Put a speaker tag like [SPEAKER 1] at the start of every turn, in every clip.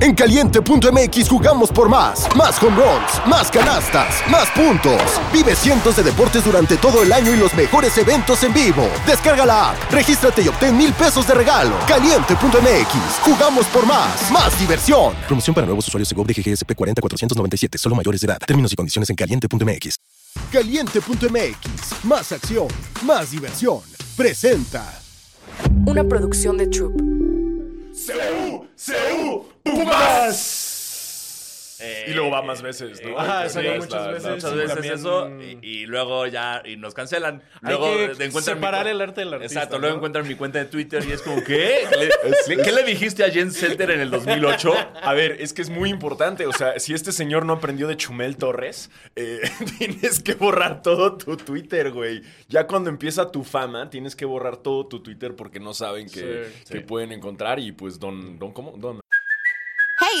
[SPEAKER 1] En caliente.mx jugamos por más. Más home runs, más canastas, más puntos. Vive cientos de deportes durante todo el año y los mejores eventos en vivo. Descarga la app, regístrate y obtén mil pesos de regalo. Caliente.mx, jugamos por más. Más diversión.
[SPEAKER 2] Promoción para nuevos usuarios de GOV de GGSP 40497, solo mayores de edad. Términos y condiciones en caliente.mx.
[SPEAKER 1] Caliente.mx, más acción, más diversión. Presenta.
[SPEAKER 3] Una producción de Troop.
[SPEAKER 4] ¡Seu! ¡Seu! ¡Pumas!
[SPEAKER 5] y luego va más veces, ¿no?
[SPEAKER 4] Ajá,
[SPEAKER 5] Sí,
[SPEAKER 4] salió
[SPEAKER 5] está-
[SPEAKER 4] muchas veces.
[SPEAKER 5] está-
[SPEAKER 6] Muchas
[SPEAKER 4] Sí,
[SPEAKER 6] veces
[SPEAKER 4] también-
[SPEAKER 6] eso y, y luego ya y nos cancelan.
[SPEAKER 4] Hay
[SPEAKER 6] Luego
[SPEAKER 4] que
[SPEAKER 6] te encuentran mi
[SPEAKER 4] separar
[SPEAKER 6] cu-
[SPEAKER 4] el arte del artista,
[SPEAKER 6] Exacto, luego
[SPEAKER 4] ¿no?
[SPEAKER 6] encuentran mi cuenta de Twitter y es como, ¿qué? ¿Le- le- ¿Qué le dijiste a Jen Center en el 2008?
[SPEAKER 5] A ver, es que es muy importante. O sea, si este señor no aprendió de Chumel Torres, eh, tienes que borrar todo tu Twitter, güey. Ya cuando empieza tu fama, tienes que borrar todo tu Twitter porque no saben que,
[SPEAKER 4] Sí.
[SPEAKER 5] que pueden encontrar. Y pues, don, don, ¿cómo? Don.
[SPEAKER 7] Hey,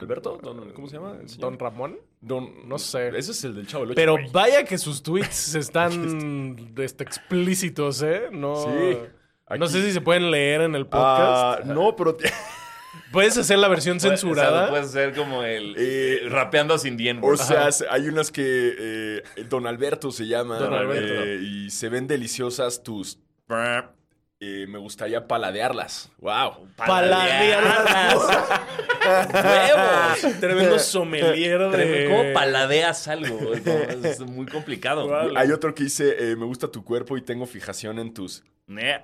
[SPEAKER 5] ¿Alberto? Don, ¿Cómo se llama? el señor?
[SPEAKER 4] Don Ramón.
[SPEAKER 5] Don-
[SPEAKER 4] no sé.
[SPEAKER 5] Ese es el del chavo. del Ocho,
[SPEAKER 4] Pero
[SPEAKER 5] güey.
[SPEAKER 4] vaya que sus tweets están este, explícitos, ¿eh? No,
[SPEAKER 5] Sí.
[SPEAKER 4] no sé si se pueden leer en el podcast.
[SPEAKER 5] Ah, no, pero. t-
[SPEAKER 4] ¿Puedes hacer la versión
[SPEAKER 6] Exacto,
[SPEAKER 4] censurada?
[SPEAKER 6] Puedes ser como el
[SPEAKER 5] Eh,
[SPEAKER 6] eh, rapeando sin dientes.
[SPEAKER 5] O sea, se- hay unas que eh, Don Alberto se llama
[SPEAKER 4] Don Alberto.
[SPEAKER 5] eh, y se ven deliciosas tus. eh, me gustaría paladearlas. Wow.
[SPEAKER 4] Paladearlas.
[SPEAKER 6] ¡Huevos!
[SPEAKER 4] Tremendo sommelier de...
[SPEAKER 6] ¿Cómo paladeas algo? No, es muy complicado.
[SPEAKER 4] Wow.
[SPEAKER 5] Hay otro que dice eh, me gusta tu cuerpo y tengo fijación en tus.
[SPEAKER 6] Ne.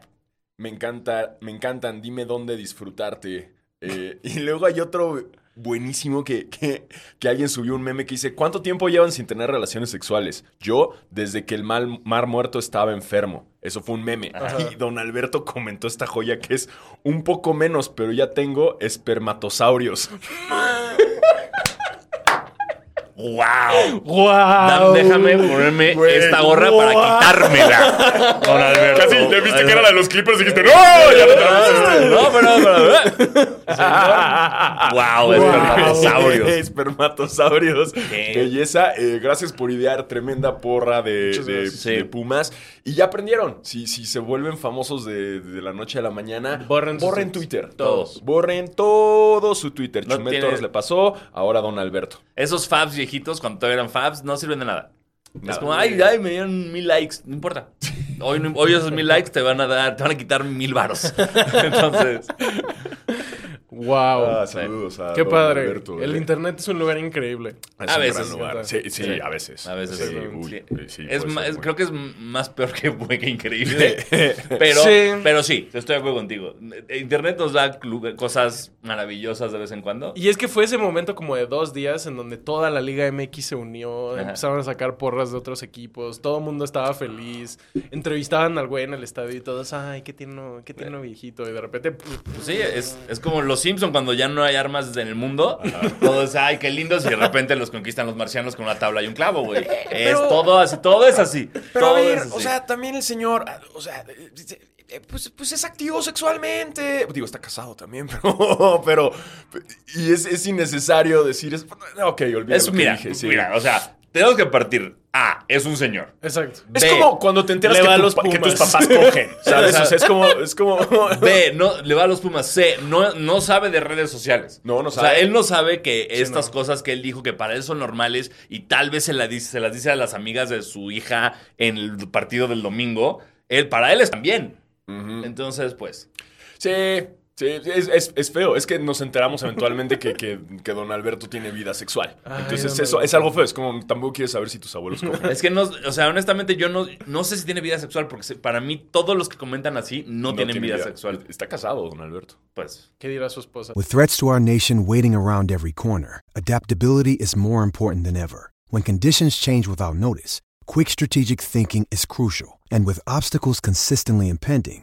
[SPEAKER 5] Me encanta, me encantan. Dime dónde disfrutarte. Eh, y luego hay otro buenísimo que, que, que alguien subió un meme que dice ¿cuánto tiempo llevan sin tener relaciones sexuales? Yo desde que el mal- mar muerto estaba enfermo. Eso fue un meme. Y don Alberto comentó esta joya que es un poco menos, pero ya tengo espermatosaurios.
[SPEAKER 6] ¡Wow!
[SPEAKER 4] ¡Guau!
[SPEAKER 6] Dam- Déjame ponerme
[SPEAKER 5] Ah, Güey.
[SPEAKER 6] esta gorra para
[SPEAKER 4] Guau.
[SPEAKER 6] quitármela. Don Alberto.
[SPEAKER 5] Casi te viste que era la de los Clippers y dijiste ¡No!
[SPEAKER 6] Ya
[SPEAKER 5] Ya
[SPEAKER 6] lo
[SPEAKER 5] no tenemos
[SPEAKER 6] tenemos. ah, No, pero, wow, es
[SPEAKER 5] Espermatosaurios.
[SPEAKER 6] dinosaurio.
[SPEAKER 5] Espermatosaurios.
[SPEAKER 6] ¿Qué?
[SPEAKER 5] Belleza. Eh, gracias por idear tremenda porra de, de-
[SPEAKER 6] gracias.
[SPEAKER 5] de
[SPEAKER 6] Sí.
[SPEAKER 5] Pumas. Y ya aprendieron. Si, si se vuelven famosos de, de la noche a la mañana,
[SPEAKER 4] Borren sus tweets.
[SPEAKER 5] Twitter.
[SPEAKER 6] Todos.
[SPEAKER 5] Borren todo su Twitter.
[SPEAKER 6] No
[SPEAKER 5] Chumel
[SPEAKER 6] tiene-
[SPEAKER 5] Torres le pasó. Ahora Don Alberto.
[SPEAKER 6] Esos fabs viejitos, cuando todavía eran fabs, no sirven de nada. Es
[SPEAKER 5] Nada.
[SPEAKER 6] como, ay, ay, me dieron mil likes. No importa. Hoy, no- hoy esos mil likes te van a dar, te van a quitar mil varos. Entonces,
[SPEAKER 4] ¡Guau!
[SPEAKER 5] Ah, saludos a
[SPEAKER 4] ¡Qué
[SPEAKER 5] Don
[SPEAKER 4] padre!
[SPEAKER 5] Alberto. eh.
[SPEAKER 4] el internet es un lugar increíble.
[SPEAKER 5] Es
[SPEAKER 6] A
[SPEAKER 5] un
[SPEAKER 6] veces.
[SPEAKER 5] gran lugar. Sí, sí, a veces.
[SPEAKER 6] a veces
[SPEAKER 5] Sí,
[SPEAKER 6] sí.
[SPEAKER 5] uy,
[SPEAKER 6] Sí.
[SPEAKER 5] sí,
[SPEAKER 6] es
[SPEAKER 5] puede
[SPEAKER 6] ma-
[SPEAKER 5] ser
[SPEAKER 6] es-
[SPEAKER 5] muy-
[SPEAKER 6] creo que es m- más peor que buen que increíble. Pero
[SPEAKER 4] Sí.
[SPEAKER 6] sí. pero sí, estoy de acuerdo contigo. Internet nos da lu- cosas maravillosas de vez en cuando.
[SPEAKER 4] Y es que fue ese momento como de dos días en donde toda la Liga MX se unió,
[SPEAKER 6] Ajá.
[SPEAKER 4] empezaron a sacar porras de otros equipos, todo el mundo estaba feliz, entrevistaban al güey en el estadio y todos, ay, qué tierno, qué tierno viejito, y de repente, puf,
[SPEAKER 6] Pues sí, es, es como los Simpson cuando ya no hay armas en el mundo. Todos, ay, qué lindos. Y de repente los conquistan los marcianos con una tabla y un clavo, güey. Es todo así, todo es así.
[SPEAKER 8] Pero
[SPEAKER 6] todo
[SPEAKER 8] a ver,
[SPEAKER 6] es así.
[SPEAKER 8] o sea, también el señor, ah, o sea, eh, eh, pues, pues es activo sexualmente.
[SPEAKER 5] Digo, está casado también, pero. pero y es, es innecesario decir. Es, ok, olvídalo.
[SPEAKER 6] es, mira, mira, o sea, tenemos que partir. Ah, es un señor.
[SPEAKER 4] exacto.
[SPEAKER 5] Es
[SPEAKER 6] B,
[SPEAKER 5] como cuando te enteras
[SPEAKER 4] le
[SPEAKER 5] que,
[SPEAKER 4] va a
[SPEAKER 5] tu
[SPEAKER 4] los
[SPEAKER 5] pa- que
[SPEAKER 4] Pumas.
[SPEAKER 5] tus papás cogen. ¿Sabes? O sea, es como. Es como
[SPEAKER 6] B, no, le va a los Pumas. C, no, no sabe de redes sociales.
[SPEAKER 5] No, no
[SPEAKER 6] O sea,
[SPEAKER 5] sabe.
[SPEAKER 6] él no sabe que estas cosas que él dijo que para él son normales y tal vez se, la dice, se las dice a las amigas de su hija en el partido del domingo, él, para él es también. Entonces, pues.
[SPEAKER 5] sí, sí, es, es- es feo. Es que nos enteramos eventualmente que, que, que don Alberto tiene vida sexual.
[SPEAKER 4] Ay,
[SPEAKER 5] Entonces,
[SPEAKER 4] don
[SPEAKER 5] eso es
[SPEAKER 4] Alberto.
[SPEAKER 5] algo feo. Es como tampoco quieres saber si tus abuelos cogen.
[SPEAKER 6] Es que no, o sea, honestamente yo no, no sé si tiene vida sexual, porque se- para mí todos los que comentan así no, tienen
[SPEAKER 5] tiene
[SPEAKER 6] vida, sexual.
[SPEAKER 5] Está casado, don Alberto.
[SPEAKER 6] Pues,
[SPEAKER 4] ¿Qué dirá su esposa?
[SPEAKER 9] With threats to our nation waiting around every corner, adaptability is more important than ever. When conditions change without notice, quick strategic thinking is crucial. And with obstacles consistently impending,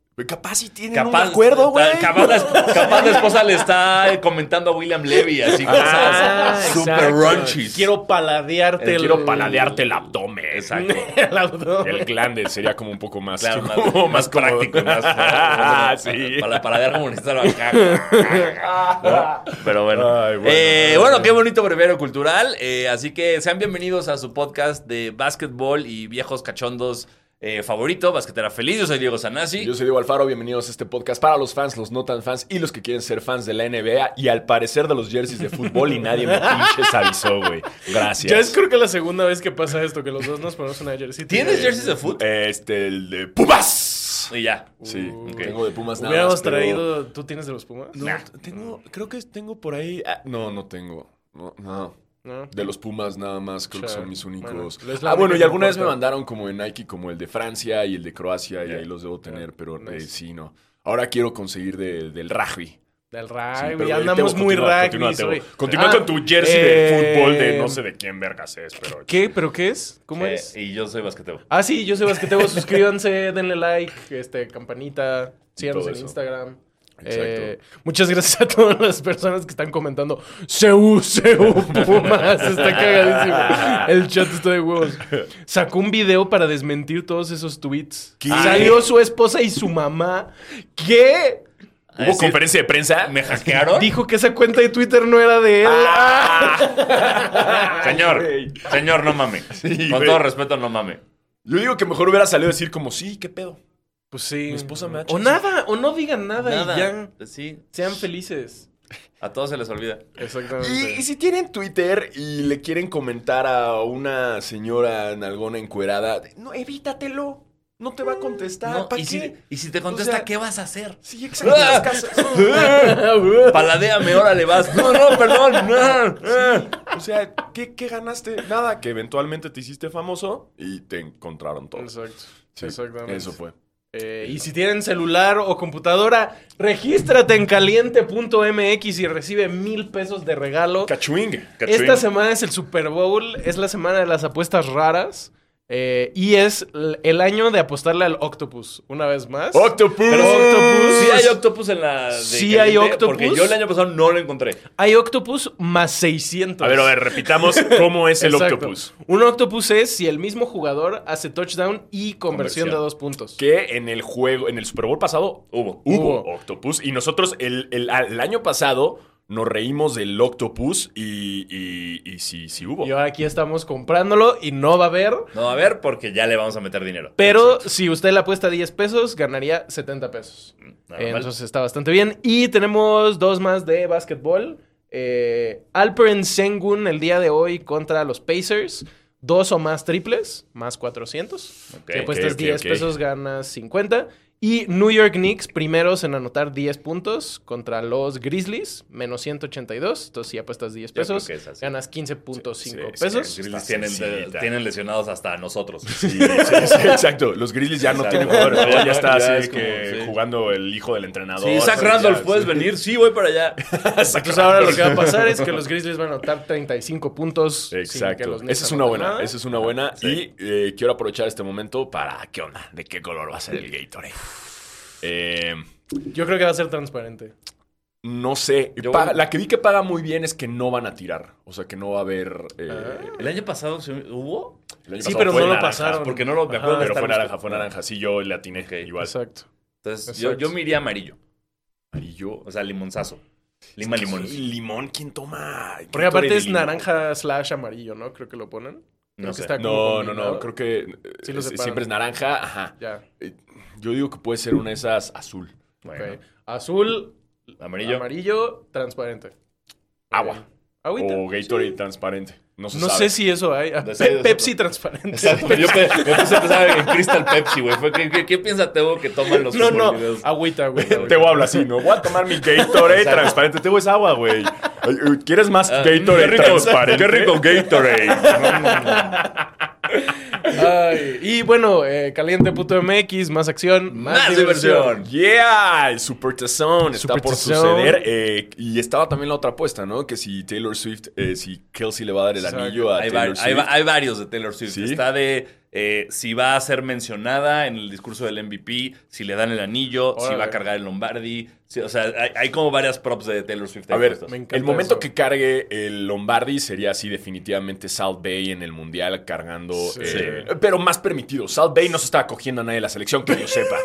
[SPEAKER 5] Pero Capaz si tienen
[SPEAKER 6] Capaz,
[SPEAKER 5] un acuerdo, güey.
[SPEAKER 6] ta- Capaz, la- capaz la esposa le está comentando a William Levy, así
[SPEAKER 5] Ah,
[SPEAKER 6] cosas super
[SPEAKER 4] exacto.
[SPEAKER 6] runchis.
[SPEAKER 4] Quiero paladearte
[SPEAKER 6] Eh,
[SPEAKER 4] el-
[SPEAKER 5] Quiero paladearte el abdomen.
[SPEAKER 6] Exacto.
[SPEAKER 4] el abdomen.
[SPEAKER 5] El glande sería como un poco más,
[SPEAKER 6] Claro, más,
[SPEAKER 5] como
[SPEAKER 6] más
[SPEAKER 5] cómodo.
[SPEAKER 6] práctico, más,
[SPEAKER 5] Ah,
[SPEAKER 6] más-
[SPEAKER 5] sí.
[SPEAKER 6] para, para dar como un estado acá. ¿no? Pero bueno.
[SPEAKER 5] Ay, bueno.
[SPEAKER 6] Eh, bueno, qué bonito breviario cultural. Eh, así que sean bienvenidos a su podcast de básquetbol y viejos cachondos eh, favorito, Basquetera Feliz. Yo soy Diego Sanasi.
[SPEAKER 5] Yo soy Diego Alfaro, bienvenidos a este podcast para los fans, los no tan fans y los que quieren ser fans de la NBA y al parecer de los jerseys de fútbol y nadie me pinches avisó, güey. Gracias.
[SPEAKER 4] Ya es creo que la segunda vez que pasa esto, que los dos nos ponemos una jersey.
[SPEAKER 6] ¿Tienes jerseys de fútbol?
[SPEAKER 5] Este, el de Pumas.
[SPEAKER 6] Y ya.
[SPEAKER 5] Sí, tengo de Pumas nada
[SPEAKER 4] Hubiéramos
[SPEAKER 5] más, pero-
[SPEAKER 4] traído. ¿Tú tienes de los Pumas?
[SPEAKER 5] No, t- tengo, creo que tengo por ahí... ah, no, no tengo. No, no.
[SPEAKER 4] No.
[SPEAKER 5] De los Pumas nada más, creo que
[SPEAKER 4] Sure.
[SPEAKER 5] son mis
[SPEAKER 4] Bueno,
[SPEAKER 5] únicos.
[SPEAKER 4] es la
[SPEAKER 5] ah,
[SPEAKER 4] única
[SPEAKER 5] bueno, y
[SPEAKER 4] que
[SPEAKER 5] alguna vez me
[SPEAKER 4] importa.
[SPEAKER 5] mandaron como de Nike, como el de Francia y el de Croacia, y ahí los debo tener, pero eh,
[SPEAKER 4] Nice.
[SPEAKER 5] sí, no. Ahora quiero conseguir de- del rugby.
[SPEAKER 4] Del
[SPEAKER 5] Sí,
[SPEAKER 4] rugby.
[SPEAKER 5] pero, eh,
[SPEAKER 4] andamos
[SPEAKER 5] Tebo,
[SPEAKER 4] muy
[SPEAKER 5] continúa,
[SPEAKER 4] rugby.
[SPEAKER 5] Continúa, Tebo.
[SPEAKER 4] soy-
[SPEAKER 5] Continúa
[SPEAKER 4] Ah,
[SPEAKER 5] con tu jersey
[SPEAKER 4] eh,
[SPEAKER 5] de fútbol de no sé de quién vergas es, pero...
[SPEAKER 4] ¿Qué? ¿Pero qué es? ¿Cómo
[SPEAKER 6] Eh,
[SPEAKER 4] es?
[SPEAKER 6] y yo soy basquetero.
[SPEAKER 4] Ah, sí, yo soy Basquetebo. suscríbanse, denle like, este, campanita, síganos
[SPEAKER 5] todo
[SPEAKER 4] en
[SPEAKER 5] eso.
[SPEAKER 4] Instagram.
[SPEAKER 5] Exacto.
[SPEAKER 4] Eh, muchas gracias a todas las personas que están comentando. Seu, Seu, Pumas. Está cagadísimo. El chat está de huevos. Sacó un video para desmentir todos esos tweets. Salió su esposa y su mamá. ¿Qué?
[SPEAKER 5] ¿Hubo
[SPEAKER 6] decir-
[SPEAKER 5] conferencia de prensa?
[SPEAKER 6] Ah, ¿Me
[SPEAKER 5] ¿Ah?
[SPEAKER 6] hackearon?
[SPEAKER 4] Dijo que esa cuenta de Twitter no era de él.
[SPEAKER 6] Señor,
[SPEAKER 5] güey.
[SPEAKER 6] señor, no mame. Con
[SPEAKER 5] güey.
[SPEAKER 6] todo respeto, no mame.
[SPEAKER 5] Yo digo que mejor hubiera salido a decir como, sí, ¿qué pedo?
[SPEAKER 4] Pues sí. Mi
[SPEAKER 5] esposa me ha hecho
[SPEAKER 4] O
[SPEAKER 5] eso.
[SPEAKER 4] nada, o no digan nada, y ya.
[SPEAKER 6] Sí,
[SPEAKER 4] Sean felices.
[SPEAKER 6] a todos se les olvida.
[SPEAKER 5] Y, y
[SPEAKER 4] Exactamente.
[SPEAKER 5] si tienen Twitter y le quieren comentar a una señora nalgona encuerada, no, evítatelo. No te va a contestar.
[SPEAKER 6] No,
[SPEAKER 5] ¿Para
[SPEAKER 6] y,
[SPEAKER 5] qué?
[SPEAKER 6] si, y si te contesta,
[SPEAKER 5] O sea,
[SPEAKER 6] ¿qué vas a hacer?
[SPEAKER 5] Sí, exacto. las casas-
[SPEAKER 6] Paladeame, ahora le vas. No, no, perdón. no.
[SPEAKER 5] o sea, ¿qué, qué ganaste? Nada, que eventualmente te hiciste famoso y te encontraron todos.
[SPEAKER 4] Exacto.
[SPEAKER 5] Oh, Sí,
[SPEAKER 4] Exactamente.
[SPEAKER 5] Eso fue.
[SPEAKER 4] Eh, y si tienen celular o computadora, regístrate en caliente.mx y recibe mil pesos de regalo.
[SPEAKER 5] Cachuing.
[SPEAKER 4] Esta semana es el Super Bowl, es la semana de las apuestas raras. eh, y es l- el año de apostarle al Octopus, una vez más.
[SPEAKER 5] Octopus.
[SPEAKER 4] Pero Octopus-
[SPEAKER 6] Sí hay octopus en la. de
[SPEAKER 4] Sí hay
[SPEAKER 6] Caliente, Porque
[SPEAKER 4] octopus.
[SPEAKER 6] yo el año pasado no lo encontré.
[SPEAKER 4] Hay Octopus más 600.
[SPEAKER 5] A ver, a ver, repitamos cómo es el
[SPEAKER 4] Exacto.
[SPEAKER 5] octopus.
[SPEAKER 4] Un Octopus es si el mismo jugador hace touchdown y conversión,
[SPEAKER 5] Conversión.
[SPEAKER 4] de dos puntos.
[SPEAKER 5] Que en el juego, en el Super Bowl pasado,
[SPEAKER 6] Hubo.
[SPEAKER 5] hubo
[SPEAKER 4] Hubo.
[SPEAKER 5] octopus. Y nosotros el, el- al- el año pasado nos reímos del octopus y, y, y sí, sí hubo.
[SPEAKER 4] Y ahora aquí estamos comprándolo y no va a haber.
[SPEAKER 6] No, a ver, porque ya le vamos a meter dinero.
[SPEAKER 4] Pero si usted le apuesta 10 pesos, ganaría 70 pesos.
[SPEAKER 6] Nada mal.
[SPEAKER 4] Entonces está bastante bien. Y tenemos dos más de básquetbol. Eh, Alperen Sengun el día de hoy contra los Pacers. Dos o más triples, más 400.
[SPEAKER 6] Ok,
[SPEAKER 4] si apuestas
[SPEAKER 5] ok,
[SPEAKER 4] 10
[SPEAKER 5] ok.
[SPEAKER 4] pesos, ganas 50. Y New York Knicks primeros en anotar 10 puntos contra los Grizzlies, menos 182. Entonces, si apuestas 10
[SPEAKER 6] creo
[SPEAKER 4] pesos,
[SPEAKER 6] que es así.
[SPEAKER 4] ganas 15.5
[SPEAKER 5] sí,
[SPEAKER 4] pesos.
[SPEAKER 6] Los
[SPEAKER 5] sí.
[SPEAKER 6] Grizzlies
[SPEAKER 5] Está
[SPEAKER 6] tienen, eh,
[SPEAKER 5] sencillita.
[SPEAKER 6] tienen lesionados hasta a nosotros.
[SPEAKER 5] Sí, sí, sí, exacto. Los Grizzlies ya no
[SPEAKER 6] Exacto.
[SPEAKER 5] tienen jugadores. ¿no? Ya,
[SPEAKER 6] Ya,
[SPEAKER 5] está
[SPEAKER 6] ya
[SPEAKER 5] así
[SPEAKER 6] es como,
[SPEAKER 5] que
[SPEAKER 6] sí.
[SPEAKER 5] jugando el hijo del entrenador.
[SPEAKER 6] Sí, Zach
[SPEAKER 5] Ya,
[SPEAKER 6] Randolph, pues,
[SPEAKER 5] sí.
[SPEAKER 6] ¿puedes venir? Sí, voy para allá.
[SPEAKER 4] Entonces Pues ahora lo que va a pasar es que los Grizzlies van a anotar 35 puntos. sin que
[SPEAKER 5] Exacto.
[SPEAKER 4] los Knicks
[SPEAKER 5] Esa es una
[SPEAKER 4] anoten
[SPEAKER 5] buena.
[SPEAKER 4] nada.
[SPEAKER 5] Esa es una buena. Y eh, quiero aprovechar este momento para. ¿Qué onda? ¿De qué color va a ser el Gatorade? Eh,
[SPEAKER 4] Yo creo que va a ser transparente.
[SPEAKER 5] no sé.
[SPEAKER 6] Yo-
[SPEAKER 5] Paga- la que vi que paga muy bien es que no van a tirar. O sea, que no va a haber. eh,
[SPEAKER 4] Ah.
[SPEAKER 6] ¿El año pasado se- hubo?
[SPEAKER 5] el año
[SPEAKER 4] Sí,
[SPEAKER 5] pasado
[SPEAKER 4] pero
[SPEAKER 5] fue
[SPEAKER 4] no lo
[SPEAKER 5] naranja,
[SPEAKER 4] pasaron.
[SPEAKER 6] Porque no lo me acuerdo de
[SPEAKER 5] Pero
[SPEAKER 6] estar
[SPEAKER 5] fue naranja,
[SPEAKER 6] buscando.
[SPEAKER 5] fue naranja. Sí, yo le atiné.
[SPEAKER 6] Ok.
[SPEAKER 5] Igual.
[SPEAKER 4] Exacto.
[SPEAKER 6] Entonces, yo,
[SPEAKER 4] Exacto.
[SPEAKER 6] yo me iría amarillo.
[SPEAKER 5] Amarillo.
[SPEAKER 6] O sea, limonzazo. Lima limón.
[SPEAKER 5] Limón, ¿quién toma?
[SPEAKER 4] Porque
[SPEAKER 5] Gatorade
[SPEAKER 4] aparte
[SPEAKER 5] de
[SPEAKER 4] es
[SPEAKER 5] limón?
[SPEAKER 4] naranja slash amarillo, ¿no? Creo que lo ponen. Creo
[SPEAKER 6] No
[SPEAKER 4] que
[SPEAKER 6] sé.
[SPEAKER 4] está como
[SPEAKER 5] No, no,
[SPEAKER 4] combinado.
[SPEAKER 5] no. Creo que eh,
[SPEAKER 4] Sí lo
[SPEAKER 5] es-
[SPEAKER 4] separan.
[SPEAKER 5] siempre es naranja. Ajá.
[SPEAKER 4] Ya.
[SPEAKER 5] Eh, Yo digo que puede ser una de esas azul.
[SPEAKER 6] Bueno,
[SPEAKER 4] ok. Azul,
[SPEAKER 6] amarillo.
[SPEAKER 4] amarillo, transparente.
[SPEAKER 5] Agua.
[SPEAKER 4] Agüita.
[SPEAKER 5] O Gatorade transparente. No Oh, se
[SPEAKER 4] No
[SPEAKER 5] sabe.
[SPEAKER 4] sé si eso hay. Ah,
[SPEAKER 6] No
[SPEAKER 4] Pe-
[SPEAKER 6] sé, no sé.
[SPEAKER 4] Pepsi transparente.
[SPEAKER 6] Exacto, Pues yo pe- yo pensé que estaba en Crystal Pepsi, güey. Fue, ¿qué, qué, qué piensa Tebo que toman los
[SPEAKER 4] No, no. Ah,
[SPEAKER 6] futbolistas?
[SPEAKER 4] Agüita, agüita.
[SPEAKER 5] Te
[SPEAKER 4] agüita.
[SPEAKER 5] voy a hablar así, ¿no? Voy a tomar mi Gatorade transparente. Te voy es agua, güey. Ay, eh, ¿Quieres más
[SPEAKER 6] Ah,
[SPEAKER 5] Gatorade
[SPEAKER 6] qué rico,
[SPEAKER 5] transparente?
[SPEAKER 6] qué rico
[SPEAKER 5] Gatorade.
[SPEAKER 4] Ay, y bueno, eh, caliente.mx, más acción, más,
[SPEAKER 6] Más diversión.
[SPEAKER 5] Yeah, el Super Tazón está por
[SPEAKER 4] Supertazón.
[SPEAKER 5] suceder. eh, y estaba también la otra apuesta, ¿no? Que si Taylor Swift, eh, si Kelsey le va a dar el
[SPEAKER 4] Exacto.
[SPEAKER 5] anillo a
[SPEAKER 6] Ah, Hay,
[SPEAKER 5] Taylor
[SPEAKER 6] var- hay
[SPEAKER 5] Swift.
[SPEAKER 6] va- hay varios de Taylor Swift.
[SPEAKER 5] ¿Sí?
[SPEAKER 6] Está de eh, si va a ser mencionada en el discurso del MVP, si le dan el anillo, si
[SPEAKER 4] Órale.
[SPEAKER 6] va a cargar el Lombardi. si- o sea, hay, hay como varias props de Taylor Swift.
[SPEAKER 5] A
[SPEAKER 6] ahí
[SPEAKER 5] ver,
[SPEAKER 6] puestas.
[SPEAKER 4] me encanta
[SPEAKER 5] el momento
[SPEAKER 4] eso.
[SPEAKER 5] que cargue el Lombardi sería así definitivamente Salt Bay en el Mundial cargando... eh, pero más permitido. Salt Bay no se estaba cogiendo a nadie de la selección, que yo sepa.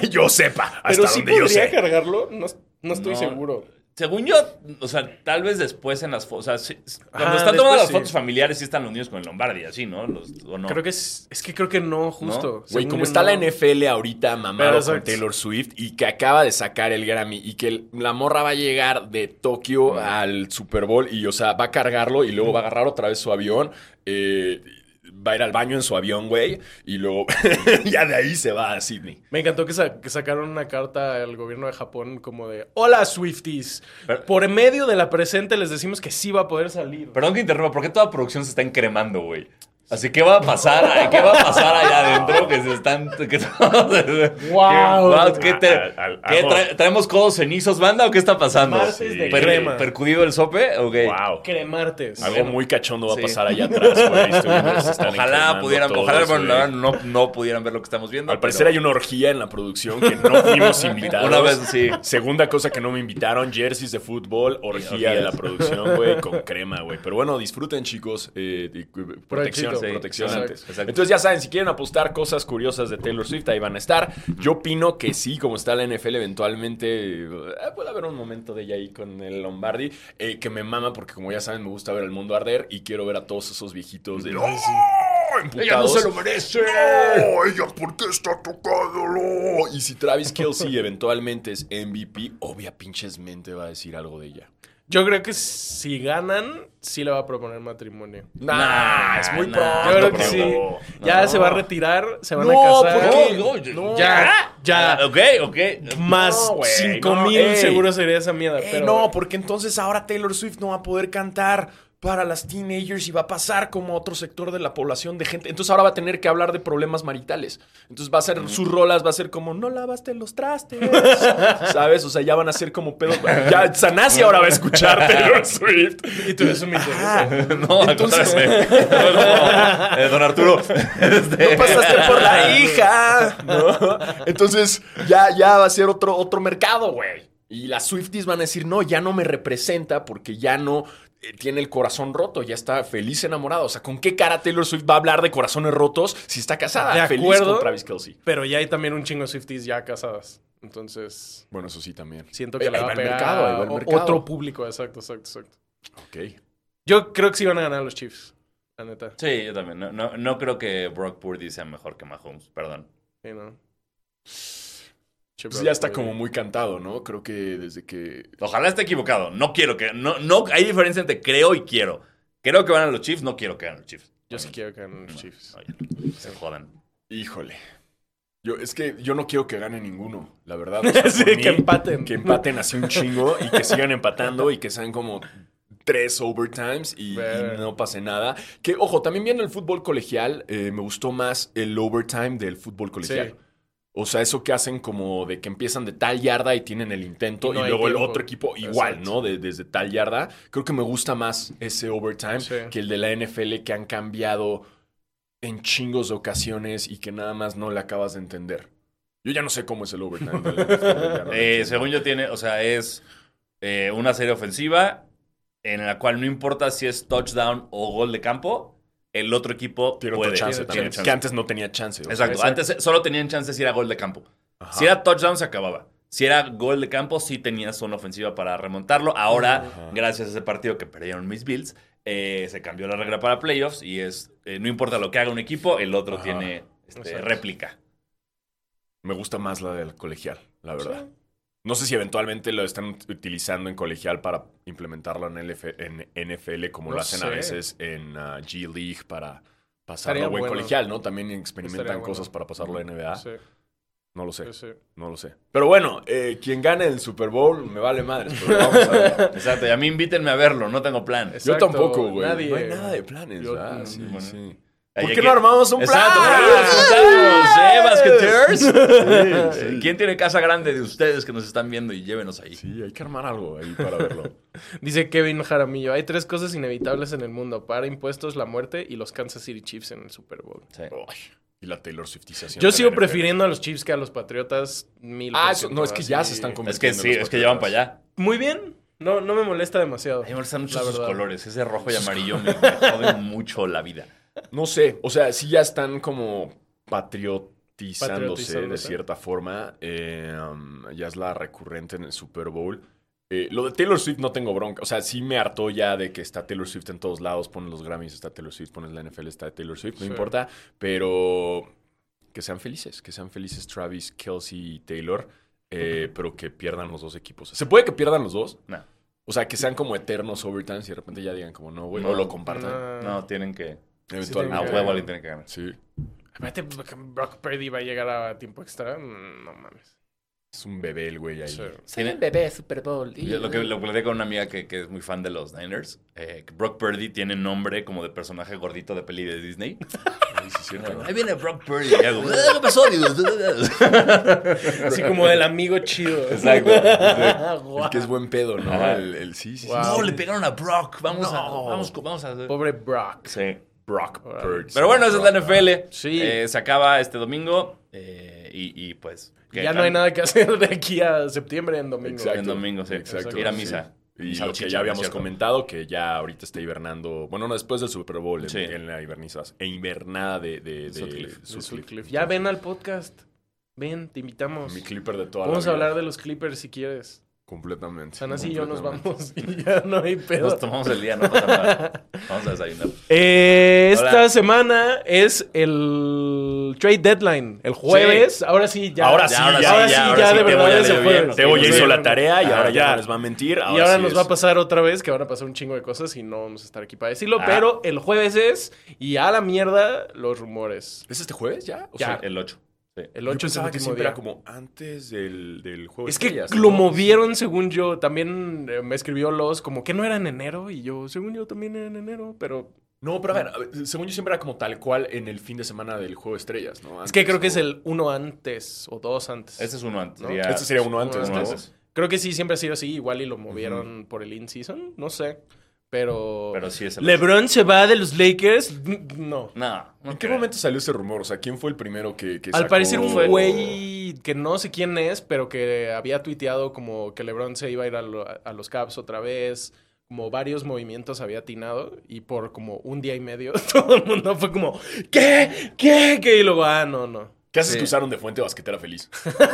[SPEAKER 5] que yo sepa. Hasta
[SPEAKER 4] Pero sí
[SPEAKER 5] donde yo
[SPEAKER 4] podría
[SPEAKER 5] sé.
[SPEAKER 4] cargarlo, no, no estoy
[SPEAKER 6] No.
[SPEAKER 4] seguro.
[SPEAKER 6] Según yo, o sea, tal vez después en las fotos. O sea, sí- cuando
[SPEAKER 4] Ah,
[SPEAKER 6] están tomando
[SPEAKER 4] después
[SPEAKER 6] las
[SPEAKER 4] sí.
[SPEAKER 6] fotos familiares, sí están unidos con el Lombardi, así, ¿no? Los- ¿o no?
[SPEAKER 4] Creo que es, es que creo que no, justo.
[SPEAKER 5] Güey,
[SPEAKER 4] Según
[SPEAKER 5] como
[SPEAKER 4] yo,
[SPEAKER 5] está la
[SPEAKER 4] no.
[SPEAKER 5] NFL ahorita mamado
[SPEAKER 4] Pero,
[SPEAKER 5] con
[SPEAKER 4] exacto.
[SPEAKER 5] Taylor Swift y que acaba de sacar el Grammy y que el- la morra va a llegar de Tokio al Super Bowl y, o sea, va a cargarlo y luego va a agarrar otra vez su avión, eh, va a ir al baño en su avión, güey, y luego ya de ahí se va a Sydney.
[SPEAKER 4] Me encantó que, sa- que sacaron una carta al gobierno de Japón como de Hola Swifties.
[SPEAKER 6] Pero-
[SPEAKER 4] Por medio de la presente les decimos que sí va a poder salir.
[SPEAKER 6] Perdón que interrumpa, ¿por qué toda producción se está encremando, güey? Así que va a pasar, ¿qué va a pasar allá adentro? Que se están. Que
[SPEAKER 4] Wow.
[SPEAKER 6] ¿Qué, qué te-
[SPEAKER 5] Al- al-
[SPEAKER 6] qué
[SPEAKER 5] ajo.
[SPEAKER 6] tra- ¿Traemos codos cenizos, banda, o qué está pasando?
[SPEAKER 4] Martes de
[SPEAKER 6] Per-
[SPEAKER 4] crema.
[SPEAKER 6] ¿Percudido el sope? Okay.
[SPEAKER 5] Wow.
[SPEAKER 4] Cremartes.
[SPEAKER 5] Algo muy cachondo va
[SPEAKER 6] Sí.
[SPEAKER 5] a pasar allá atrás, güey. Estoy viendo que se están
[SPEAKER 6] Ojalá
[SPEAKER 5] encarnando
[SPEAKER 6] pudieran,
[SPEAKER 5] todos,
[SPEAKER 6] ojalá bueno, la
[SPEAKER 5] güey.
[SPEAKER 6] verdad, no, no pudieran ver lo que estamos viendo.
[SPEAKER 5] Al parecer hay una orgía en la producción que no fuimos invitados.
[SPEAKER 6] Una vez, sí.
[SPEAKER 5] Segunda cosa que no me invitaron, jerseys de fútbol, orgía de la producción, güey, con crema, güey. Pero bueno, disfruten, chicos. eh, y- protección,
[SPEAKER 4] Provechito.
[SPEAKER 6] Sí,
[SPEAKER 5] protección
[SPEAKER 6] exacto,
[SPEAKER 5] antes.
[SPEAKER 6] exacto.
[SPEAKER 5] Entonces ya saben, si quieren apostar cosas curiosas de Taylor Swift, ahí van a estar. Yo opino que sí, como está la NFL, eventualmente eh, puede haber un momento de ella ahí con el Lombardi, eh, que me mama porque como ya saben, me gusta ver el mundo arder y quiero ver a todos esos viejitos de... ¡Oh!
[SPEAKER 6] Ella no
[SPEAKER 5] emputados.
[SPEAKER 6] se lo merece.
[SPEAKER 5] ¡No! ¡Ella, ¿por qué está tocándolo? Y si Travis Kelsey eventualmente es MVP, obvia pinchesmente va a decir algo de ella.
[SPEAKER 4] Yo creo que si ganan, sí le va a proponer matrimonio.
[SPEAKER 5] Nah,
[SPEAKER 4] Ah,
[SPEAKER 6] Nah,
[SPEAKER 5] es muy
[SPEAKER 6] nah,
[SPEAKER 5] pronto.
[SPEAKER 4] Yo creo que
[SPEAKER 5] bro.
[SPEAKER 4] sí. Ya se va a retirar, se van a
[SPEAKER 5] ¿por
[SPEAKER 4] casar.
[SPEAKER 5] qué? Ah.
[SPEAKER 6] No, no,
[SPEAKER 4] Ya, ya.
[SPEAKER 6] Ok, ok.
[SPEAKER 4] Más
[SPEAKER 5] No, güey,
[SPEAKER 4] 5
[SPEAKER 5] no,
[SPEAKER 4] mil
[SPEAKER 5] ey.
[SPEAKER 4] seguro sería esa mierda.
[SPEAKER 5] Eh,
[SPEAKER 4] pero
[SPEAKER 5] no, porque entonces ahora Taylor Swift no va a poder cantar para las teenagers y va a pasar como a otro sector de la población de gente. Entonces ahora va a tener que hablar de problemas maritales. Entonces va a ser sus rolas, va a ser como no lavaste los trastes. ¿Sabes? O sea, ya van a ser como pedo. Ya Sanasi ahora va a escuchar Taylor Swift.
[SPEAKER 4] Y tú eres un interesa.
[SPEAKER 6] No, entonces. don Arturo. este,
[SPEAKER 5] No pasaste por la hija. Eh. ¿no? Entonces, ya, ya va a ser otro, otro mercado, güey. Y las Swifties van a decir, no, ya no me representa porque ya no eh, tiene el corazón roto, ya está feliz enamorada. O sea, ¿con qué cara Taylor Swift va a hablar de corazones rotos si está casada?
[SPEAKER 4] De
[SPEAKER 5] Feliz
[SPEAKER 4] acuerdo.
[SPEAKER 5] con Travis Kelsey.
[SPEAKER 4] Pero ya hay también un chingo de Swifties ya casadas. Entonces,
[SPEAKER 5] Bueno, eso sí también.
[SPEAKER 4] siento que
[SPEAKER 5] Ahí
[SPEAKER 4] le va
[SPEAKER 5] va
[SPEAKER 4] a
[SPEAKER 5] el
[SPEAKER 4] pegar
[SPEAKER 5] mercado, ahí va
[SPEAKER 4] a
[SPEAKER 5] el
[SPEAKER 4] o-
[SPEAKER 5] mercado.
[SPEAKER 4] otro público. Exacto, exacto, exacto.
[SPEAKER 5] Ok.
[SPEAKER 4] Yo creo que sí van a ganar los Chiefs. La neta.
[SPEAKER 6] Sí, yo también. No, no, no creo que Brock Purdy sea mejor que Mahomes, perdón.
[SPEAKER 4] Sí, ¿no?
[SPEAKER 5] Pues ya está como muy cantado, ¿no? Creo que desde que...
[SPEAKER 6] Ojalá esté equivocado. No quiero que. No, no, hay diferencia entre creo y quiero. Creo que van a los Chiefs, no quiero que ganen los Chiefs.
[SPEAKER 4] Yo sí quiero que ganen los Chiefs.
[SPEAKER 6] Oye, se jodan.
[SPEAKER 5] Híjole. Yo, es que yo no quiero que gane ninguno, la verdad. O sea,
[SPEAKER 4] Sí,
[SPEAKER 5] por
[SPEAKER 4] que empaten.
[SPEAKER 5] Que empaten así un chingo y que sigan empatando y que sean como tres overtimes y, y
[SPEAKER 4] Ver.
[SPEAKER 5] no pase nada. Que, ojo, también viendo el fútbol colegial, eh, me gustó más el overtime del fútbol colegial.
[SPEAKER 4] Sí.
[SPEAKER 5] O sea, eso que hacen como de que empiezan de tal yarda y tienen el intento
[SPEAKER 4] Y no
[SPEAKER 5] y
[SPEAKER 4] hay
[SPEAKER 5] luego el
[SPEAKER 4] tiempo.
[SPEAKER 5] otro equipo igual,
[SPEAKER 4] Exacto.
[SPEAKER 5] ¿no? De- desde tal yarda. Creo que me gusta más ese overtime
[SPEAKER 4] Sí.
[SPEAKER 5] que el de la NFL que han cambiado en chingos de ocasiones y que nada más no le acabas de entender. Yo ya no sé cómo es el overtime. de la NFL, este ya no lo
[SPEAKER 6] Eh,
[SPEAKER 5] entiendo.
[SPEAKER 6] según yo tiene, o sea, es eh, una serie ofensiva en la cual no importa si es touchdown o gol de campo, el otro equipo
[SPEAKER 5] Tiene
[SPEAKER 6] puede.
[SPEAKER 5] otra chance
[SPEAKER 6] tiene
[SPEAKER 5] también.
[SPEAKER 6] chance.
[SPEAKER 5] Que antes no tenía chance. o sea.
[SPEAKER 6] Exacto. Antes solo tenían chance si era gol de campo.
[SPEAKER 5] Ah,
[SPEAKER 6] Si era touchdown, se acababa. Si era gol de campo, sí tenías una ofensiva para remontarlo. Ahora, gracias a ese partido que perdieron mis Bills, eh, se cambió la regla para playoffs y es, eh, no importa lo que haga un equipo, el otro tiene este,
[SPEAKER 4] Exacto.
[SPEAKER 6] réplica.
[SPEAKER 5] Me gusta más la del colegial, la verdad. No sé si eventualmente lo están ut- utilizando en colegial para implementarlo en, LF en NFL como lo
[SPEAKER 4] No
[SPEAKER 5] hacen a
[SPEAKER 4] sé.
[SPEAKER 5] veces en ah, G League para pasarlo
[SPEAKER 4] Estaría
[SPEAKER 5] o en
[SPEAKER 4] bueno.
[SPEAKER 5] colegial, ¿no? También experimentan
[SPEAKER 4] Estaría bueno.
[SPEAKER 5] cosas para pasarlo a NBA.
[SPEAKER 4] Sí,
[SPEAKER 5] No lo sé,
[SPEAKER 4] sí, sí.
[SPEAKER 5] no lo sé. Pero bueno, eh, quien gane el Super Bowl me vale madres, pero vamos a ver.
[SPEAKER 6] Exacto. Y a mí invítenme a verlo, no tengo plan.
[SPEAKER 5] Yo
[SPEAKER 4] Exacto,
[SPEAKER 5] tampoco, güey.
[SPEAKER 4] nadie.
[SPEAKER 5] No hay nada de planes,
[SPEAKER 4] Yo-
[SPEAKER 5] ¿verdad?
[SPEAKER 4] no,
[SPEAKER 5] Sí,
[SPEAKER 6] bueno.
[SPEAKER 5] sí. ¿Por qué no armamos un plan? Ah,
[SPEAKER 6] Exacto, ¿por qué no nos juntamos, eh, basketeers? ¿Quién tiene casa grande de ustedes que nos están viendo y llévenos ahí?
[SPEAKER 5] Sí, hay que armar algo ahí para verlo.
[SPEAKER 4] Dice Kevin Jaramillo, hay tres cosas inevitables en el mundo, para impuestos, la muerte y los Kansas City Chiefs en el Super Bowl.
[SPEAKER 6] Sí.
[SPEAKER 5] Ay, y la Taylor Swiftización.
[SPEAKER 4] Yo
[SPEAKER 5] de la
[SPEAKER 4] sigo
[SPEAKER 5] NFL.
[SPEAKER 4] prefiriendo a los Chiefs que a los Patriotas mil
[SPEAKER 5] Ah,
[SPEAKER 4] por
[SPEAKER 5] eso-
[SPEAKER 4] ciento,
[SPEAKER 5] no, es que ya
[SPEAKER 4] así.
[SPEAKER 5] se están
[SPEAKER 6] Es
[SPEAKER 5] convirtiendo.
[SPEAKER 6] que sí,
[SPEAKER 5] en los
[SPEAKER 6] es que llevan para
[SPEAKER 5] Patriotas.
[SPEAKER 6] allá.
[SPEAKER 4] Muy bien, no, no me molesta demasiado.
[SPEAKER 6] A mí me gustan mucho
[SPEAKER 4] la
[SPEAKER 6] sus
[SPEAKER 4] verdad.
[SPEAKER 6] colores. Ese rojo y amarillo me joden mucho la vida.
[SPEAKER 5] No sé, o sea, sí ya están como patriotizándose,
[SPEAKER 4] Patriotizándose.
[SPEAKER 5] de cierta forma. Eh, um, ya es la recurrente en el Super Bowl. Eh, lo de Taylor Swift no tengo bronca. O sea, sí me hartó ya de que está Taylor Swift en todos lados. Pones los Grammys, está Taylor Swift. Pones la NFL, está Taylor Swift. No
[SPEAKER 4] Sí.
[SPEAKER 5] importa. Pero que sean felices. Que sean felices Travis, Kelsey y Taylor. eh, pero que pierdan los dos equipos. ¿Se puede que pierdan los dos?
[SPEAKER 6] No.
[SPEAKER 5] O sea, que sean como eternos overtimes y de repente ya digan como no, güey.
[SPEAKER 6] No.
[SPEAKER 5] No lo compartan.
[SPEAKER 4] Ah.
[SPEAKER 6] No, tienen que. A
[SPEAKER 5] Eventualmente.
[SPEAKER 4] tienen
[SPEAKER 6] huevo alguien tiene que ganar.
[SPEAKER 5] Sí.
[SPEAKER 4] Aparte, Brock Purdy va a llegar a tiempo extra. Mm, No mames.
[SPEAKER 5] Es un bebé el güey ahí.
[SPEAKER 4] Sí.
[SPEAKER 6] Tienen-
[SPEAKER 8] bebé Super Bowl.
[SPEAKER 6] Yo lo que lo platicé con una amiga que, que es muy fan de los Niners. eh, que Brock Purdy tiene nombre como de personaje gordito de peli de Disney. Ahí viene Brock Purdy. Y hago, "Eh, ¿Qué pasó? Digo,
[SPEAKER 4] Así como del amigo chido.
[SPEAKER 6] Exacto.
[SPEAKER 5] El que es buen pedo, ¿no? El, el- sí, sí, sí.
[SPEAKER 6] No, le pegaron a Brock. Vamos a. Vamos, con- vamos a.
[SPEAKER 4] Pobre Brock.
[SPEAKER 6] Sí.
[SPEAKER 5] Brock Purdy.
[SPEAKER 6] Pero bueno, esa es la NFL.
[SPEAKER 4] Sí.
[SPEAKER 6] Eh, se acaba este domingo. eh, y, y pues. que
[SPEAKER 4] Ya no hay
[SPEAKER 6] can-
[SPEAKER 4] nada que hacer de aquí a septiembre en domingo.
[SPEAKER 5] Exacto.
[SPEAKER 6] En domingo, sí.
[SPEAKER 5] Exacto.
[SPEAKER 6] Ir a
[SPEAKER 5] sí.
[SPEAKER 6] misa.
[SPEAKER 5] Y
[SPEAKER 6] Misa
[SPEAKER 5] lo
[SPEAKER 6] chicha,
[SPEAKER 5] que ya habíamos
[SPEAKER 6] ¿cierto?
[SPEAKER 5] comentado, que ya ahorita está hibernando. Bueno, no, después del Super Bowl, en,
[SPEAKER 6] Sí.
[SPEAKER 5] en la hibernización. E hibernada de, de, de
[SPEAKER 6] Sutcliffe.
[SPEAKER 5] Sutcliffe.
[SPEAKER 4] Cliff. Ya ven al podcast. Ven, te invitamos.
[SPEAKER 5] Mi clipper de toda
[SPEAKER 4] Vamos a
[SPEAKER 5] la vida.
[SPEAKER 4] hablar de los Clippers si quieres.
[SPEAKER 5] Completamente.
[SPEAKER 4] Sanasi y yo nos
[SPEAKER 5] Completamente.
[SPEAKER 4] vamos y ya no hay pedo.
[SPEAKER 6] Nos tomamos el día, no pasa nada. Vamos a desayunar.
[SPEAKER 4] Eh, esta
[SPEAKER 6] Hola.
[SPEAKER 4] semana es el trade deadline, el jueves. Ahora sí, ya.
[SPEAKER 5] Ahora sí, ya,
[SPEAKER 4] ahora sí,
[SPEAKER 5] ahora sí,
[SPEAKER 4] ya,
[SPEAKER 5] ahora sí,
[SPEAKER 4] de
[SPEAKER 5] Tebo
[SPEAKER 4] verdad
[SPEAKER 5] ya
[SPEAKER 4] es el
[SPEAKER 5] leyó
[SPEAKER 4] jueves.
[SPEAKER 5] bien. Tebo ya
[SPEAKER 4] Sí,
[SPEAKER 5] hizo
[SPEAKER 4] sí.
[SPEAKER 5] la tarea y ahora ya
[SPEAKER 6] ya.
[SPEAKER 5] no les va a mentir.
[SPEAKER 4] Y ahora
[SPEAKER 5] sí
[SPEAKER 4] nos va
[SPEAKER 5] Ah, es.
[SPEAKER 4] a pasar otra vez, que van a pasar un chingo de cosas y no vamos a estar aquí para decirlo.
[SPEAKER 6] Ah.
[SPEAKER 4] Pero el jueves es, y a la mierda, los rumores.
[SPEAKER 5] ¿Es este jueves ya? O
[SPEAKER 4] Ya.
[SPEAKER 5] sea,
[SPEAKER 6] El 8.
[SPEAKER 4] El
[SPEAKER 5] yo
[SPEAKER 4] 8 es el
[SPEAKER 5] pensaba que
[SPEAKER 4] último
[SPEAKER 5] siempre
[SPEAKER 4] día.
[SPEAKER 5] era como antes del, del juego. de
[SPEAKER 4] Es que
[SPEAKER 5] estrellas,
[SPEAKER 4] lo
[SPEAKER 5] ¿no?
[SPEAKER 4] movieron, según yo. También eh, me escribió Los, como que no era en enero. Y yo, según yo, también era en enero. Pero
[SPEAKER 5] No, pero a ver, a ver, según yo siempre era como tal cual en el fin de semana del juego de estrellas, ¿no?
[SPEAKER 4] es que
[SPEAKER 5] Antes,
[SPEAKER 4] creo que es
[SPEAKER 5] ¿no?
[SPEAKER 4] el uno antes o dos antes.
[SPEAKER 6] Ese es uno antes.
[SPEAKER 4] ¿No?
[SPEAKER 5] Este sería uno antes,
[SPEAKER 4] Uno
[SPEAKER 5] ¿no?
[SPEAKER 6] antes.
[SPEAKER 4] Creo que sí, siempre ha sido así. Igual y lo movieron por el in-season. No sé. Pero.
[SPEAKER 6] Pero sí es el
[SPEAKER 4] ¿LeBron se va de los Lakers? N- No.
[SPEAKER 6] No. no
[SPEAKER 5] ¿En qué
[SPEAKER 6] creo.
[SPEAKER 5] momento salió ese rumor? O sea, ¿quién fue el primero que, que
[SPEAKER 4] Al
[SPEAKER 5] sacó-
[SPEAKER 4] parecer un güey que no sé quién es, pero que había tuiteado como que LeBron se iba a ir a, lo- a los Cavs otra vez. Como varios movimientos había atinado y por como un día y medio todo el mundo fue como ¿Qué? ¿Qué? ¿Qué? Y luego, ah, no, no.
[SPEAKER 5] ¿Qué haces que usaron de fuente basquetera feliz?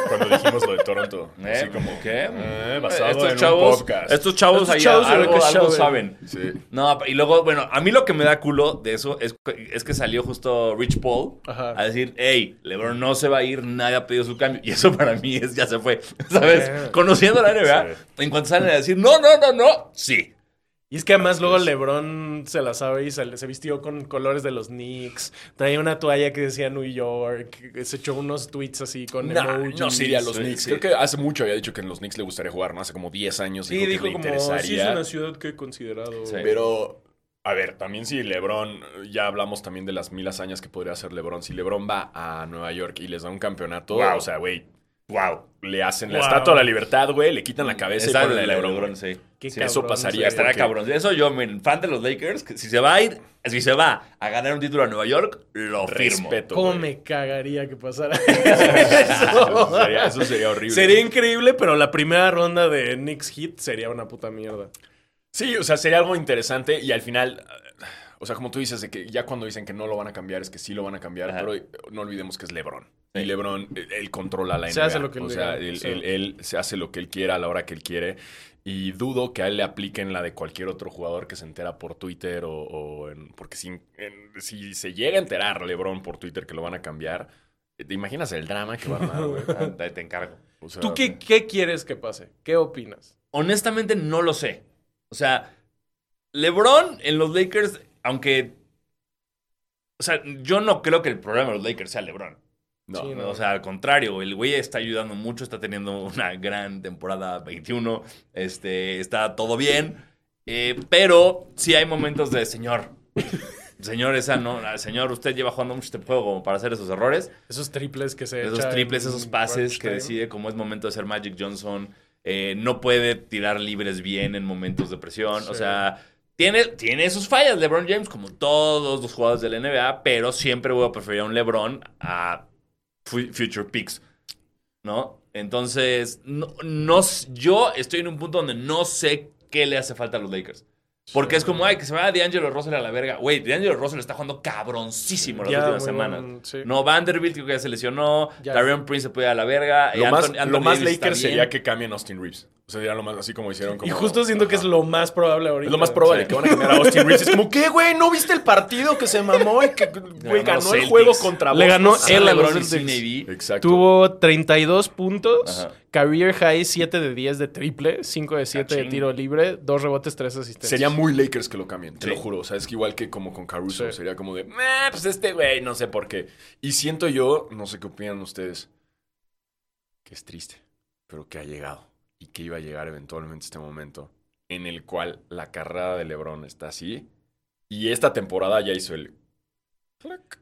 [SPEAKER 5] Cuando dijimos lo de Toronto.
[SPEAKER 6] Eh,
[SPEAKER 5] Así como
[SPEAKER 6] ¿qué?
[SPEAKER 5] Eh, basado
[SPEAKER 6] estos,
[SPEAKER 5] en un
[SPEAKER 6] chavos,
[SPEAKER 5] podcast.
[SPEAKER 6] estos chavos,
[SPEAKER 4] Estos
[SPEAKER 6] ahí
[SPEAKER 4] chavos se ve
[SPEAKER 6] algo,
[SPEAKER 4] que
[SPEAKER 6] algo
[SPEAKER 4] saben.
[SPEAKER 6] saben.
[SPEAKER 5] Sí.
[SPEAKER 6] No, y luego, bueno, a mí lo que me da culo de eso es, es que salió justo Rich Paul
[SPEAKER 4] Ajá.
[SPEAKER 6] a decir, hey, LeBron no se va a ir, nadie ha pedido su cambio. Y eso para mí es, ya se fue, ¿sabes?
[SPEAKER 5] Eh.
[SPEAKER 4] Sí.
[SPEAKER 6] Conociendo la NBA, en cuanto salen a decir, no, no, no, no, sí.
[SPEAKER 4] Y es que además luego LeBron se la sabe y se, se vistió con colores de los Knicks. Traía una toalla que decía New York. Se echó unos tweets así con
[SPEAKER 5] Nah,
[SPEAKER 4] emojis.
[SPEAKER 5] no se iría a los
[SPEAKER 6] sí,
[SPEAKER 5] Knicks.
[SPEAKER 6] sí.
[SPEAKER 5] Creo que hace mucho había dicho que en los Knicks le gustaría jugar, ¿no? Hace como 10 años
[SPEAKER 4] Sí, dijo
[SPEAKER 5] que le
[SPEAKER 4] como,
[SPEAKER 5] interesaría.
[SPEAKER 4] sí es una ciudad que he considerado.
[SPEAKER 6] Sí.
[SPEAKER 5] Pero, a ver, también si LeBron, ya hablamos también de las mil hazañas que podría hacer LeBron. Si LeBron va a Nueva York y les da un campeonato,
[SPEAKER 6] Wow.
[SPEAKER 5] o sea, güey,
[SPEAKER 6] Wow.
[SPEAKER 5] le hacen la
[SPEAKER 4] Wow.
[SPEAKER 5] estatua de la libertad, güey, le quitan
[SPEAKER 4] Mm,
[SPEAKER 5] la cabeza
[SPEAKER 6] Esa
[SPEAKER 5] y ponen
[SPEAKER 6] de
[SPEAKER 5] el
[SPEAKER 6] LeBron,
[SPEAKER 5] LeBron. güey.
[SPEAKER 6] sí.
[SPEAKER 4] Qué
[SPEAKER 6] Sí,
[SPEAKER 5] eso
[SPEAKER 4] cabrón,
[SPEAKER 5] pasaría.
[SPEAKER 4] sí.
[SPEAKER 6] Estará
[SPEAKER 5] porque-
[SPEAKER 6] cabrón. Eso yo, men, fan de los Lakers, que si se va a ir, si se va a ganar un título a Nueva York, lo firmo.
[SPEAKER 5] Respeto.
[SPEAKER 4] ¿Cómo
[SPEAKER 5] güey.
[SPEAKER 4] me cagaría que pasara
[SPEAKER 5] Eso
[SPEAKER 4] eso?
[SPEAKER 5] sería, eso sería horrible.
[SPEAKER 4] sería increíble, pero la primera ronda de Knicks Hit sería una puta mierda.
[SPEAKER 5] Sí, o sea, sería algo interesante y al final, eh, o sea, como tú dices, de que ya cuando dicen que no lo van a cambiar, es que sí lo van a cambiar,
[SPEAKER 6] Ajá.
[SPEAKER 5] pero eh, no olvidemos que es LeBron. Y LeBron, eh, él controla la NBA.
[SPEAKER 4] Se hace lo que
[SPEAKER 5] o
[SPEAKER 4] le
[SPEAKER 5] sea,
[SPEAKER 4] diga,
[SPEAKER 5] él,
[SPEAKER 4] sí.
[SPEAKER 5] él- él se hace lo que él quiera a la hora que él quiere. Y dudo que a él le apliquen la de cualquier otro jugador que se entera por Twitter o, o en- porque si, en- si se llega a enterar LeBron por Twitter que lo van a cambiar, eh, ¿te imaginas el drama que va a armar, güey?
[SPEAKER 6] Ahí te encargo.
[SPEAKER 5] O sea,
[SPEAKER 4] ¿Tú qué, qué quieres que pase? ¿Qué opinas?
[SPEAKER 6] Honestamente, no lo sé. O sea, LeBron en los Lakers, aunque. O sea, yo no creo que el problema de los Lakers sea LeBron.
[SPEAKER 5] No,
[SPEAKER 4] Sí,
[SPEAKER 6] O sea, al contrario, el güey está ayudando mucho, está teniendo una gran temporada 21, este, está todo bien, eh, pero sí hay momentos de, señor, Señor, esa no, señor, usted lleva jugando mucho este juego como para hacer esos errores.
[SPEAKER 4] Esos triples que se
[SPEAKER 6] Esos
[SPEAKER 4] echa
[SPEAKER 6] triples,
[SPEAKER 4] en
[SPEAKER 6] esos pases
[SPEAKER 4] crunch
[SPEAKER 6] que
[SPEAKER 4] time.
[SPEAKER 6] decide cómo es momento de ser Magic Johnson. eh, no puede tirar libres bien en momentos de presión. O sea, tiene, tiene sus fallas LeBron James, como todos los jugadores de la NBA, pero siempre voy a preferir a un LeBron a fu- Future Picks. ¿No? Entonces, no, no s- yo estoy en un punto donde no sé qué le hace falta a los Lakers. Porque es como, ay, que se va a D'Angelo Russell a la verga. Güey, D'Angelo Russell está jugando cabroncísimo las
[SPEAKER 4] Ya,
[SPEAKER 6] últimas
[SPEAKER 4] muy
[SPEAKER 6] semanas.
[SPEAKER 4] buen- sí.
[SPEAKER 6] No, Vanderbilt creo que ya se lesionó.
[SPEAKER 4] Ya.
[SPEAKER 6] Darion Prince se puede ir a la verga. eh,
[SPEAKER 5] Lo más,
[SPEAKER 6] Anthony- Anthony
[SPEAKER 5] lo más
[SPEAKER 6] Davis está
[SPEAKER 5] Lakers
[SPEAKER 6] bien.
[SPEAKER 5] sería que cambien a Austin Reeves. O sea, sería lo más, así como hicieron. Como,
[SPEAKER 4] Y justo siento que es lo más probable ahorita.
[SPEAKER 5] Es lo más probable
[SPEAKER 6] Sí.
[SPEAKER 5] que van a cambiar a Austin Reeves. Es como, ¿qué, güey? ¿No viste el partido que se mamó y que, güey,
[SPEAKER 6] ganaron
[SPEAKER 5] ganó
[SPEAKER 6] los
[SPEAKER 5] el juego
[SPEAKER 6] Celtics.
[SPEAKER 5] contra
[SPEAKER 4] Le ganó
[SPEAKER 5] Boston?
[SPEAKER 4] él
[SPEAKER 6] Ah,
[SPEAKER 4] a los
[SPEAKER 6] LeBron y
[SPEAKER 4] Celtics.
[SPEAKER 6] Ciney B.
[SPEAKER 5] Exacto.
[SPEAKER 4] Tuvo 32 puntos,
[SPEAKER 6] Ajá.
[SPEAKER 4] career high 7 de 10 de triple, 5 de 7 de
[SPEAKER 6] Cachín.
[SPEAKER 4] tiro libre, 2 rebotes, 3 asistencias.
[SPEAKER 5] Sería muy Lakers que lo cambien, te
[SPEAKER 6] Sí.
[SPEAKER 5] lo juro. O sea, es que igual que como con Caruso,
[SPEAKER 4] Sí.
[SPEAKER 5] sería como de, "Meh, pues este güey, no sé por qué. Y siento yo, no sé qué opinan ustedes, que es triste, pero que ha llegado y que iba a llegar eventualmente este momento en el cual la carrera de LeBron está así y esta temporada ya hizo el.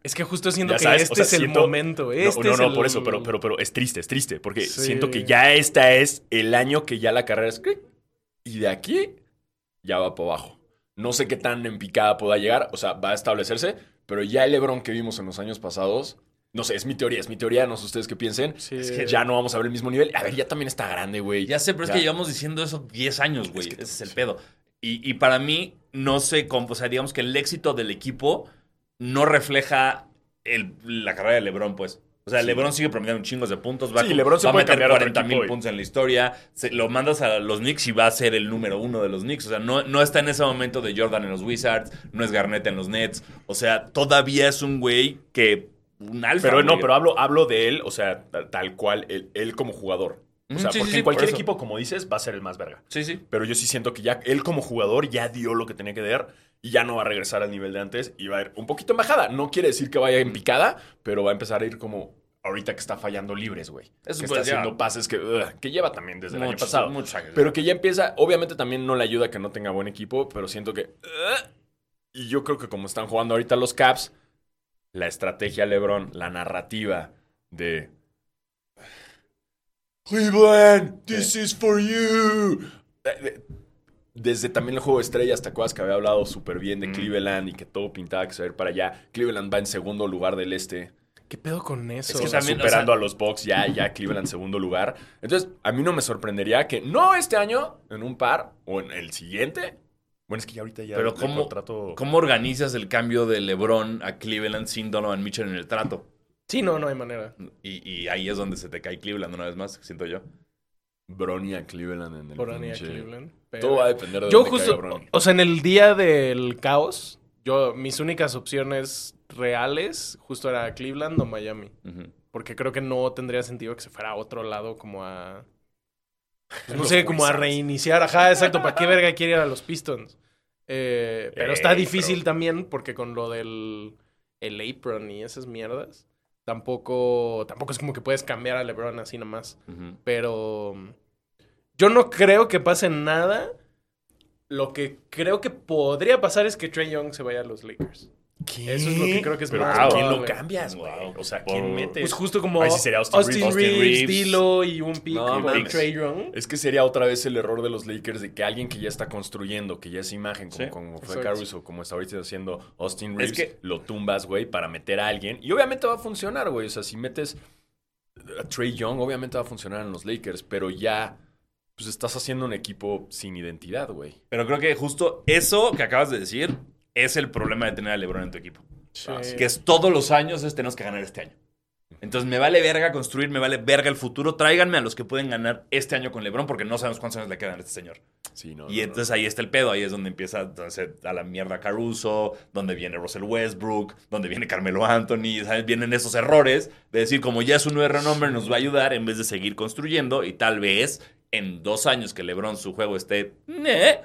[SPEAKER 4] Es que justo siento
[SPEAKER 5] Ya
[SPEAKER 4] que
[SPEAKER 5] sabes,
[SPEAKER 4] este
[SPEAKER 5] o sea,
[SPEAKER 4] es el
[SPEAKER 5] siento-
[SPEAKER 4] momento.
[SPEAKER 5] No,
[SPEAKER 4] Este
[SPEAKER 5] no,
[SPEAKER 4] es
[SPEAKER 5] no,
[SPEAKER 4] el-
[SPEAKER 5] por eso, pero, pero, pero es triste, es triste, porque
[SPEAKER 4] Sí.
[SPEAKER 5] siento que ya esta es el año que ya la carrera es clic, y de aquí ya va para abajo. No sé qué tan en picada pueda llegar, o sea, va a establecerse, pero ya el Lebron que vimos en los años pasados, no sé, es mi teoría, es mi teoría, no sé ustedes qué piensen,
[SPEAKER 4] Sí.
[SPEAKER 5] es que ya no vamos a ver el mismo nivel. A ver, ya también está grande, güey.
[SPEAKER 6] Ya sé, pero es que llevamos diciendo eso 10 años, güey.
[SPEAKER 5] que-
[SPEAKER 6] Ese es el pedo. Y, y para mí, no sé cómo. O sea, digamos que el éxito del equipo no refleja el- la carrera de LeBron, pues. O sea, LeBron sigue promediando un chingo de puntos. Va,
[SPEAKER 5] Sí,
[SPEAKER 6] con-
[SPEAKER 5] LeBron se
[SPEAKER 6] va a
[SPEAKER 5] puede
[SPEAKER 6] meter
[SPEAKER 5] cambiar a otro
[SPEAKER 6] 40 mil
[SPEAKER 5] equipo y-
[SPEAKER 6] puntos en la historia. Se- lo mandas a los Knicks y va a ser el número uno de los Knicks. O sea, no, no está en ese momento de Jordan en los Wizards. No es Garnett en los Nets. O sea, todavía es un güey que. Un alfa.
[SPEAKER 5] Pero no,
[SPEAKER 6] güey.
[SPEAKER 5] pero hablo, hablo de él, o sea, ta- tal cual, él, él como jugador. O
[SPEAKER 6] Mm,
[SPEAKER 5] sea,
[SPEAKER 6] sí, sí,
[SPEAKER 5] porque
[SPEAKER 6] sí,
[SPEAKER 5] en
[SPEAKER 6] por
[SPEAKER 5] cualquier
[SPEAKER 6] eso.
[SPEAKER 5] equipo, como dices, va a ser el más verga.
[SPEAKER 6] Sí, sí.
[SPEAKER 5] Pero yo sí siento que ya él como jugador ya dio lo que tenía que dar y ya no va a regresar al nivel de antes y va a ir un poquito en bajada. No quiere decir que vaya en picada, pero va a empezar a ir como ahorita que está fallando libres, güey.
[SPEAKER 6] Eso
[SPEAKER 5] que
[SPEAKER 6] pues
[SPEAKER 5] está
[SPEAKER 6] ya.
[SPEAKER 5] haciendo pases que, ugh, que lleva también desde el año
[SPEAKER 6] Muchos-
[SPEAKER 5] pasado.
[SPEAKER 6] muchos años.
[SPEAKER 5] Pero que ya empieza, obviamente también no le ayuda que no tenga buen equipo, pero siento que... ugh, y yo creo que como están jugando ahorita los Caps, la estrategia LeBron, la narrativa de Cleveland, this is for you. Eh, Desde también el juego de estrellas, ¿te acuerdas que había hablado súper bien de Cleveland y que todo pintaba que se iba a ir para allá? Cleveland va en segundo lugar del este.
[SPEAKER 4] ¿Qué pedo con eso?
[SPEAKER 5] Es que
[SPEAKER 6] O
[SPEAKER 5] está
[SPEAKER 6] sea, también, o
[SPEAKER 5] superando
[SPEAKER 6] sea-
[SPEAKER 5] a los Bucks ya, ya Cleveland segundo lugar. Entonces, a mí no me sorprendería que no este año, en un par, o en el siguiente. Bueno, es que ya ahorita ya
[SPEAKER 6] Pero
[SPEAKER 5] el
[SPEAKER 6] ¿cómo,
[SPEAKER 5] contrato-
[SPEAKER 6] ¿cómo organizas el cambio de LeBron a Cleveland sin Donovan Mitchell en el trato?
[SPEAKER 4] Sí, no, no hay manera.
[SPEAKER 6] Y, y ahí es donde se te cae Cleveland una vez más, siento yo.
[SPEAKER 5] Bronny a Cleveland en el
[SPEAKER 4] Por Ania
[SPEAKER 5] pinche-
[SPEAKER 4] Cleveland.
[SPEAKER 5] Todo va a depender de
[SPEAKER 4] Yo
[SPEAKER 5] dónde caiga
[SPEAKER 4] justo,
[SPEAKER 5] Bronny.
[SPEAKER 4] o sea, en el día del caos, yo mis únicas opciones reales justo era Cleveland o Miami,
[SPEAKER 6] Ujú.
[SPEAKER 4] porque creo que no tendría sentido que se fuera a otro lado como a pues, no
[SPEAKER 5] Los
[SPEAKER 4] sé, como a
[SPEAKER 5] Wizards.
[SPEAKER 4] reiniciar, ajá, exacto, ¿para qué verga quiere ir a los Pistons? Eh, pero está
[SPEAKER 5] Ey,
[SPEAKER 4] difícil
[SPEAKER 5] pero-
[SPEAKER 4] también porque con lo del el apron y esas mierdas, tampoco tampoco es como que puedes cambiar a LeBron así nomás.
[SPEAKER 6] Ujú.
[SPEAKER 4] Pero mm, yo no creo que pase nada. Lo que creo que podría pasar es que Trey Young se vaya a los Lakers.
[SPEAKER 5] ¿Qué?
[SPEAKER 4] Eso es lo que creo que es
[SPEAKER 5] Pero
[SPEAKER 4] más
[SPEAKER 5] ¿por quién lo
[SPEAKER 4] probable.
[SPEAKER 5] cambias, güey?
[SPEAKER 6] Wow.
[SPEAKER 5] O sea, ¿quién
[SPEAKER 6] Por-
[SPEAKER 5] metes?
[SPEAKER 4] Pues justo como
[SPEAKER 5] Ahí sí sería Austin
[SPEAKER 4] Austin,
[SPEAKER 5] Reeves.
[SPEAKER 4] Reeves,
[SPEAKER 6] Austin Reeves.
[SPEAKER 4] Dilo y un pick
[SPEAKER 6] No,
[SPEAKER 4] y
[SPEAKER 6] mames.
[SPEAKER 4] Trey Young.
[SPEAKER 5] Es que sería otra vez el error de los Lakers de que alguien que ya está construyendo, que ya es imagen, como,
[SPEAKER 6] Sí,
[SPEAKER 5] como fue
[SPEAKER 4] exacto.
[SPEAKER 5] Caruso, como está ahorita haciendo Austin Reeves,
[SPEAKER 6] que-
[SPEAKER 5] lo tumbas, güey, para meter a alguien. Y obviamente va a funcionar, güey. O sea, si metes a Trey Young, obviamente va a funcionar en los Lakers, pero ya, pues estás haciendo un equipo sin identidad, güey.
[SPEAKER 6] Pero creo que justo eso que acabas de decir es el problema de tener a LeBron en tu equipo.
[SPEAKER 5] Ah,
[SPEAKER 4] Sí.
[SPEAKER 6] Que es todos los años es tenemos que ganar este año. Entonces me vale verga construir, me vale verga el futuro. Tráiganme a los que pueden ganar este año con LeBron porque no sabemos cuántos años le quedan a este señor.
[SPEAKER 5] Sí, Oh, no, no,
[SPEAKER 6] Y
[SPEAKER 5] no.
[SPEAKER 6] entonces ahí está el pedo, ahí es donde empieza entonces, a la mierda Caruso, donde viene Russell Westbrook, donde viene Carmelo Anthony, ¿sabes? vienen esos errores de decir como ya es un nuevo renombre nos va a ayudar en vez de seguir construyendo y tal vez en dos años que LeBron su juego esté, "Neh",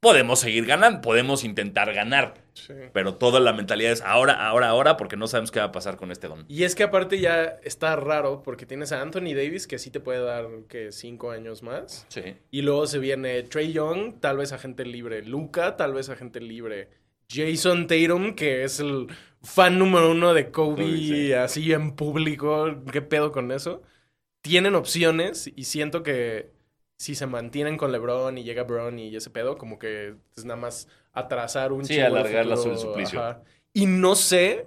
[SPEAKER 6] podemos seguir ganando, podemos intentar ganar,
[SPEAKER 4] Sí.
[SPEAKER 6] pero toda la mentalidad es ahora, ahora, ahora porque no sabemos qué va a pasar con este don.
[SPEAKER 4] Y es que aparte ya está raro porque tienes a Anthony Davis que sí te puede dar que cinco años más.
[SPEAKER 6] Sí.
[SPEAKER 4] Y luego se viene Trey Young, tal vez agente libre. Luca, tal vez agente libre. Jason Tatum, que es el fan número uno de Kobe,
[SPEAKER 5] Kobe, sí.
[SPEAKER 4] así en público, ¿qué pedo con eso? Tienen opciones y siento que si se mantienen con LeBron y llega Bron y ese pedo, como que es nada más atrasar un
[SPEAKER 6] Sí,
[SPEAKER 4] chingo el
[SPEAKER 6] alargar la-
[SPEAKER 4] futuro,
[SPEAKER 6] el suplicio.
[SPEAKER 4] ajá. Y no sé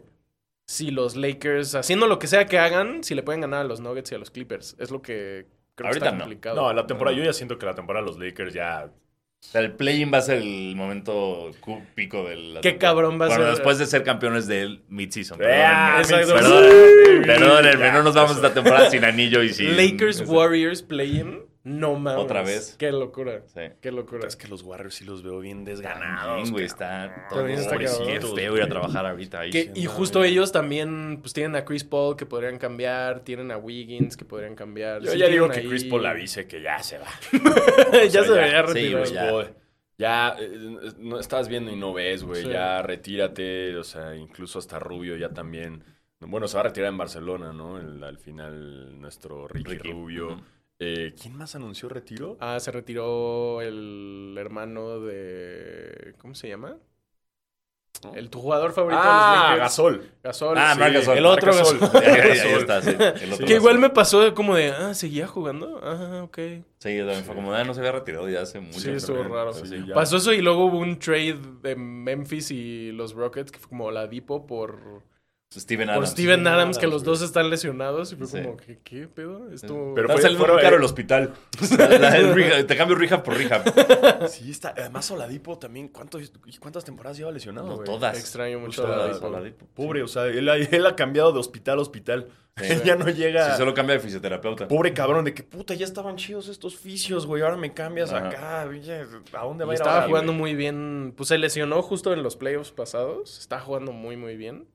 [SPEAKER 4] si los Lakers, haciendo lo que sea que hagan, si le pueden ganar a los Nuggets y a los Clippers. Es lo que creo
[SPEAKER 6] Ahorita
[SPEAKER 4] que está
[SPEAKER 6] no.
[SPEAKER 4] complicado.
[SPEAKER 10] No, la temporada, yo ya siento que la temporada de los Lakers ya.
[SPEAKER 6] O sea, el play-in va a ser el momento cu- pico del.
[SPEAKER 4] Qué cabrón va a
[SPEAKER 6] Bueno,
[SPEAKER 4] ser.
[SPEAKER 6] después de ser campeones del mid-season.
[SPEAKER 10] Ah,
[SPEAKER 6] Perdónenme.
[SPEAKER 4] exacto.
[SPEAKER 6] Perdónenme, perdónenme,
[SPEAKER 10] Ya,
[SPEAKER 6] no nos vamos esta temporada sin anillo y sin.
[SPEAKER 4] Lakers
[SPEAKER 6] Sí.
[SPEAKER 4] Warriors play-in. No mames.
[SPEAKER 6] Otra vez.
[SPEAKER 4] Qué locura. Qué locura.
[SPEAKER 10] Es que los Warriors sí los veo bien
[SPEAKER 6] Ganados,
[SPEAKER 10] desganados.
[SPEAKER 6] güey, está todo
[SPEAKER 4] También está
[SPEAKER 6] Qué
[SPEAKER 10] cabrón.
[SPEAKER 6] feo ir a trabajar ahorita ahí.
[SPEAKER 4] Que- y justo ellos también pues tienen a Chris Paul que podrían cambiar, tienen a Wiggins que podrían cambiar.
[SPEAKER 10] Yo
[SPEAKER 4] Sí
[SPEAKER 10] ya digo que
[SPEAKER 4] tienen ahí-
[SPEAKER 10] Chris Paul avise que ya se va.
[SPEAKER 4] ya
[SPEAKER 10] sea,
[SPEAKER 4] se debería
[SPEAKER 10] ya.
[SPEAKER 6] Sí,
[SPEAKER 4] retirar.
[SPEAKER 6] güey, ya.
[SPEAKER 5] Boy, Ya eh, no estás viendo y no ves, güey.
[SPEAKER 4] Sí.
[SPEAKER 5] Ya retírate. O sea, incluso hasta Rubio ya también. Bueno, se va a retirar en Barcelona, ¿no? El- al final, nuestro Ricky,
[SPEAKER 6] Ricky,
[SPEAKER 5] Rubio.
[SPEAKER 6] ujú.
[SPEAKER 5] Eh, ¿Quién más anunció retiro?
[SPEAKER 4] Ah, se retiró el hermano de ¿cómo se llama? El tu jugador favorito de los Lakers.
[SPEAKER 5] Ah, Gasol.
[SPEAKER 4] Gasol.
[SPEAKER 6] Ah,
[SPEAKER 4] sí.
[SPEAKER 6] Marc Gasol.
[SPEAKER 4] El otro
[SPEAKER 5] Marc Gasol.
[SPEAKER 4] Gasol.
[SPEAKER 6] Ahí está, sí. El otro
[SPEAKER 4] Que igual
[SPEAKER 6] Gasol.
[SPEAKER 4] me pasó de como de, ah, seguía jugando. Ah, ok.
[SPEAKER 6] Sí, yo también fue como, ah, no se había retirado ya hace mucho.
[SPEAKER 4] Sí, estuvo
[SPEAKER 6] también.
[SPEAKER 4] raro.
[SPEAKER 6] Pero
[SPEAKER 5] Sí,
[SPEAKER 6] sí.
[SPEAKER 5] ya.
[SPEAKER 4] Pasó eso y luego hubo un trade de Memphis y los Rockets, que fue como la Dipo por,
[SPEAKER 6] Steven
[SPEAKER 4] por
[SPEAKER 6] Adams.
[SPEAKER 4] Steven Adams, que los dos están lesionados. Y fue
[SPEAKER 6] Sí.
[SPEAKER 4] como, ¿qué, qué pedo? Esto...
[SPEAKER 10] Pero
[SPEAKER 6] Está
[SPEAKER 10] fue-
[SPEAKER 6] saliendo
[SPEAKER 10] fueron-
[SPEAKER 6] muy caro el hospital. El rehab- Te cambio rija por rija.
[SPEAKER 5] Sí, está. Además, Oladipo también. ¿cuántos- ¿Cuántas temporadas lleva lesionado?
[SPEAKER 6] No,
[SPEAKER 5] güey?
[SPEAKER 6] todas.
[SPEAKER 4] Extraño mucho
[SPEAKER 5] Justo
[SPEAKER 4] a
[SPEAKER 5] la-
[SPEAKER 4] la Dipo.
[SPEAKER 10] Pobre, o sea, él, ha- él ha cambiado de hospital a hospital.
[SPEAKER 6] Sí.
[SPEAKER 10] ya no llega.
[SPEAKER 6] Si solo cambia de fisioterapeuta.
[SPEAKER 10] Pobre cabrón, de que puta, ya estaban chidos estos fisios, güey. Ahora me cambias
[SPEAKER 6] Ajá.
[SPEAKER 10] acá, oye, ¿a dónde
[SPEAKER 4] Y
[SPEAKER 10] va a ir
[SPEAKER 4] estaba
[SPEAKER 10] ahora,
[SPEAKER 4] jugando muy bien. Pues se lesionó justo en los playoffs pasados. Estaba jugando muy, muy bien.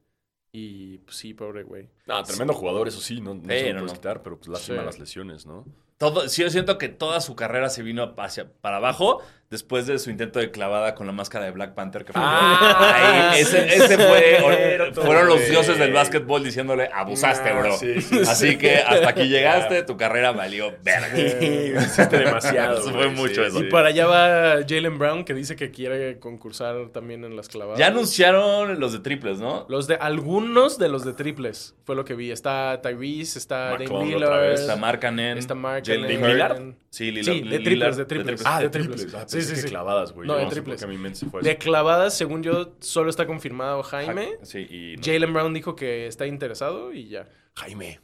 [SPEAKER 4] Y pues sí, pobre güey.
[SPEAKER 5] No, Ah, tremendo jugador, eso sí. No, no
[SPEAKER 6] Sí,
[SPEAKER 5] se lo
[SPEAKER 6] no,
[SPEAKER 5] puedes
[SPEAKER 6] no.
[SPEAKER 5] quitar, pero pues lástima
[SPEAKER 4] Sí.
[SPEAKER 5] las lesiones, ¿no?
[SPEAKER 6] Todo, sí, yo siento que toda su carrera se vino hacia, para abajo después de su intento de clavada con la máscara de Black Panther que fue.
[SPEAKER 10] Ah,
[SPEAKER 6] Ahí, ese, ese fue. fueron los dioses del básquetbol diciéndole,
[SPEAKER 4] Ah,
[SPEAKER 6] abusaste,
[SPEAKER 5] Ah,
[SPEAKER 6] bro.
[SPEAKER 10] Ah, sí, sí,
[SPEAKER 6] Así que hasta aquí llegaste, tu carrera valió verga.
[SPEAKER 10] güey? Hiciste demasiado.
[SPEAKER 6] Fue
[SPEAKER 10] güey,
[SPEAKER 6] mucho eso.
[SPEAKER 4] Y para allá va Jalen Brown, que dice que quiere concursar también en las clavadas.
[SPEAKER 6] Ya anunciaron los de triples, ¿no?
[SPEAKER 4] Los de algunos de los de triples fue lo que vi. Está Tyrese, está Dame
[SPEAKER 10] McCollum otra
[SPEAKER 4] Lillard,
[SPEAKER 10] vez,
[SPEAKER 6] Está Markanen.
[SPEAKER 4] está Mark,
[SPEAKER 6] Jalen
[SPEAKER 4] Allen.
[SPEAKER 6] Lillard. Sí, Lillard.
[SPEAKER 4] Sí, de triples, de triples.
[SPEAKER 6] Ah,
[SPEAKER 4] de triples.
[SPEAKER 5] Ah,
[SPEAKER 4] Sí,
[SPEAKER 5] pensé
[SPEAKER 4] sí,
[SPEAKER 5] que
[SPEAKER 4] sí.
[SPEAKER 5] clavadas, güey.
[SPEAKER 4] No,
[SPEAKER 5] Yo
[SPEAKER 4] de
[SPEAKER 5] sé por
[SPEAKER 4] triples.
[SPEAKER 5] qué a mi mente se fue eso.
[SPEAKER 4] De clavadas, según yo, solo está confirmado Jaime.
[SPEAKER 6] Sí, y no.
[SPEAKER 4] Jalen Brown dijo que está interesado y ya.
[SPEAKER 5] Jaime.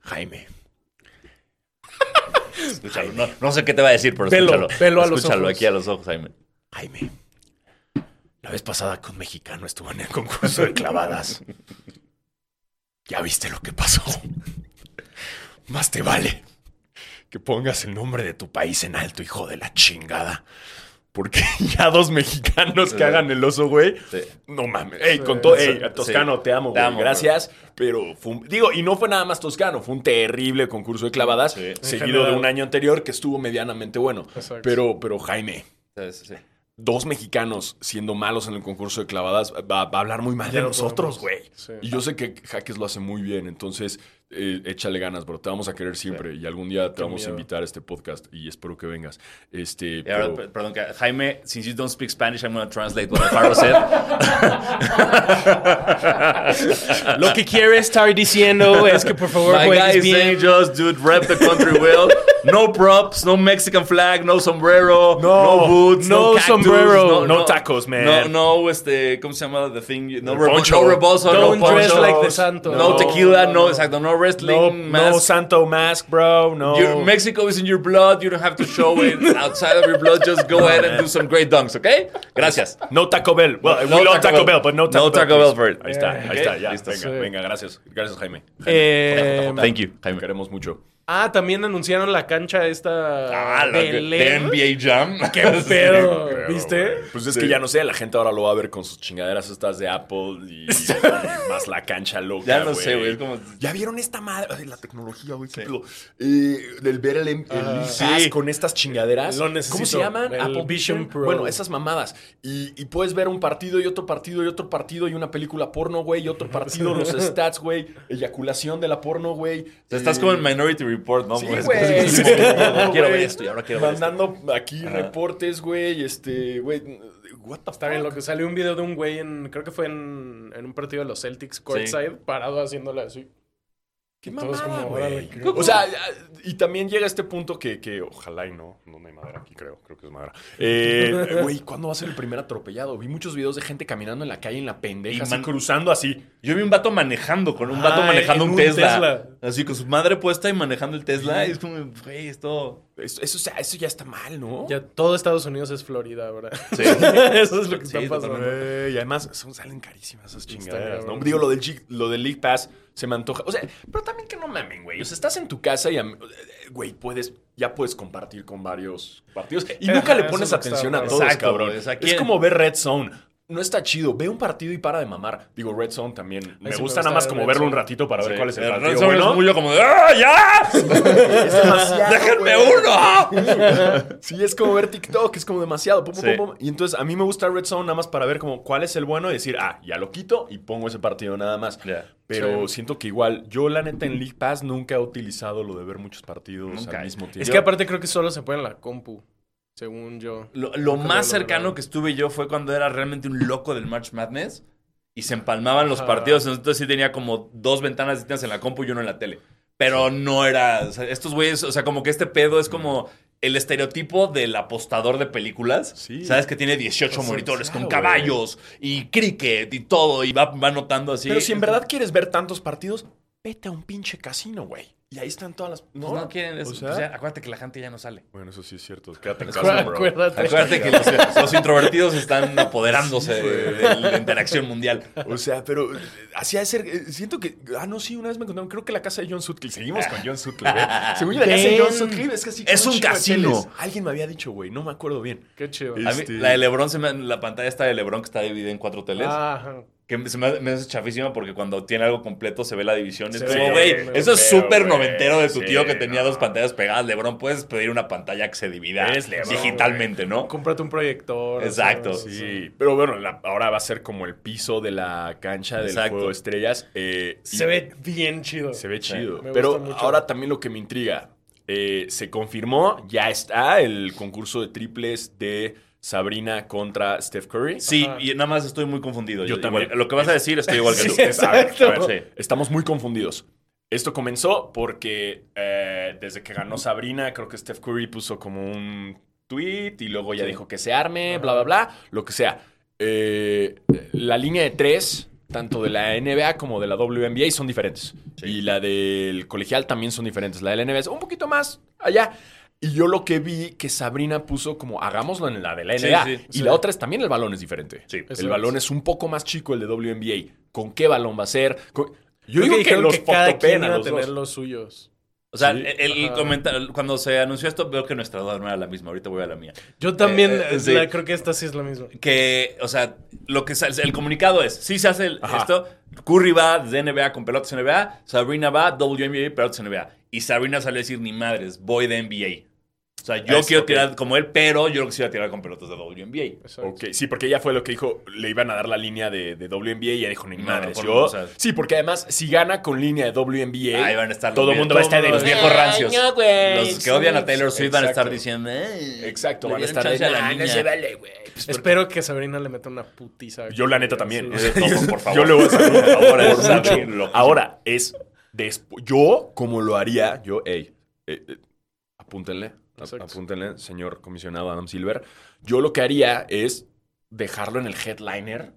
[SPEAKER 5] Jaime.
[SPEAKER 6] Escúchalo, no, no sé qué te va a decir, pero
[SPEAKER 4] Velo,
[SPEAKER 6] escúchalo.
[SPEAKER 4] velo a los
[SPEAKER 6] Escúchalo
[SPEAKER 4] ojos.
[SPEAKER 6] aquí a los ojos, Jaime.
[SPEAKER 5] Jaime. La vez pasada que un mexicano estuvo en el concurso de clavadas. Ya viste lo que pasó. Más te vale que pongas el nombre de tu país en alto, hijo de la chingada. Porque ya dos mexicanos que hagan el oso, güey.
[SPEAKER 6] Sí.
[SPEAKER 5] No mames. Ey, con todo. Ey,
[SPEAKER 6] Sí.
[SPEAKER 5] Toscano, te amo,
[SPEAKER 6] Te
[SPEAKER 5] güey.
[SPEAKER 6] amo,
[SPEAKER 5] Gracias. Pero fue un- Digo, y no fue nada más Toscano. Fue un terrible concurso de clavadas.
[SPEAKER 6] Sí. En
[SPEAKER 5] Seguido de
[SPEAKER 4] general.
[SPEAKER 5] un año anterior que estuvo medianamente bueno.
[SPEAKER 4] Exacto.
[SPEAKER 5] Pero, pero Jaime
[SPEAKER 6] Sí, sí, sí.
[SPEAKER 5] dos mexicanos siendo malos en el concurso de clavadas va, va a hablar muy mal de
[SPEAKER 4] no
[SPEAKER 5] nosotros,
[SPEAKER 4] podemos.
[SPEAKER 5] güey.
[SPEAKER 4] Sí.
[SPEAKER 5] Y yo sé que Jaques lo hace muy bien, entonces eh, échale ganas, bro. Te vamos a querer siempre y algún día te vamos
[SPEAKER 4] miedo.
[SPEAKER 5] a invitar a este podcast y espero que vengas. Este,
[SPEAKER 6] Y ahora,
[SPEAKER 5] pero-
[SPEAKER 6] pe- perdón, que- Jaime, since you don't speak Spanish, I'm going to translate what Alfaro said.
[SPEAKER 4] Lo que quiere estar diciendo es que por favor
[SPEAKER 6] My guys, angels, dude, rep the country well. No props, no Mexican flag, no sombrero, no, boots, no,
[SPEAKER 4] no
[SPEAKER 6] cactus,
[SPEAKER 4] sombrero,
[SPEAKER 10] no tacos, man.
[SPEAKER 6] No, no, este, ¿cómo se llama the thing? you- No,
[SPEAKER 10] El
[SPEAKER 6] rebo-
[SPEAKER 10] poncho.
[SPEAKER 6] no rebozo,
[SPEAKER 4] Don't
[SPEAKER 6] no
[SPEAKER 4] dress
[SPEAKER 6] poncho.
[SPEAKER 4] like the santo.
[SPEAKER 6] No,
[SPEAKER 4] No,
[SPEAKER 6] tequila, no,
[SPEAKER 4] no, no.
[SPEAKER 6] exacto, no wrestling,
[SPEAKER 10] No, no
[SPEAKER 6] mask.
[SPEAKER 10] Santo Mask, bro. No.
[SPEAKER 6] Your- Mexico is in your blood. You don't have to show it outside of your blood. Just go ahead and do some great dunks, ¿ok? Gracias.
[SPEAKER 10] No Taco Bell. Well, we love Taco Bell, but no Taco
[SPEAKER 6] No
[SPEAKER 10] Bell.
[SPEAKER 6] Taco Bell for it.
[SPEAKER 10] Ahí está, ahí está, ya.
[SPEAKER 6] Listo.
[SPEAKER 10] Venga,
[SPEAKER 4] Sí.
[SPEAKER 10] venga.
[SPEAKER 5] venga, gracias. Gracias, Jaime.
[SPEAKER 4] Eh,
[SPEAKER 6] Thank you,
[SPEAKER 5] Te
[SPEAKER 6] Jaime.
[SPEAKER 5] queremos mucho.
[SPEAKER 4] ah, también anunciaron la cancha esta
[SPEAKER 6] Ah, la
[SPEAKER 4] de
[SPEAKER 6] de
[SPEAKER 4] LED.
[SPEAKER 6] NBA Jam.
[SPEAKER 4] Qué pedo, ¿viste?
[SPEAKER 5] Pues es que ya no sé, la gente ahora lo va a ver con sus chingaderas estas de Apple y, y más la cancha loca.
[SPEAKER 6] Ya no sé, güey. Es como.
[SPEAKER 5] ¿Ya vieron esta madre? Ay, la tecnología, güey. qué pedo. Eh, del ver el, el SAS con estas chingaderas.
[SPEAKER 4] Ah. Lo
[SPEAKER 5] ¿Cómo
[SPEAKER 4] necesito.
[SPEAKER 5] se llaman?
[SPEAKER 4] El Vision Pro.
[SPEAKER 5] Bueno, esas mamadas. Y, y puedes ver un partido y otro partido y otro partido y una película porno, güey. Y otro partido, los stats, güey. Eyaculación de la porno, güey.
[SPEAKER 6] O sea, Estás
[SPEAKER 5] Eh,
[SPEAKER 6] como en Minority Report, ¿no?
[SPEAKER 5] Sí,
[SPEAKER 6] Pues,
[SPEAKER 5] güey.
[SPEAKER 6] es como-
[SPEAKER 5] Sí,
[SPEAKER 6] quiero
[SPEAKER 5] güey.
[SPEAKER 6] ver esto y ahora quiero ver esto.
[SPEAKER 5] Mandando aquí reportes, güey. Este, güey. what the
[SPEAKER 4] Está bien, lo que salió un video de un güey en, creo que fue en, en un partido de los Celtics, courtside, parado haciéndole así.
[SPEAKER 5] Qué
[SPEAKER 4] Y todos
[SPEAKER 5] mamada,
[SPEAKER 4] como,
[SPEAKER 5] güey.
[SPEAKER 4] órale, creo.
[SPEAKER 5] O sea, y también llega este punto que, que ojalá y no. No, no hay madera aquí, creo. Creo que es madera. Eh, Güey, ¿cuándo va a ser el primer atropellado? Vi muchos videos de gente caminando en la calle en la
[SPEAKER 6] Y
[SPEAKER 5] pendeja, así,
[SPEAKER 6] man-
[SPEAKER 5] cruzando así.
[SPEAKER 6] Yo vi un vato manejando, con un
[SPEAKER 5] Ah,
[SPEAKER 6] vato manejando
[SPEAKER 5] en
[SPEAKER 6] un
[SPEAKER 5] un
[SPEAKER 6] Tesla.
[SPEAKER 5] Tesla.
[SPEAKER 6] Así con su madre puesta y manejando el Tesla. Y es como, güey, esto.
[SPEAKER 5] Eso, eso, o sea, eso ya está mal, ¿no?
[SPEAKER 4] Ya todo Estados Unidos es Florida, ¿verdad?
[SPEAKER 6] Sí.
[SPEAKER 4] Eso es lo que
[SPEAKER 6] Sí,
[SPEAKER 4] está pasando.
[SPEAKER 6] totalmente.
[SPEAKER 5] Güey, y además son, salen carísimas esas chingaderas, ¿no?
[SPEAKER 4] cabrón.
[SPEAKER 5] Digo, lo del, G- lo del League Pass se me antoja. O sea, pero también que no mamen, güey. O sea, estás en tu casa y, am- güey, puedes, ya puedes compartir con varios partidos. Y
[SPEAKER 4] Ajá,
[SPEAKER 5] nunca le
[SPEAKER 4] eso es
[SPEAKER 5] pones
[SPEAKER 4] lo que está
[SPEAKER 5] atención a
[SPEAKER 4] raro.
[SPEAKER 5] todos,
[SPEAKER 6] Exacto,
[SPEAKER 5] cabrón.
[SPEAKER 6] güey. O sea,
[SPEAKER 5] es
[SPEAKER 6] ¿quién-
[SPEAKER 5] como ver Red Zone. No está chido. Ve un partido y para de mamar. Digo, Red Zone también. Me
[SPEAKER 4] sí me
[SPEAKER 5] gusta
[SPEAKER 4] gusta
[SPEAKER 5] nada más
[SPEAKER 4] ver
[SPEAKER 5] como
[SPEAKER 4] Red
[SPEAKER 5] verlo un
[SPEAKER 4] Zone.
[SPEAKER 5] ratito para ver
[SPEAKER 6] Sí.
[SPEAKER 5] cuál es el
[SPEAKER 6] Pero
[SPEAKER 5] partido.
[SPEAKER 6] Renzo
[SPEAKER 5] bueno.
[SPEAKER 6] es muy yo como de, ¡ah, ya!
[SPEAKER 5] Es demasiado,
[SPEAKER 6] ¡Déjenme
[SPEAKER 5] güey.
[SPEAKER 6] uno!
[SPEAKER 5] Sí, es como ver TikTok, es como demasiado. pum, pum,
[SPEAKER 6] Sí.
[SPEAKER 5] pum, pum. Y entonces a mí me gusta Red Zone nada más para ver como cuál es el bueno y decir, ah, ya lo quito y pongo ese partido nada más.
[SPEAKER 6] Ya.
[SPEAKER 5] Pero siento que igual, yo la neta en League Pass nunca he utilizado lo de ver muchos partidos al mismo tiempo.
[SPEAKER 4] Es que aparte creo que solo se puede en la compu, según yo.
[SPEAKER 6] Lo, lo
[SPEAKER 4] Nunca
[SPEAKER 6] más
[SPEAKER 4] lo he
[SPEAKER 6] cercano
[SPEAKER 4] logrado.
[SPEAKER 6] que estuve yo fue cuando era realmente un loco del March Madness y se empalmaban los partidos. Entonces sí tenía como dos ventanas distintas en la compu y uno en la tele. Pero no era. o sea, estos güeyes, o sea, como que este pedo es como. El estereotipo del apostador de películas.
[SPEAKER 5] Sí.
[SPEAKER 6] Sabes que tiene 18 monitores
[SPEAKER 5] claro, güey.
[SPEAKER 6] con caballos y cricket y todo. Y va, va anotando así.
[SPEAKER 5] Pero si en verdad quieres ver tantos partidos, vete a un pinche casino, güey. Y ahí están todas las...
[SPEAKER 6] Pues
[SPEAKER 5] No,
[SPEAKER 6] No, quieren. es-
[SPEAKER 5] O sea-
[SPEAKER 6] pues ya, acuérdate que la gente ya no sale.
[SPEAKER 5] Bueno, eso sí es cierto. Quédate en casa, bro.
[SPEAKER 4] Acuérdate.
[SPEAKER 6] Acuérdate que los, los introvertidos están apoderándose de, de la interacción mundial.
[SPEAKER 5] O sea, pero hacía de ser. eh, Siento que. Ah, no, sí, una vez me encontraron. Creo que la casa de John Sutcliffe. Seguimos con John Sutcliffe. ¿eh? Según yo, la casa de John Sutcliffe es casi.
[SPEAKER 6] Es un casino.
[SPEAKER 5] Alguien me había dicho, güey. No me acuerdo bien.
[SPEAKER 4] Qué chido.
[SPEAKER 5] Eh,
[SPEAKER 6] A mí,
[SPEAKER 5] Este-
[SPEAKER 6] la de Lebron, se me- la pantalla está de Lebron que está dividida en cuatro teles.
[SPEAKER 4] Ah, ajá.
[SPEAKER 6] Que se me, hace- me hace chafísima porque cuando tiene algo completo se ve la división. Es
[SPEAKER 4] Se
[SPEAKER 6] como,
[SPEAKER 4] ve,
[SPEAKER 6] güey,
[SPEAKER 4] güey,
[SPEAKER 6] eso es
[SPEAKER 5] feo,
[SPEAKER 6] súper
[SPEAKER 5] güey.
[SPEAKER 6] noventero de tu
[SPEAKER 5] Sí,
[SPEAKER 6] tío que tenía
[SPEAKER 5] no.
[SPEAKER 6] dos pantallas pegadas. Lebron, puedes pedir una pantalla que se divida
[SPEAKER 5] Eres Lebron,
[SPEAKER 6] digitalmente, ¿no?
[SPEAKER 4] Cómprate un proyector. o
[SPEAKER 6] Exacto.
[SPEAKER 4] sea,
[SPEAKER 5] Sí, pero bueno, la- ahora va a ser como el piso de la cancha del
[SPEAKER 6] Exacto.
[SPEAKER 5] juego de estrellas. eh, y-
[SPEAKER 4] Se ve bien chido.
[SPEAKER 5] Se ve chido.
[SPEAKER 4] me
[SPEAKER 5] Pero
[SPEAKER 4] gusta mucho.
[SPEAKER 5] ahora también lo que me intriga. eh, se confirmó, ya está el concurso de triples de Sabrina contra Steph Curry.
[SPEAKER 6] Sí, y nada más estoy muy confundido.
[SPEAKER 5] Yo
[SPEAKER 6] igual-
[SPEAKER 5] también.
[SPEAKER 6] lo que vas a decir estoy igual que
[SPEAKER 5] Sí,
[SPEAKER 6] tú.
[SPEAKER 5] a ver, a ver,
[SPEAKER 6] Sí.
[SPEAKER 5] Estamos muy confundidos. Esto comenzó porque eh, desde que ganó Sabrina, creo que Steph Curry puso como un tweet y luego ya dijo que se arme, bla, bla, bla, lo que sea. Eh, la línea de tres, tanto de la NBA como de la WNBA, son diferentes. Y la del colegial también son diferentes. La de la NBA es un poquito más allá. Y yo lo que vi que Sabrina puso como hagámoslo en la de la
[SPEAKER 6] Sí,
[SPEAKER 5] NBA.
[SPEAKER 6] sí,
[SPEAKER 5] y la otra es también el balón es diferente.
[SPEAKER 6] Sí.
[SPEAKER 5] el
[SPEAKER 4] Eso
[SPEAKER 5] balón
[SPEAKER 4] es.
[SPEAKER 5] es un poco más chico el de WNBA. ¿Con qué balón va a ser? Con- Yo
[SPEAKER 4] Creo
[SPEAKER 5] digo que,
[SPEAKER 4] dijeron
[SPEAKER 5] los
[SPEAKER 4] que cada quien
[SPEAKER 5] fotopenan
[SPEAKER 4] iba a
[SPEAKER 5] los
[SPEAKER 4] tener
[SPEAKER 5] dos.
[SPEAKER 4] los suyos.
[SPEAKER 6] O sea,
[SPEAKER 5] Sí.
[SPEAKER 6] el, el comentario- cuando se anunció esto, veo que nuestra duda no era la misma. Ahorita voy a la mía.
[SPEAKER 4] Yo también
[SPEAKER 6] Eh, eh,
[SPEAKER 4] eh,
[SPEAKER 6] sí.
[SPEAKER 4] la- creo que esta sí es la misma.
[SPEAKER 6] que, o sea, lo que sa- el comunicado es, sí se hace el-
[SPEAKER 5] Ajá.
[SPEAKER 6] esto, Curry va de NBA con pelotas NBA, Sabrina va WNBA, pelotas NBA. Y Sabrina salió a decir, ni madres, voy de NBA. O sea, yo
[SPEAKER 5] Es-
[SPEAKER 6] quiero
[SPEAKER 5] ok.
[SPEAKER 6] tirar como él, pero yo lo quisiera tirar con pelotas de WNBA.
[SPEAKER 4] Exacto.
[SPEAKER 5] Ok, sí, porque ella fue lo que dijo, le iban a dar la línea de, de WNBA y ella dijo, ni
[SPEAKER 6] No,
[SPEAKER 5] madres,
[SPEAKER 6] por-
[SPEAKER 5] yo...
[SPEAKER 6] o sea-
[SPEAKER 5] sí, porque además, si gana con línea de WNBA,
[SPEAKER 6] Ahí van a estar los
[SPEAKER 5] todo el
[SPEAKER 6] vie-
[SPEAKER 5] mundo va a estar de
[SPEAKER 6] los
[SPEAKER 5] los
[SPEAKER 6] viejos
[SPEAKER 5] viejos...
[SPEAKER 6] rancios.
[SPEAKER 10] güey.
[SPEAKER 6] los que odian a Taylor Swift van a estar
[SPEAKER 5] Exacto.
[SPEAKER 6] diciendo, "Ay,
[SPEAKER 5] Exacto,
[SPEAKER 6] le
[SPEAKER 5] van a
[SPEAKER 6] dieron
[SPEAKER 5] estar de,
[SPEAKER 6] chance a la
[SPEAKER 5] "Nah, no
[SPEAKER 6] niña".
[SPEAKER 5] se vale, güey. Pues,
[SPEAKER 4] Espero que Sabrina le meta una putiza.
[SPEAKER 5] Yo la neta también.
[SPEAKER 4] Sí.
[SPEAKER 5] o sea,
[SPEAKER 6] Eso, Tomo, por favor.
[SPEAKER 5] Yo le voy a sacar un favor a
[SPEAKER 6] Por
[SPEAKER 5] esa
[SPEAKER 6] mucho.
[SPEAKER 5] vieja.
[SPEAKER 6] Loquísimo.
[SPEAKER 5] Ahora, es despu- yo como lo haría, yo, ey, eh, eh, apúntenle, a-
[SPEAKER 4] Exacto.
[SPEAKER 5] apúntenle, señor comisionado Adam Silver. Yo lo que haría es dejarlo en el headliner.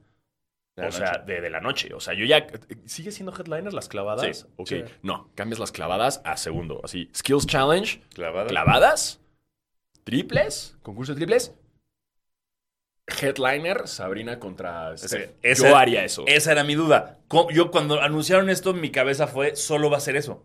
[SPEAKER 6] De la
[SPEAKER 5] o sea,
[SPEAKER 6] noche.
[SPEAKER 5] de, de la noche. O sea, yo ya. ¿Sigue siendo headliner las clavadas?
[SPEAKER 6] Sí.
[SPEAKER 5] Ok.
[SPEAKER 4] Sí.
[SPEAKER 5] No, cambias las clavadas a segundo. Así. Skills Challenge,
[SPEAKER 6] Clavada.
[SPEAKER 5] clavadas, triples, concurso de triples. Headliner, Sabrina contra Steph.
[SPEAKER 6] ese-
[SPEAKER 5] Yo haría eso.
[SPEAKER 6] Esa era mi duda. Co- Yo cuando anunciaron esto, mi cabeza fue, solo va a ser eso.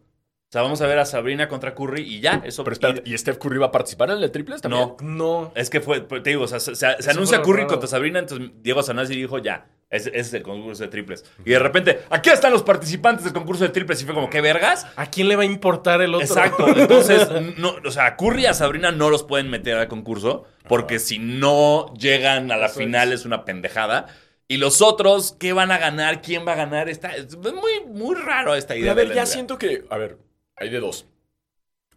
[SPEAKER 6] O sea, vamos a ver a Sabrina contra Curry y ya, eso.
[SPEAKER 5] Pero espérate, ¿y Steph Curry va a participar en el de triples también?
[SPEAKER 6] No.
[SPEAKER 4] No.
[SPEAKER 6] Es que fue, pues, te digo, o sea, se, se- se
[SPEAKER 4] Eso
[SPEAKER 6] anuncia
[SPEAKER 4] fue lo
[SPEAKER 6] Curry
[SPEAKER 4] raro.
[SPEAKER 6] contra Sabrina, entonces Diego Sanasi dijo, ya, ese, ese es el concurso de triples. Y de repente, aquí están los participantes del concurso de triples, y fue como, ¿qué vergas?
[SPEAKER 4] ¿A quién le va a importar el otro?
[SPEAKER 6] Exacto, entonces, no, o sea, a Curry y a Sabrina no los pueden meter al concurso, porque si no llegan a la
[SPEAKER 4] Eso
[SPEAKER 6] final es una pendejada. Y los otros, ¿qué van a ganar? ¿Quién va a ganar? Está, es muy, muy raro esta
[SPEAKER 5] Pero
[SPEAKER 6] idea.
[SPEAKER 5] a ver,
[SPEAKER 6] de la
[SPEAKER 5] ya
[SPEAKER 6] NBA.
[SPEAKER 5] siento que. A ver, hay de dos.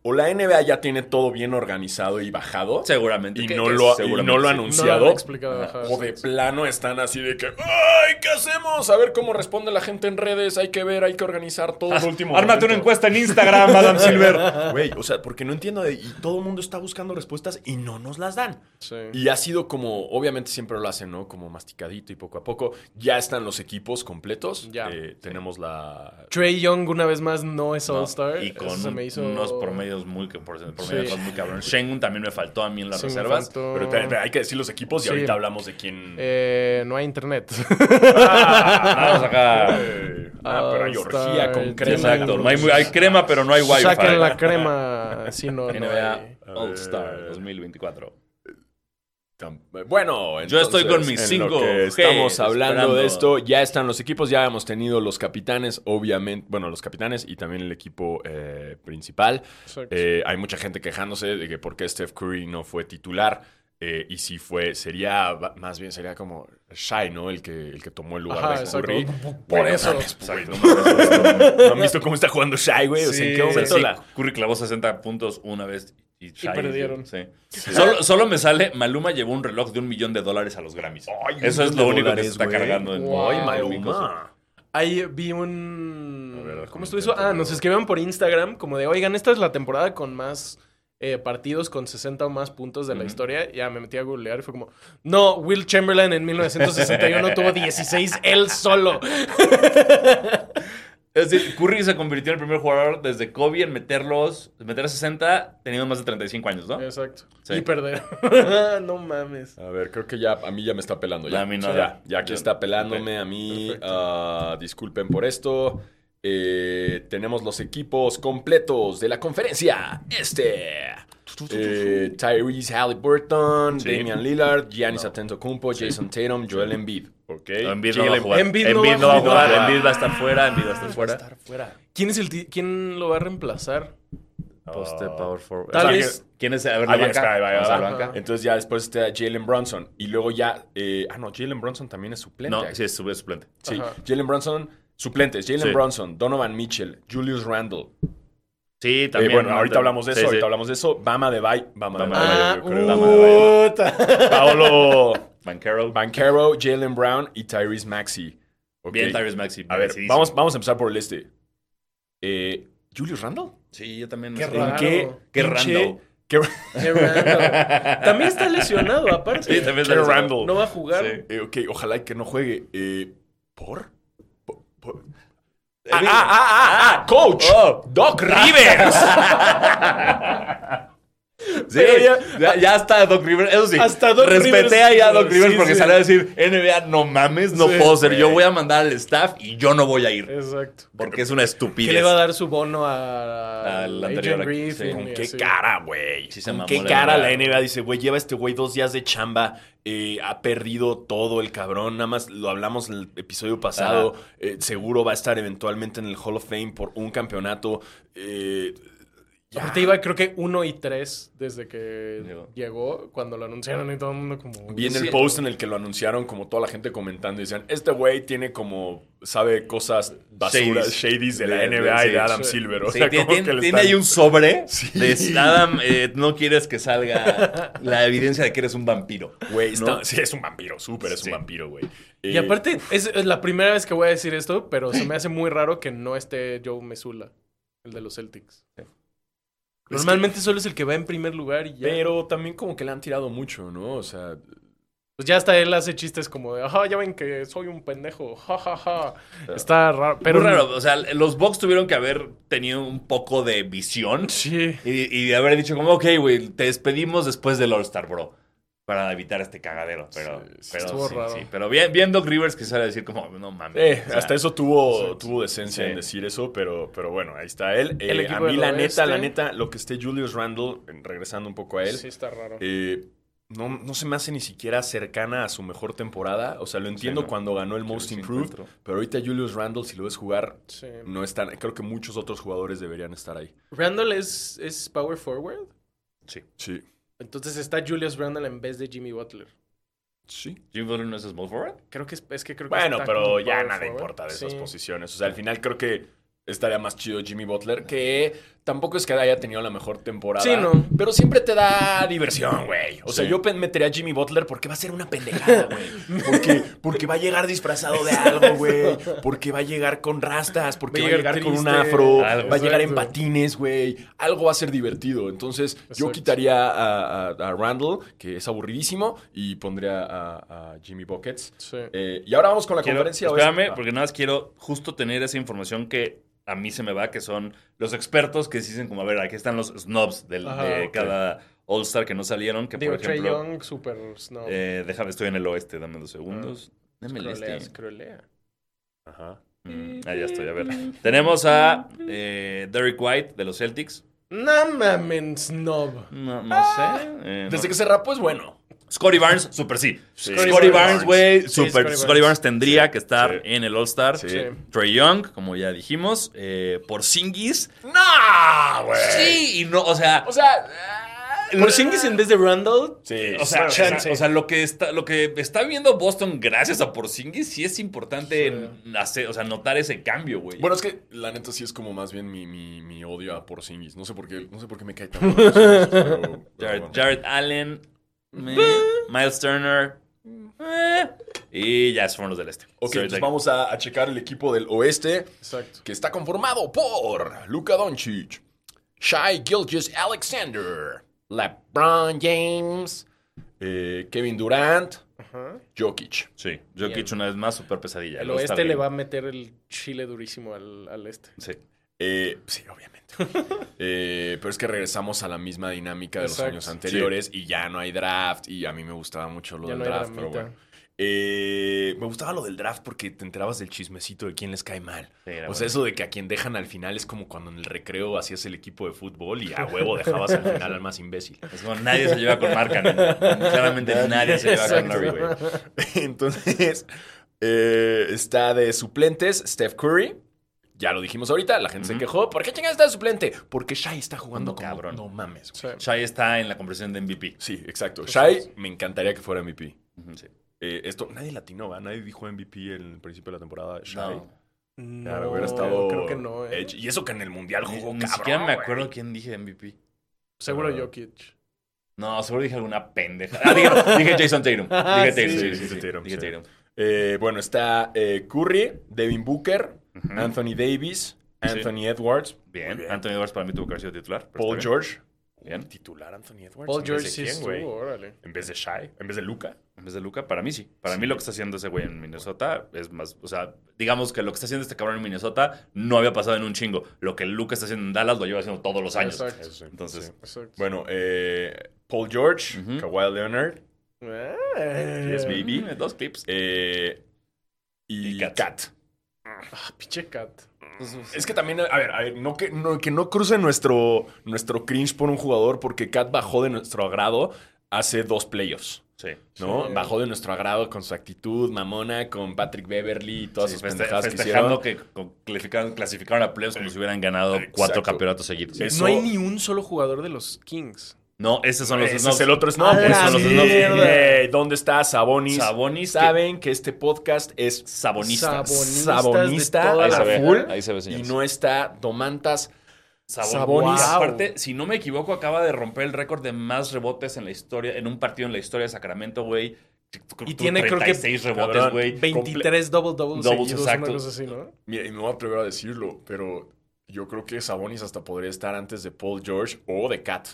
[SPEAKER 5] o la NBA ya tiene todo bien organizado y bajado.
[SPEAKER 6] Seguramente.
[SPEAKER 5] Y
[SPEAKER 6] que-
[SPEAKER 5] no,
[SPEAKER 6] que
[SPEAKER 5] lo, ha- y
[SPEAKER 6] seguramente
[SPEAKER 5] no lo ha
[SPEAKER 6] sí.
[SPEAKER 5] anunciado.
[SPEAKER 4] No lo han explicado, ajá,
[SPEAKER 5] o de
[SPEAKER 4] sí, sí.
[SPEAKER 5] plano están así de que, ¡ay, qué hacemos! A ver cómo responde la gente en redes, hay que ver, hay que organizar todo el último.
[SPEAKER 6] Ah, Ármate una
[SPEAKER 5] momento".
[SPEAKER 6] encuesta en Instagram, Adam Silver.
[SPEAKER 5] Güey, o sea, porque no entiendo. de- y todo el mundo está buscando respuestas y no nos las dan.
[SPEAKER 4] Sí.
[SPEAKER 5] Y ha sido como, obviamente siempre lo hacen, ¿no? Como masticadito y poco a poco. Ya están los equipos completos.
[SPEAKER 4] Ya.
[SPEAKER 5] Eh, Tenemos la.
[SPEAKER 4] Trey Young, una vez más, no es All-Star.
[SPEAKER 6] Y con
[SPEAKER 4] Eso se me hizo...
[SPEAKER 6] unos promedios muy, que- por- promedios
[SPEAKER 4] Sí.
[SPEAKER 6] muy cabrón. Shengun también me faltó a mí en las
[SPEAKER 4] Sí, me
[SPEAKER 6] reservas.
[SPEAKER 4] faltó.
[SPEAKER 5] Pero te- hay que decir los equipos y
[SPEAKER 4] Sí.
[SPEAKER 5] ahorita hablamos de quién.
[SPEAKER 4] Eh, no hay internet.
[SPEAKER 6] Ah,
[SPEAKER 4] Ah,
[SPEAKER 6] Vamos acá.
[SPEAKER 5] Eh, ah, pero hay orgía
[SPEAKER 4] All-Star,
[SPEAKER 5] con crema.
[SPEAKER 6] Exacto. No hay, mu- hay crema, pero no hay wifi.
[SPEAKER 4] Saquen la crema. Sí, no, no hay.
[SPEAKER 6] NBA All-Star 2024.
[SPEAKER 5] Tam- Bueno,
[SPEAKER 6] eh, Yo estoy con mis
[SPEAKER 5] en lo
[SPEAKER 6] cinco
[SPEAKER 5] que
[SPEAKER 6] Gs
[SPEAKER 5] Estamos hablando
[SPEAKER 6] esperando.
[SPEAKER 5] de esto. Ya están los equipos, ya hemos tenido los capitanes, obviamente. Bueno, los capitanes y también el equipo eh, principal.
[SPEAKER 4] Exacto.
[SPEAKER 5] Eh, hay mucha gente quejándose de que por qué Steph Curry no fue titular. eh, y si fue, sería, va- más bien sería como Shai, ¿no? El que, el que tomó el lugar
[SPEAKER 4] Ajá,
[SPEAKER 5] de
[SPEAKER 4] exacto.
[SPEAKER 5] Curry.
[SPEAKER 4] Por
[SPEAKER 5] Güey, no
[SPEAKER 4] eso.
[SPEAKER 5] mames, güey, no mames, no, ¿no han visto cómo está jugando Shai, güey? O sea, ¿en qué
[SPEAKER 4] Sí,
[SPEAKER 6] O sea,
[SPEAKER 5] momento
[SPEAKER 6] sí,
[SPEAKER 5] la-
[SPEAKER 6] Curry clavó 60 puntos una vez y, Shai-
[SPEAKER 4] perdieron.
[SPEAKER 6] sí. Solo, solo me sale, Maluma llevó un reloj de un millón de dólares a los Grammys.
[SPEAKER 5] Ay, un
[SPEAKER 6] Eso es
[SPEAKER 5] millón
[SPEAKER 6] lo
[SPEAKER 5] de
[SPEAKER 6] único que
[SPEAKER 5] dólares,
[SPEAKER 6] se está
[SPEAKER 5] güey.
[SPEAKER 6] cargando. En
[SPEAKER 4] Guau,
[SPEAKER 5] Ay,
[SPEAKER 6] en mi cosa.
[SPEAKER 5] Maluma.
[SPEAKER 4] Ahí vi un.
[SPEAKER 5] A ver, déjame
[SPEAKER 4] ¿Cómo estuvo eso?
[SPEAKER 5] intentar.
[SPEAKER 4] Ah, nos escribieron por Instagram como de, oigan, esta es la temporada con más eh, partidos con 60 o más puntos de la historia. Ya me metí a googlear y fue como, no, Will Chamberlain en 1961 tuvo 16 él solo.
[SPEAKER 6] Es decir, Curry se convirtió en el primer jugador desde Kobe en meterlos, meter a 60 teniendo más de 35 años, ¿no?
[SPEAKER 4] Exacto.
[SPEAKER 6] Sí.
[SPEAKER 4] Y perder. no mames.
[SPEAKER 5] A ver, creo que ya a mí ya me está pelando. Ya,
[SPEAKER 6] A mí no,
[SPEAKER 5] Sí, ya,
[SPEAKER 6] ya.
[SPEAKER 5] ya aquí
[SPEAKER 6] Yo-
[SPEAKER 5] está pelándome a mí. ah, disculpen por esto. Eh, tenemos los equipos completos de la conferencia. Este. Eh, Tyrese Halliburton,
[SPEAKER 6] Sí.
[SPEAKER 5] Damian Lillard, Giannis Antetokounmpo, Jason Tatum, Joel Embiid. Ok.
[SPEAKER 6] Embiid no va a
[SPEAKER 5] Jalen-
[SPEAKER 6] jugar.
[SPEAKER 4] Embiid no
[SPEAKER 6] Embiid
[SPEAKER 4] va a
[SPEAKER 6] no va a
[SPEAKER 4] jugar.
[SPEAKER 6] jugar. Embiid va a estar fuera. Embiid va a estar fuera.
[SPEAKER 4] ¿Quién, es el ti- ¿Quién lo va a reemplazar?
[SPEAKER 6] Poste, power forward.
[SPEAKER 4] Tal
[SPEAKER 6] O sea,
[SPEAKER 4] vez-
[SPEAKER 6] que- ¿Quién es? A ver,
[SPEAKER 5] Ah,
[SPEAKER 6] la
[SPEAKER 5] bien,
[SPEAKER 6] banca.
[SPEAKER 5] espera, ahí va, ahí
[SPEAKER 6] Vamos
[SPEAKER 5] va.
[SPEAKER 6] a la banca.
[SPEAKER 5] Entonces ya después está Jalen Bronson. Y luego ya. eh, ah, no, Jalen Bronson también es suplente.
[SPEAKER 6] No, sí, es sub- es suplente.
[SPEAKER 5] Sí,
[SPEAKER 4] Ajá.
[SPEAKER 5] Jalen Bronson, suplentes. Jalen
[SPEAKER 6] Sí.
[SPEAKER 5] Bronson, Donovan Mitchell, Julius Randle.
[SPEAKER 6] Sí,
[SPEAKER 5] Eh,
[SPEAKER 6] también.
[SPEAKER 5] bueno,
[SPEAKER 6] no,
[SPEAKER 5] ahorita
[SPEAKER 6] no.
[SPEAKER 5] hablamos de
[SPEAKER 6] Sí,
[SPEAKER 5] eso,
[SPEAKER 6] sí.
[SPEAKER 5] ahorita hablamos de eso. Bama de Bay, Bama de
[SPEAKER 6] Bama
[SPEAKER 5] Bay,
[SPEAKER 6] de
[SPEAKER 5] yo
[SPEAKER 6] Bay, yo
[SPEAKER 5] creo.
[SPEAKER 6] creo.
[SPEAKER 5] Bama de Bay. Paolo
[SPEAKER 6] Banquero.
[SPEAKER 5] Banquero, Jalen Brown y Tyrese Maxey. Ok.
[SPEAKER 6] Bien, Tyrese Maxey.
[SPEAKER 5] A ver,
[SPEAKER 6] merecidísimo.
[SPEAKER 5] vamos, vamos a empezar por el este. Eh, ¿Julius Randle?
[SPEAKER 6] Sí, yo también. me
[SPEAKER 4] Qué
[SPEAKER 6] estoy-
[SPEAKER 4] raro.
[SPEAKER 5] ¿Qué?
[SPEAKER 6] Qué
[SPEAKER 5] pinche-
[SPEAKER 6] random.
[SPEAKER 5] qué-
[SPEAKER 4] Qué random. También está lesionado, aparte.
[SPEAKER 6] Sí, también
[SPEAKER 5] Qué
[SPEAKER 6] está lesionado.
[SPEAKER 5] random.
[SPEAKER 4] No va a jugar.
[SPEAKER 6] Sí.
[SPEAKER 5] Eh, ok, ojalá y que no juegue. Eh, ¿Por? ¿Por? por-
[SPEAKER 6] Ah,
[SPEAKER 5] Ah, ah, ah, ah, coach.
[SPEAKER 6] Oh.
[SPEAKER 5] Doc Rivers.
[SPEAKER 6] Sí, ya, ya hasta Doc Rivers. Eso sí.
[SPEAKER 4] Hasta Doc
[SPEAKER 6] respeté
[SPEAKER 4] Rivers.
[SPEAKER 6] ahí a Doc Rivers
[SPEAKER 4] Sí,
[SPEAKER 6] porque
[SPEAKER 4] sí.
[SPEAKER 6] salió a decir: NBA, no mames, no
[SPEAKER 4] Sí.
[SPEAKER 6] puedo ser. Yo voy a mandar al staff y yo no voy a
[SPEAKER 5] Eh,
[SPEAKER 6] ir.
[SPEAKER 4] Exacto.
[SPEAKER 6] Porque es una estupidez.
[SPEAKER 4] ¿Qué le va a dar su bono a,
[SPEAKER 6] Al
[SPEAKER 4] a
[SPEAKER 6] anterior,
[SPEAKER 4] Agent
[SPEAKER 6] sí.
[SPEAKER 4] Griffin?
[SPEAKER 6] ¿Con
[SPEAKER 4] y
[SPEAKER 5] ¿Qué
[SPEAKER 4] así?
[SPEAKER 5] cara, güey?
[SPEAKER 6] Sí se
[SPEAKER 5] ¿Con
[SPEAKER 6] mamó
[SPEAKER 5] ¿Qué
[SPEAKER 6] la
[SPEAKER 5] cara
[SPEAKER 6] NBA.
[SPEAKER 5] la NBA dice, güey, lleva este güey dos días de chamba, eh, ha perdido todo el cabrón, nada más lo hablamos en el episodio pasado, eh, seguro va a estar eventualmente en el Hall of Fame por un campeonato. eh,
[SPEAKER 4] Aparte iba creo que 1 y 3 desde que
[SPEAKER 6] Llegó.
[SPEAKER 4] llegó. cuando lo anunciaron y todo el mundo como...
[SPEAKER 5] Vi en
[SPEAKER 6] Sí.
[SPEAKER 5] el post en el que lo anunciaron, como toda la gente comentando, y decían, este güey tiene como, sabe cosas basuras,
[SPEAKER 6] Shadies.
[SPEAKER 5] shadies de
[SPEAKER 6] De-
[SPEAKER 5] la
[SPEAKER 6] de-
[SPEAKER 5] NBA y
[SPEAKER 6] sí,
[SPEAKER 5] de Adam
[SPEAKER 4] sí.
[SPEAKER 5] Silver. O
[SPEAKER 6] Sí,
[SPEAKER 5] sea,
[SPEAKER 6] tiene,
[SPEAKER 5] como que
[SPEAKER 6] tiene-
[SPEAKER 5] le
[SPEAKER 6] tiene
[SPEAKER 5] están-
[SPEAKER 6] ahí un sobre
[SPEAKER 5] Sí.
[SPEAKER 6] de Adam, eh, no quieres que salga la evidencia de que eres un vampiro.
[SPEAKER 5] Güey, está-
[SPEAKER 6] ¿no?
[SPEAKER 5] sí, es un vampiro, súper es
[SPEAKER 6] Sí.
[SPEAKER 5] un vampiro, güey.
[SPEAKER 4] Y
[SPEAKER 5] Eh,
[SPEAKER 4] aparte es, es la primera vez que voy a decir esto, pero se me hace muy raro que no esté Joe Mesula, el de los Celtics. Normalmente solo es el que va en primer lugar y ya.
[SPEAKER 5] Eh, Pero también como que le han tirado mucho, ¿no? O sea,
[SPEAKER 4] Pues ya hasta él hace chistes como de, ajá, ya ven que soy un pendejo, ja, ja, ja. Está raro,
[SPEAKER 6] Pero
[SPEAKER 4] pero...
[SPEAKER 6] raro, o sea, los Bucks tuvieron que haber tenido un poco de visión
[SPEAKER 4] Sí.
[SPEAKER 6] y, y de haber dicho como, ok, güey, te despedimos después del All-Star, bro. Para evitar este cagadero. Pero
[SPEAKER 5] Sí, sí,
[SPEAKER 6] pero,
[SPEAKER 4] estuvo
[SPEAKER 6] sí,
[SPEAKER 4] raro.
[SPEAKER 6] sí. Pero bien, bien Doc Rivers que sale a decir como, no mames.
[SPEAKER 5] Eh,
[SPEAKER 6] o sea,
[SPEAKER 5] hasta eso tuvo, tuvo decencia
[SPEAKER 6] Sí.
[SPEAKER 5] en decir eso, pero, pero bueno, ahí está él. Eh,
[SPEAKER 4] El equipo
[SPEAKER 5] a mí,
[SPEAKER 4] del
[SPEAKER 5] la neta,
[SPEAKER 4] oeste.
[SPEAKER 5] la neta, lo que esté Julius Randle, eh, regresando un poco a él,
[SPEAKER 4] Sí, está raro.
[SPEAKER 5] eh, no, no se me hace ni siquiera cercana a su mejor temporada. O sea, lo entiendo
[SPEAKER 6] no.
[SPEAKER 5] cuando ganó el Most
[SPEAKER 6] sí
[SPEAKER 5] Improved,
[SPEAKER 6] encuentro.
[SPEAKER 5] pero ahorita Julius Randle, si lo ves jugar,
[SPEAKER 4] Sí.
[SPEAKER 5] no está. Creo que muchos otros jugadores deberían estar ahí.
[SPEAKER 4] Randall es, es power forward.
[SPEAKER 5] Sí.
[SPEAKER 4] Entonces está Julius Randall en vez de Jimmy Butler.
[SPEAKER 5] Sí.
[SPEAKER 6] Jimmy Butler no es small forward.
[SPEAKER 4] Creo que es, es que creo que
[SPEAKER 5] Bueno,
[SPEAKER 4] está
[SPEAKER 5] pero
[SPEAKER 4] como
[SPEAKER 5] ya
[SPEAKER 4] power
[SPEAKER 5] nada
[SPEAKER 4] forward.
[SPEAKER 5] importa de esas
[SPEAKER 4] Sí.
[SPEAKER 5] posiciones. O sea, al final creo que estaría más chido Jimmy Butler, que tampoco es que haya tenido la mejor temporada.
[SPEAKER 4] Sí, no.
[SPEAKER 5] Pero siempre te da diversión, güey. O sea,
[SPEAKER 6] Sí.
[SPEAKER 5] yo pen- metería a Jimmy Butler porque va a ser una pendejada, güey. Porque, porque va a llegar disfrazado de algo, güey. Porque va a llegar con rastas, porque
[SPEAKER 4] Va
[SPEAKER 5] va
[SPEAKER 4] a
[SPEAKER 5] a
[SPEAKER 4] llegar
[SPEAKER 5] llegar con un
[SPEAKER 4] triste.
[SPEAKER 5] afro,
[SPEAKER 6] Algo.
[SPEAKER 5] va a llegar en
[SPEAKER 4] Exacto.
[SPEAKER 5] patines, güey. Algo va a ser divertido. Entonces, yo
[SPEAKER 4] Exacto.
[SPEAKER 5] quitaría a, a- a Randall, que es aburridísimo, y pondría a, a Jimmy Buckets.
[SPEAKER 4] Sí.
[SPEAKER 5] Eh, y ahora vamos con la
[SPEAKER 6] Quiero-
[SPEAKER 5] conferencia. oeste.
[SPEAKER 6] espérame,
[SPEAKER 5] Ah.
[SPEAKER 6] porque nada más quiero justo tener esa información que a mí se me va, que son los expertos que dicen como, a ver, aquí están los snobs del-
[SPEAKER 4] Ajá,
[SPEAKER 6] de
[SPEAKER 4] ok.
[SPEAKER 6] cada All-Star que no salieron, que
[SPEAKER 4] Digo,
[SPEAKER 6] por
[SPEAKER 4] Trey
[SPEAKER 6] ejemplo...
[SPEAKER 4] Young, super snob.
[SPEAKER 6] eh, déjame, estoy en el oeste, dame dos segundos.
[SPEAKER 4] Ah,
[SPEAKER 6] Dame el
[SPEAKER 4] Scrollea,
[SPEAKER 6] este.
[SPEAKER 4] scrollea.
[SPEAKER 5] Ajá.
[SPEAKER 6] Mm, ah, ya estoy, a ver. Tenemos a eh, Derek White de los Celtics.
[SPEAKER 4] No mamen, snob.
[SPEAKER 6] No, no sé. eh, no-
[SPEAKER 5] Desde que se rapó es bueno.
[SPEAKER 6] Scotty Barnes, super sí. Scotty,
[SPEAKER 4] Scotty
[SPEAKER 6] Barnes,
[SPEAKER 4] Barnes.
[SPEAKER 6] güey,
[SPEAKER 4] Sí,
[SPEAKER 6] super.
[SPEAKER 4] Scotty
[SPEAKER 6] Scotty
[SPEAKER 4] Barnes.
[SPEAKER 6] Barnes. tendría que estar en el All-Star.
[SPEAKER 4] Sí.
[SPEAKER 6] Trey Young, como ya dijimos, eh, por Singis.
[SPEAKER 5] ¡No, güey!
[SPEAKER 6] Sí, y no, o sea. eh,
[SPEAKER 5] O sea.
[SPEAKER 4] Por Porzingis en vez de Randall.
[SPEAKER 5] Sí,
[SPEAKER 6] O sea,
[SPEAKER 4] chance.
[SPEAKER 6] o sea, o sea, lo, que está, lo que está viendo Boston gracias a Porzingis sí es importante en hacer, o sea, notar ese cambio, güey.
[SPEAKER 5] Bueno, es que la neta sí es como más bien mi, mi, mi odio a Porzingis. No sé por qué, no sé por qué me cae tan mal Porzingis, pero- pero
[SPEAKER 6] Jared,
[SPEAKER 5] bueno.
[SPEAKER 6] Jared Allen, meh, Miles Turner, meh, y ya se fueron los del este.
[SPEAKER 5] Ok,
[SPEAKER 6] So,
[SPEAKER 5] entonces
[SPEAKER 6] like,
[SPEAKER 5] vamos a, a checar el equipo del oeste
[SPEAKER 4] Exacto.
[SPEAKER 5] que está conformado por Luka Doncic, Shai Gilgis Alexander, LeBron James, eh, Kevin Durant, Jokic.
[SPEAKER 6] Sí, yo que he hecho una vez más súper pesadilla.
[SPEAKER 4] El
[SPEAKER 6] Luego está
[SPEAKER 4] oeste le
[SPEAKER 6] bien.
[SPEAKER 4] va a meter el chile durísimo al, al este.
[SPEAKER 6] Sí.
[SPEAKER 5] Eh, sí, obviamente. Eh, pero es que regresamos a la misma dinámica de
[SPEAKER 4] Exacto.
[SPEAKER 5] los años anteriores y ya no hay draft. Y a mí me gustaba mucho lo
[SPEAKER 4] Ya
[SPEAKER 5] del
[SPEAKER 4] no hay
[SPEAKER 5] draft, pero
[SPEAKER 4] dramita.
[SPEAKER 5] bueno. Eh, me gustaba lo del draft porque te enterabas del chismecito de quién les cae mal.
[SPEAKER 6] Sí, era
[SPEAKER 5] o sea,
[SPEAKER 6] bueno.
[SPEAKER 5] eso de que a quien dejan al final es como cuando en el recreo hacías el equipo de fútbol y a huevo dejabas al final al más imbécil.
[SPEAKER 6] Es como nadie se lleva con Marca. Claramente nadie, se lleva con Larry, güey.
[SPEAKER 5] Entonces, eh, está de suplentes Steph Curry. Ya lo dijimos ahorita, la gente se quejó. ¿Por qué chingados está de suplente? Porque Shai está jugando
[SPEAKER 6] No,
[SPEAKER 5] como-
[SPEAKER 6] cabrón.
[SPEAKER 5] No mames. güey.
[SPEAKER 4] Sí.
[SPEAKER 6] Shai está en la conversación de MVP.
[SPEAKER 5] Pues Sí, exacto. Shai, me encantaría que fuera MVP.
[SPEAKER 6] Ujú, sí.
[SPEAKER 5] Eh, esto, nadie latino, ¿va? Nadie dijo MVP en el principio de la temporada. Shai.
[SPEAKER 6] No,
[SPEAKER 5] Claro,
[SPEAKER 4] No,
[SPEAKER 5] hubiera estado.
[SPEAKER 4] Creo que no, eh.
[SPEAKER 5] edge. Y eso que en el mundial
[SPEAKER 6] ni,
[SPEAKER 5] jugó
[SPEAKER 6] ni
[SPEAKER 5] cabrón,
[SPEAKER 6] siquiera me
[SPEAKER 5] güey.
[SPEAKER 6] acuerdo quién dije MVP.
[SPEAKER 4] Seguro
[SPEAKER 5] Ah.
[SPEAKER 4] Jokic.
[SPEAKER 6] No, seguro dije alguna pendeja. Ah, dije, dije Jason Tatum. Dije
[SPEAKER 4] Ah,
[SPEAKER 6] Tatum.
[SPEAKER 4] sí.
[SPEAKER 6] Sí, sí,
[SPEAKER 5] Sí,
[SPEAKER 6] sí.
[SPEAKER 5] sí, Tatum,
[SPEAKER 6] Dije
[SPEAKER 5] sí.
[SPEAKER 6] Tatum.
[SPEAKER 5] Eh, bueno, está eh, Curry, Devin Booker,
[SPEAKER 6] Ujú.
[SPEAKER 5] Anthony Davis,
[SPEAKER 6] Sí.
[SPEAKER 5] Anthony Edwards,
[SPEAKER 6] Bien.
[SPEAKER 5] Muy bien.
[SPEAKER 6] Anthony Edwards para mí tuvo que haber sido titular. pero
[SPEAKER 5] Paul
[SPEAKER 6] está bien.
[SPEAKER 5] George.
[SPEAKER 6] Bien.
[SPEAKER 5] Uy, Titular Anthony Edwards.
[SPEAKER 4] Paul
[SPEAKER 5] ¿En
[SPEAKER 4] George
[SPEAKER 5] vez
[SPEAKER 4] sí
[SPEAKER 5] de quién,
[SPEAKER 4] estuvo,
[SPEAKER 5] güey?
[SPEAKER 4] órale.
[SPEAKER 5] En vez de Shai, en vez de Luca.
[SPEAKER 6] En vez de Luca, para mí sí. Para mí lo que está haciendo ese güey en Minnesota es más. O sea, digamos que lo que está haciendo este cabrón en Minnesota no había pasado en un chingo. Lo que Luca está haciendo en Dallas lo lleva haciendo todos los años.
[SPEAKER 4] Exacto.
[SPEAKER 6] Entonces,
[SPEAKER 4] Exacto.
[SPEAKER 5] Bueno, eh, Paul George, Kawhi Leonard
[SPEAKER 4] Ah.
[SPEAKER 5] Yes, baby.
[SPEAKER 6] baby, dos clips.
[SPEAKER 5] eh, y,
[SPEAKER 6] Y Cat.
[SPEAKER 5] Cat.
[SPEAKER 4] Ah, pinche cat.
[SPEAKER 5] Es que también, a ver, a ver, no que no, que no cruce nuestro, nuestro cringe por un jugador porque Cat bajó de nuestro agrado hace dos playoffs.
[SPEAKER 6] Sí.
[SPEAKER 5] ¿no?
[SPEAKER 4] Sí.
[SPEAKER 5] Bajó de nuestro agrado con su actitud mamona, con Patrick Beverly y todas
[SPEAKER 6] Sí,
[SPEAKER 5] sus
[SPEAKER 6] feste-
[SPEAKER 5] pendejadas que
[SPEAKER 6] festejando
[SPEAKER 5] hicieron.
[SPEAKER 6] que, con- clasificaron, clasificaron a playoffs como si hubieran ganado cuatro campeonatos seguidos.
[SPEAKER 5] Eso-
[SPEAKER 4] No hay ni un solo jugador de los Kings.
[SPEAKER 6] No, esos son los
[SPEAKER 5] Ese
[SPEAKER 6] snobs. Ah,
[SPEAKER 5] es el otro snob. Ah,
[SPEAKER 4] ¡A
[SPEAKER 5] esos
[SPEAKER 4] la
[SPEAKER 5] son los snobs.
[SPEAKER 4] mierda!
[SPEAKER 6] Eh,
[SPEAKER 5] Ey, ¿Dónde está Sabonis?
[SPEAKER 6] Sabonis,
[SPEAKER 5] Saben que este podcast es
[SPEAKER 6] Sabonista.
[SPEAKER 4] Sab- Sabonistas de
[SPEAKER 5] sabonista
[SPEAKER 4] toda
[SPEAKER 5] a
[SPEAKER 4] la
[SPEAKER 5] la
[SPEAKER 6] full.
[SPEAKER 5] full
[SPEAKER 6] Ahí se ve,
[SPEAKER 5] y
[SPEAKER 6] señores.
[SPEAKER 5] no está Domantas.
[SPEAKER 6] Sabonis.
[SPEAKER 5] Sabonis.
[SPEAKER 6] Y Aparte, si no me equivoco, acaba de romper el récord de más rebotes en la historia, en un partido en la historia de Sacramento, güey.
[SPEAKER 4] Y tiene, creo que,
[SPEAKER 6] 36 rebotes,
[SPEAKER 5] cabrón,
[SPEAKER 6] güey.
[SPEAKER 4] 23 double doubles
[SPEAKER 6] Doubles,
[SPEAKER 4] seguidos,
[SPEAKER 6] exacto.
[SPEAKER 4] una cosa así, ¿no?
[SPEAKER 5] Mira, y me voy a atrever a decirlo, pero yo creo que Sabonis hasta podría estar antes de Paul George o de Cat.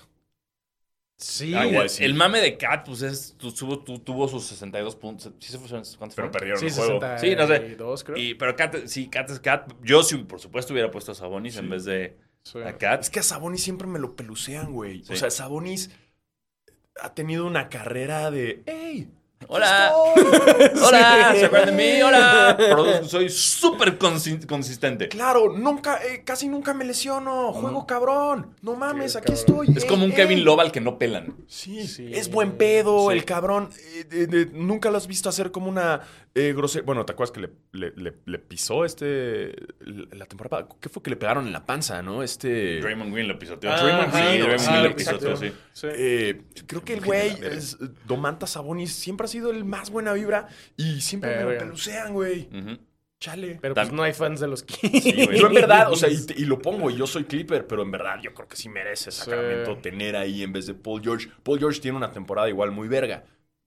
[SPEAKER 4] Sí.
[SPEAKER 6] Ah,
[SPEAKER 5] Igual
[SPEAKER 6] el-
[SPEAKER 5] sí.
[SPEAKER 6] El mame de Cat, pues es, tu- tuvo, tu- tuvo sus 62 puntos. ¿Sí se fueron? ¿Cuántos
[SPEAKER 5] Pero
[SPEAKER 6] fueron?
[SPEAKER 5] perdieron
[SPEAKER 4] Sí,
[SPEAKER 5] el juego.
[SPEAKER 4] 62,
[SPEAKER 6] Sí, no sé.
[SPEAKER 4] creo.
[SPEAKER 6] Y, pero Cat, sí, Cat es Cat. Yo, sí, por supuesto, hubiera puesto a Sabonis en vez de
[SPEAKER 4] Sí.
[SPEAKER 6] a
[SPEAKER 5] Es
[SPEAKER 6] Cat.
[SPEAKER 5] que a Sabonis siempre me lo pelucean, güey.
[SPEAKER 6] Sí.
[SPEAKER 5] O sea, Sabonis ha tenido una carrera de. ¡Ey!
[SPEAKER 6] ¡Hola! ¡Hola! ¿Se acuerdan de mí? ¡Hola! Produ- soy súper consi- consistente.
[SPEAKER 5] Claro, nunca, eh, casi nunca me lesiono. Juego cabrón. No mames, aquí
[SPEAKER 4] cabrón.
[SPEAKER 5] estoy.
[SPEAKER 6] Es
[SPEAKER 5] Ey,
[SPEAKER 6] como un
[SPEAKER 5] ey.
[SPEAKER 4] eh.
[SPEAKER 6] Kevin Love al que no pelan.
[SPEAKER 5] Sí,
[SPEAKER 4] Sí.
[SPEAKER 5] es buen pedo,
[SPEAKER 6] Sí.
[SPEAKER 5] el cabrón. Eh, de- de- nunca lo has visto hacer como una eh, grosera. Bueno, ¿te acuerdas que le, le- le- le pisó este. La temporada. ¿Qué fue que le pegaron en la panza, no? Este.
[SPEAKER 6] Draymond Green lo pisoteó.
[SPEAKER 4] Ah,
[SPEAKER 6] Draymond Green,
[SPEAKER 4] sí,
[SPEAKER 6] Draymond
[SPEAKER 4] sí,
[SPEAKER 6] Green
[SPEAKER 4] lo
[SPEAKER 6] lo pisoteó, sí.
[SPEAKER 4] pisoteó. Sí.
[SPEAKER 5] Eh, creo que el
[SPEAKER 6] Virgen de
[SPEAKER 5] güey,
[SPEAKER 6] la verga.
[SPEAKER 5] es- Domantas Sabonis, siempre ha sido el más buena vibra y siempre me lo
[SPEAKER 4] Verga.
[SPEAKER 5] pelucean, güey.
[SPEAKER 6] Ujú.
[SPEAKER 5] Chale.
[SPEAKER 4] Pero pues
[SPEAKER 6] Tam-
[SPEAKER 4] no hay fans de los Kings.
[SPEAKER 5] Yo en verdad, o sea, y, te- y lo pongo, y yo soy Clipper, pero en verdad yo creo que sí merece Sacramento
[SPEAKER 4] Sí.
[SPEAKER 5] tener ahí en vez de Paul George. Paul George tiene una temporada igual muy verga,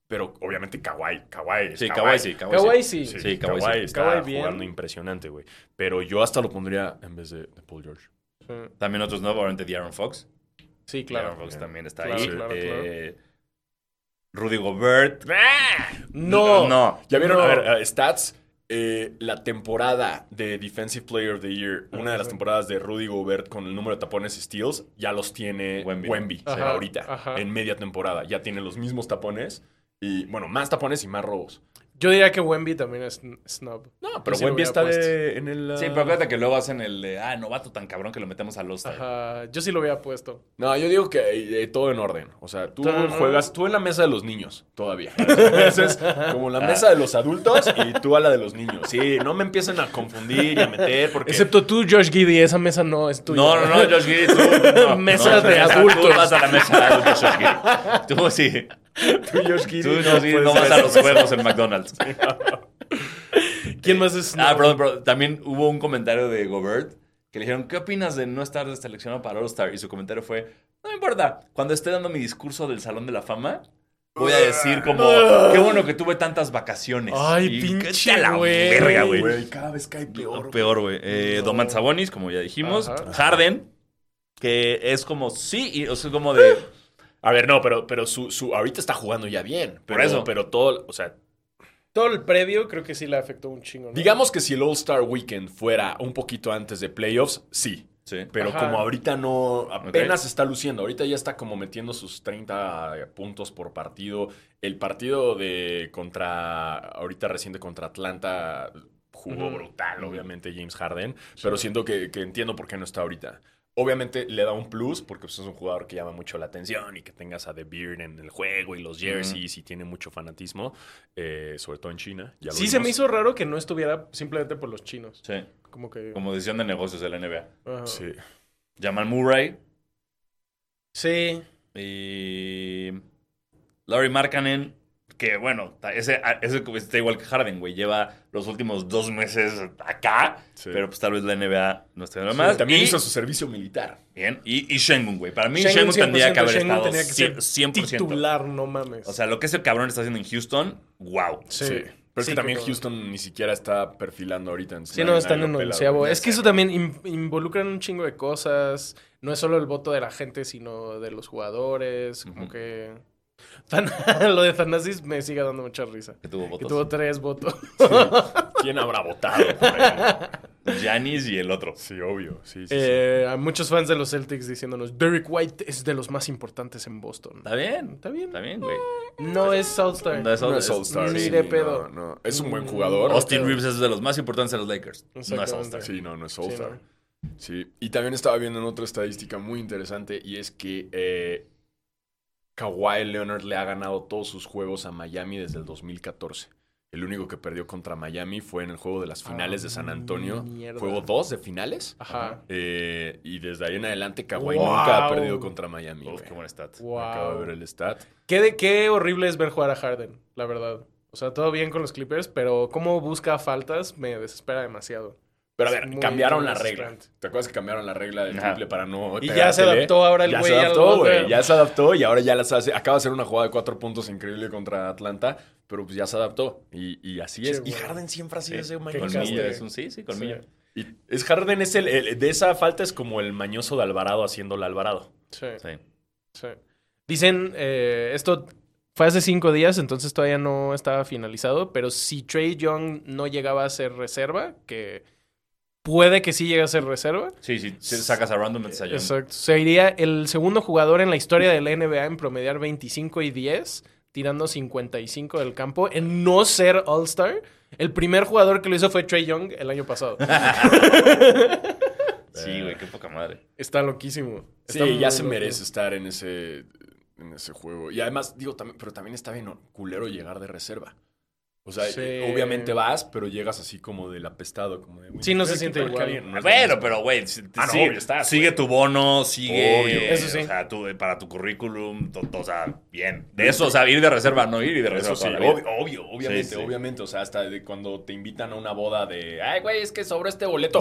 [SPEAKER 5] pero obviamente Kawhi, Kawhi. es
[SPEAKER 6] Sí, Kawhi sí, Kawhi sí.
[SPEAKER 4] Kawhi sí.
[SPEAKER 5] Sí,
[SPEAKER 6] Sí, Kawhi
[SPEAKER 5] Kawhi,
[SPEAKER 6] sí.
[SPEAKER 5] está
[SPEAKER 4] Kawhi bien.
[SPEAKER 5] jugando impresionante, güey. Pero yo hasta lo pondría en vez de, de Paul George.
[SPEAKER 6] También otros no, obviamente De'Aaron Fox.
[SPEAKER 4] Sí,
[SPEAKER 6] De'Aaron
[SPEAKER 4] claro.
[SPEAKER 6] Fox también está
[SPEAKER 4] Claro,
[SPEAKER 6] ahí.
[SPEAKER 4] claro,
[SPEAKER 6] Eh, Rudy Gobert.
[SPEAKER 4] ¡Ah! No.
[SPEAKER 6] No.
[SPEAKER 5] Ya vieron,
[SPEAKER 4] No.
[SPEAKER 5] a ver, eh, stats. eh, la temporada de Defensive Player of the Year,
[SPEAKER 4] Ah,
[SPEAKER 5] una de las temporadas de Rudy Gobert con el número de tapones y steals, ya los tiene
[SPEAKER 6] Wemby.
[SPEAKER 5] Wemby,
[SPEAKER 4] Ajá,
[SPEAKER 5] ahorita,
[SPEAKER 4] ajá.
[SPEAKER 5] en media temporada. Ya tiene los mismos tapones y, bueno, más tapones y más robos.
[SPEAKER 4] Yo diría que Wemby también es n- snob.
[SPEAKER 5] No, pero
[SPEAKER 4] Yo Ah, pues sí lo
[SPEAKER 5] Wemby
[SPEAKER 4] hubiera
[SPEAKER 5] está
[SPEAKER 4] puesto.
[SPEAKER 5] de- en el... ah,
[SPEAKER 6] Sí, pero acuérdate que luego hacen el de, ah, novato tan cabrón que lo metemos al All-Star.
[SPEAKER 4] Ajá, yo sí lo hubiera puesto.
[SPEAKER 5] No, yo digo que eh, eh, todo en orden. O sea, tú
[SPEAKER 4] Todo en orden.
[SPEAKER 5] juegas, tú en la mesa de los niños todavía. Entonces, como la mesa de los adultos y tú a la de los niños. Sí, no me empiecen a confundir y a meter porque...
[SPEAKER 4] Excepto tú, Josh Giddy, esa mesa no es tuya.
[SPEAKER 6] No, no, no, Josh Giddy, tú. no,
[SPEAKER 4] Mesa
[SPEAKER 6] no,
[SPEAKER 4] de
[SPEAKER 6] tú
[SPEAKER 4] adultos.
[SPEAKER 6] vas a la mesa de adultos, Josh Giddy. Tú sí.
[SPEAKER 5] tú, Josh Giddey,
[SPEAKER 6] Tú no, sí,
[SPEAKER 5] puedes
[SPEAKER 6] no vas
[SPEAKER 5] ser
[SPEAKER 6] a los juegos en McDonald's.
[SPEAKER 4] ¿Quién más es snob?
[SPEAKER 6] Ah, perdón, pero también hubo un comentario de Gobert que le dijeron, ¿qué opinas de no estar seleccionado para All-Star? Y su comentario fue, no me importa, cuando esté dando mi discurso del Salón de la Fama, voy a decir como,
[SPEAKER 5] Ah.
[SPEAKER 6] qué bueno que tuve tantas vacaciones.
[SPEAKER 4] Ay,
[SPEAKER 6] Y
[SPEAKER 4] pinche
[SPEAKER 6] cállate a la
[SPEAKER 4] güey.
[SPEAKER 6] verga, güey.
[SPEAKER 5] Güey, cada vez cae peor.
[SPEAKER 6] Peor, güey. Eh, Domantas Sabonis, como ya dijimos.
[SPEAKER 4] Ajá.
[SPEAKER 6] Harden, que es como sí, y, o sea, como de...
[SPEAKER 5] Ah. A ver, no, pero, pero su, su ahorita está jugando ya bien. Pero,
[SPEAKER 6] Por eso.
[SPEAKER 5] Pero todo, o sea,
[SPEAKER 4] Todo el previo creo que sí le afectó un chingo. ¿no?
[SPEAKER 5] digamos que si el All-Star Weekend fuera un poquito antes de playoffs, sí.
[SPEAKER 6] Sí.
[SPEAKER 5] Pero
[SPEAKER 4] Ajá.
[SPEAKER 5] como ahorita no, apenas está luciendo. Ahorita ya está como metiendo sus 30 puntos por partido. El partido de contra, ahorita reciente contra Atlanta, jugó brutal, obviamente, James Harden. Pero siento que, que entiendo por qué no está ahorita. Obviamente le da un plus porque pues, es un jugador que llama mucho la atención y que tengas a The Beard en el juego y los jerseys y tiene mucho fanatismo, eh, sobre todo en China. ya lo
[SPEAKER 4] Sí se me
[SPEAKER 5] vimos.
[SPEAKER 4] hizo raro que no estuviera simplemente por los chinos.
[SPEAKER 6] Sí,
[SPEAKER 4] Como que...
[SPEAKER 6] como decisión de negocios de la NBA.
[SPEAKER 4] ajá.
[SPEAKER 5] Sí.
[SPEAKER 6] Jamal Murray
[SPEAKER 4] Sí.
[SPEAKER 6] y Larry Markkanen, que bueno, ta- ese, a- ese como está igual que Harden, güey. Lleva los últimos dos meses acá,
[SPEAKER 5] Sí.
[SPEAKER 6] pero pues tal vez la NBA no esté nada más.
[SPEAKER 5] También
[SPEAKER 6] y,
[SPEAKER 5] hizo su servicio militar.
[SPEAKER 6] bien, y, y Shengun, güey. Para mí
[SPEAKER 4] Shengun
[SPEAKER 6] Shengun, tendría que
[SPEAKER 4] 100%,
[SPEAKER 6] haber
[SPEAKER 4] Shengun
[SPEAKER 6] estado
[SPEAKER 4] tenía que ser
[SPEAKER 6] 100%.
[SPEAKER 4] Titular, no mames.
[SPEAKER 6] O sea, lo que ese cabrón está haciendo en Houston, wow.
[SPEAKER 4] sí.
[SPEAKER 5] Sí. Pero es
[SPEAKER 4] Sí,
[SPEAKER 5] que también
[SPEAKER 4] creo
[SPEAKER 5] Houston ni siquiera está perfilando ahorita. entonces
[SPEAKER 4] Sí,
[SPEAKER 5] nadie-
[SPEAKER 4] no, están
[SPEAKER 5] nadie
[SPEAKER 4] en
[SPEAKER 5] lo pela,
[SPEAKER 4] onceavo.
[SPEAKER 5] güey.
[SPEAKER 4] Es que eso también im- involucran un chingo de cosas. No es solo el voto de la gente, sino de los jugadores. Como que... Tan- Lo de Thanasis me sigue dando mucha risa.
[SPEAKER 6] Que tuvo
[SPEAKER 4] Que
[SPEAKER 6] votos.
[SPEAKER 4] tuvo tres votos.
[SPEAKER 5] ¿Quién habrá votado? por él?
[SPEAKER 6] Giannis y el otro.
[SPEAKER 5] Sí, obvio. Sí, sí, sí.
[SPEAKER 4] Eh, a muchos fans de los Celtics diciéndonos, Derek White es de los más importantes en Boston.
[SPEAKER 6] Está bien,
[SPEAKER 4] Está bien.
[SPEAKER 6] está bien, güey.
[SPEAKER 4] No es All-Star.
[SPEAKER 6] No es
[SPEAKER 5] No
[SPEAKER 6] All-
[SPEAKER 5] es All-Star.
[SPEAKER 4] Ni
[SPEAKER 5] sí,
[SPEAKER 4] de
[SPEAKER 5] no,
[SPEAKER 4] pedo. Mm,
[SPEAKER 5] no. Es un buen jugador.
[SPEAKER 6] Austin Reeves es de los más importantes de los Lakers. No es
[SPEAKER 4] Exactamente.
[SPEAKER 6] All-Star.
[SPEAKER 5] Sí, no, no es
[SPEAKER 4] no.
[SPEAKER 5] All-Star. Sí, Y también estaba viendo en otra estadística muy interesante y es que eh, Kawhi Leonard le ha ganado todos sus juegos a Miami desde el 2014. El único que perdió contra Miami fue en el juego de las finales de San Antonio.
[SPEAKER 4] Ah, mierda.
[SPEAKER 5] Juego 2 de finales.
[SPEAKER 4] Ajá.
[SPEAKER 5] Eh, y desde ahí en adelante Kawhi
[SPEAKER 4] Wow.
[SPEAKER 5] nunca ha perdido contra Miami.
[SPEAKER 6] Uf,
[SPEAKER 5] güey.
[SPEAKER 6] qué buen stat.
[SPEAKER 4] Wow.
[SPEAKER 5] Acabo de ver el stat.
[SPEAKER 4] ¿Qué, de, qué horrible es ver jugar a Harden, la verdad. O sea, todo bien con los Clippers, pero cómo busca faltas me desespera demasiado.
[SPEAKER 5] Pero a
[SPEAKER 4] Es
[SPEAKER 5] ver,
[SPEAKER 4] muy
[SPEAKER 5] cambiaron la regla.
[SPEAKER 4] frustrante.
[SPEAKER 5] ¿Te acuerdas que cambiaron la regla del
[SPEAKER 6] Ajá.
[SPEAKER 5] triple para no
[SPEAKER 4] Y ya
[SPEAKER 5] pegártele?
[SPEAKER 4] se adaptó ahora el
[SPEAKER 5] Ya
[SPEAKER 4] güey
[SPEAKER 5] se
[SPEAKER 4] al
[SPEAKER 5] adaptó,
[SPEAKER 4] otro.
[SPEAKER 5] güey. Ya se adaptó y ahora ya las hace. Acaba de hacer una jugada de cuatro puntos increíble contra Atlanta, pero pues ya se adaptó. Y, y así
[SPEAKER 4] Che,
[SPEAKER 5] es.
[SPEAKER 4] güey.
[SPEAKER 5] Y Harden siempre ha sido ese
[SPEAKER 4] Qué
[SPEAKER 5] mañoso.
[SPEAKER 4] cabrón.
[SPEAKER 6] Colmillo,
[SPEAKER 4] Caste.
[SPEAKER 6] es un sí, sí, colmillo.
[SPEAKER 4] Sí.
[SPEAKER 5] Y es Harden es el, el- de esa falta es como el mañoso de Alvarado haciéndole a Alvarado.
[SPEAKER 4] Sí, sí.
[SPEAKER 6] Sí.
[SPEAKER 4] Dicen, eh, esto fue hace cinco días, entonces todavía no estaba finalizado, pero si Trey Young no llegaba a ser reserva, que puede que sí llegue a ser reserva,
[SPEAKER 6] Sí, sí, si sacas a random metes a Young.
[SPEAKER 4] Exacto. Sería el segundo jugador en la historia de la NBA en promediar 25 y 10, tirando 55 del campo, en no ser All-Star. El primer jugador que lo hizo fue Trey Young el año pasado.
[SPEAKER 6] Sí, güey, qué poca madre.
[SPEAKER 4] Está loquísimo.
[SPEAKER 5] Sí,
[SPEAKER 4] Está
[SPEAKER 5] ya
[SPEAKER 4] muy
[SPEAKER 5] se
[SPEAKER 4] loco.
[SPEAKER 5] merece estar en ese, en ese juego. Y además, digo, también, pero también está bien culero llegar de reserva. O sea,
[SPEAKER 4] Sí.
[SPEAKER 5] obviamente vas, pero llegas así como del apestado, como de...
[SPEAKER 4] Sí, no se
[SPEAKER 5] "Ay, qué
[SPEAKER 4] siente
[SPEAKER 5] tal que
[SPEAKER 4] igual".
[SPEAKER 5] alguien- no es lo
[SPEAKER 6] Bueno,
[SPEAKER 5] mismo.
[SPEAKER 6] pero güey, si-
[SPEAKER 5] Ah, no,
[SPEAKER 6] sigue,
[SPEAKER 5] obvio, estás,
[SPEAKER 6] sigue tu bono, sigue.
[SPEAKER 5] Obvio.
[SPEAKER 4] Eso sí.
[SPEAKER 6] O sea, tú, eh, para tu currículum, to- to- o sea, bien. De eso, o sea, ir de reserva, no ir y de reserva.
[SPEAKER 5] Eso sí,
[SPEAKER 6] toda la vida.
[SPEAKER 5] obvio, obvio, obviamente,
[SPEAKER 6] Sí, sí.
[SPEAKER 5] obviamente. O sea, hasta de cuando te invitan a una boda de, ay, güey, es que sobra este boleto,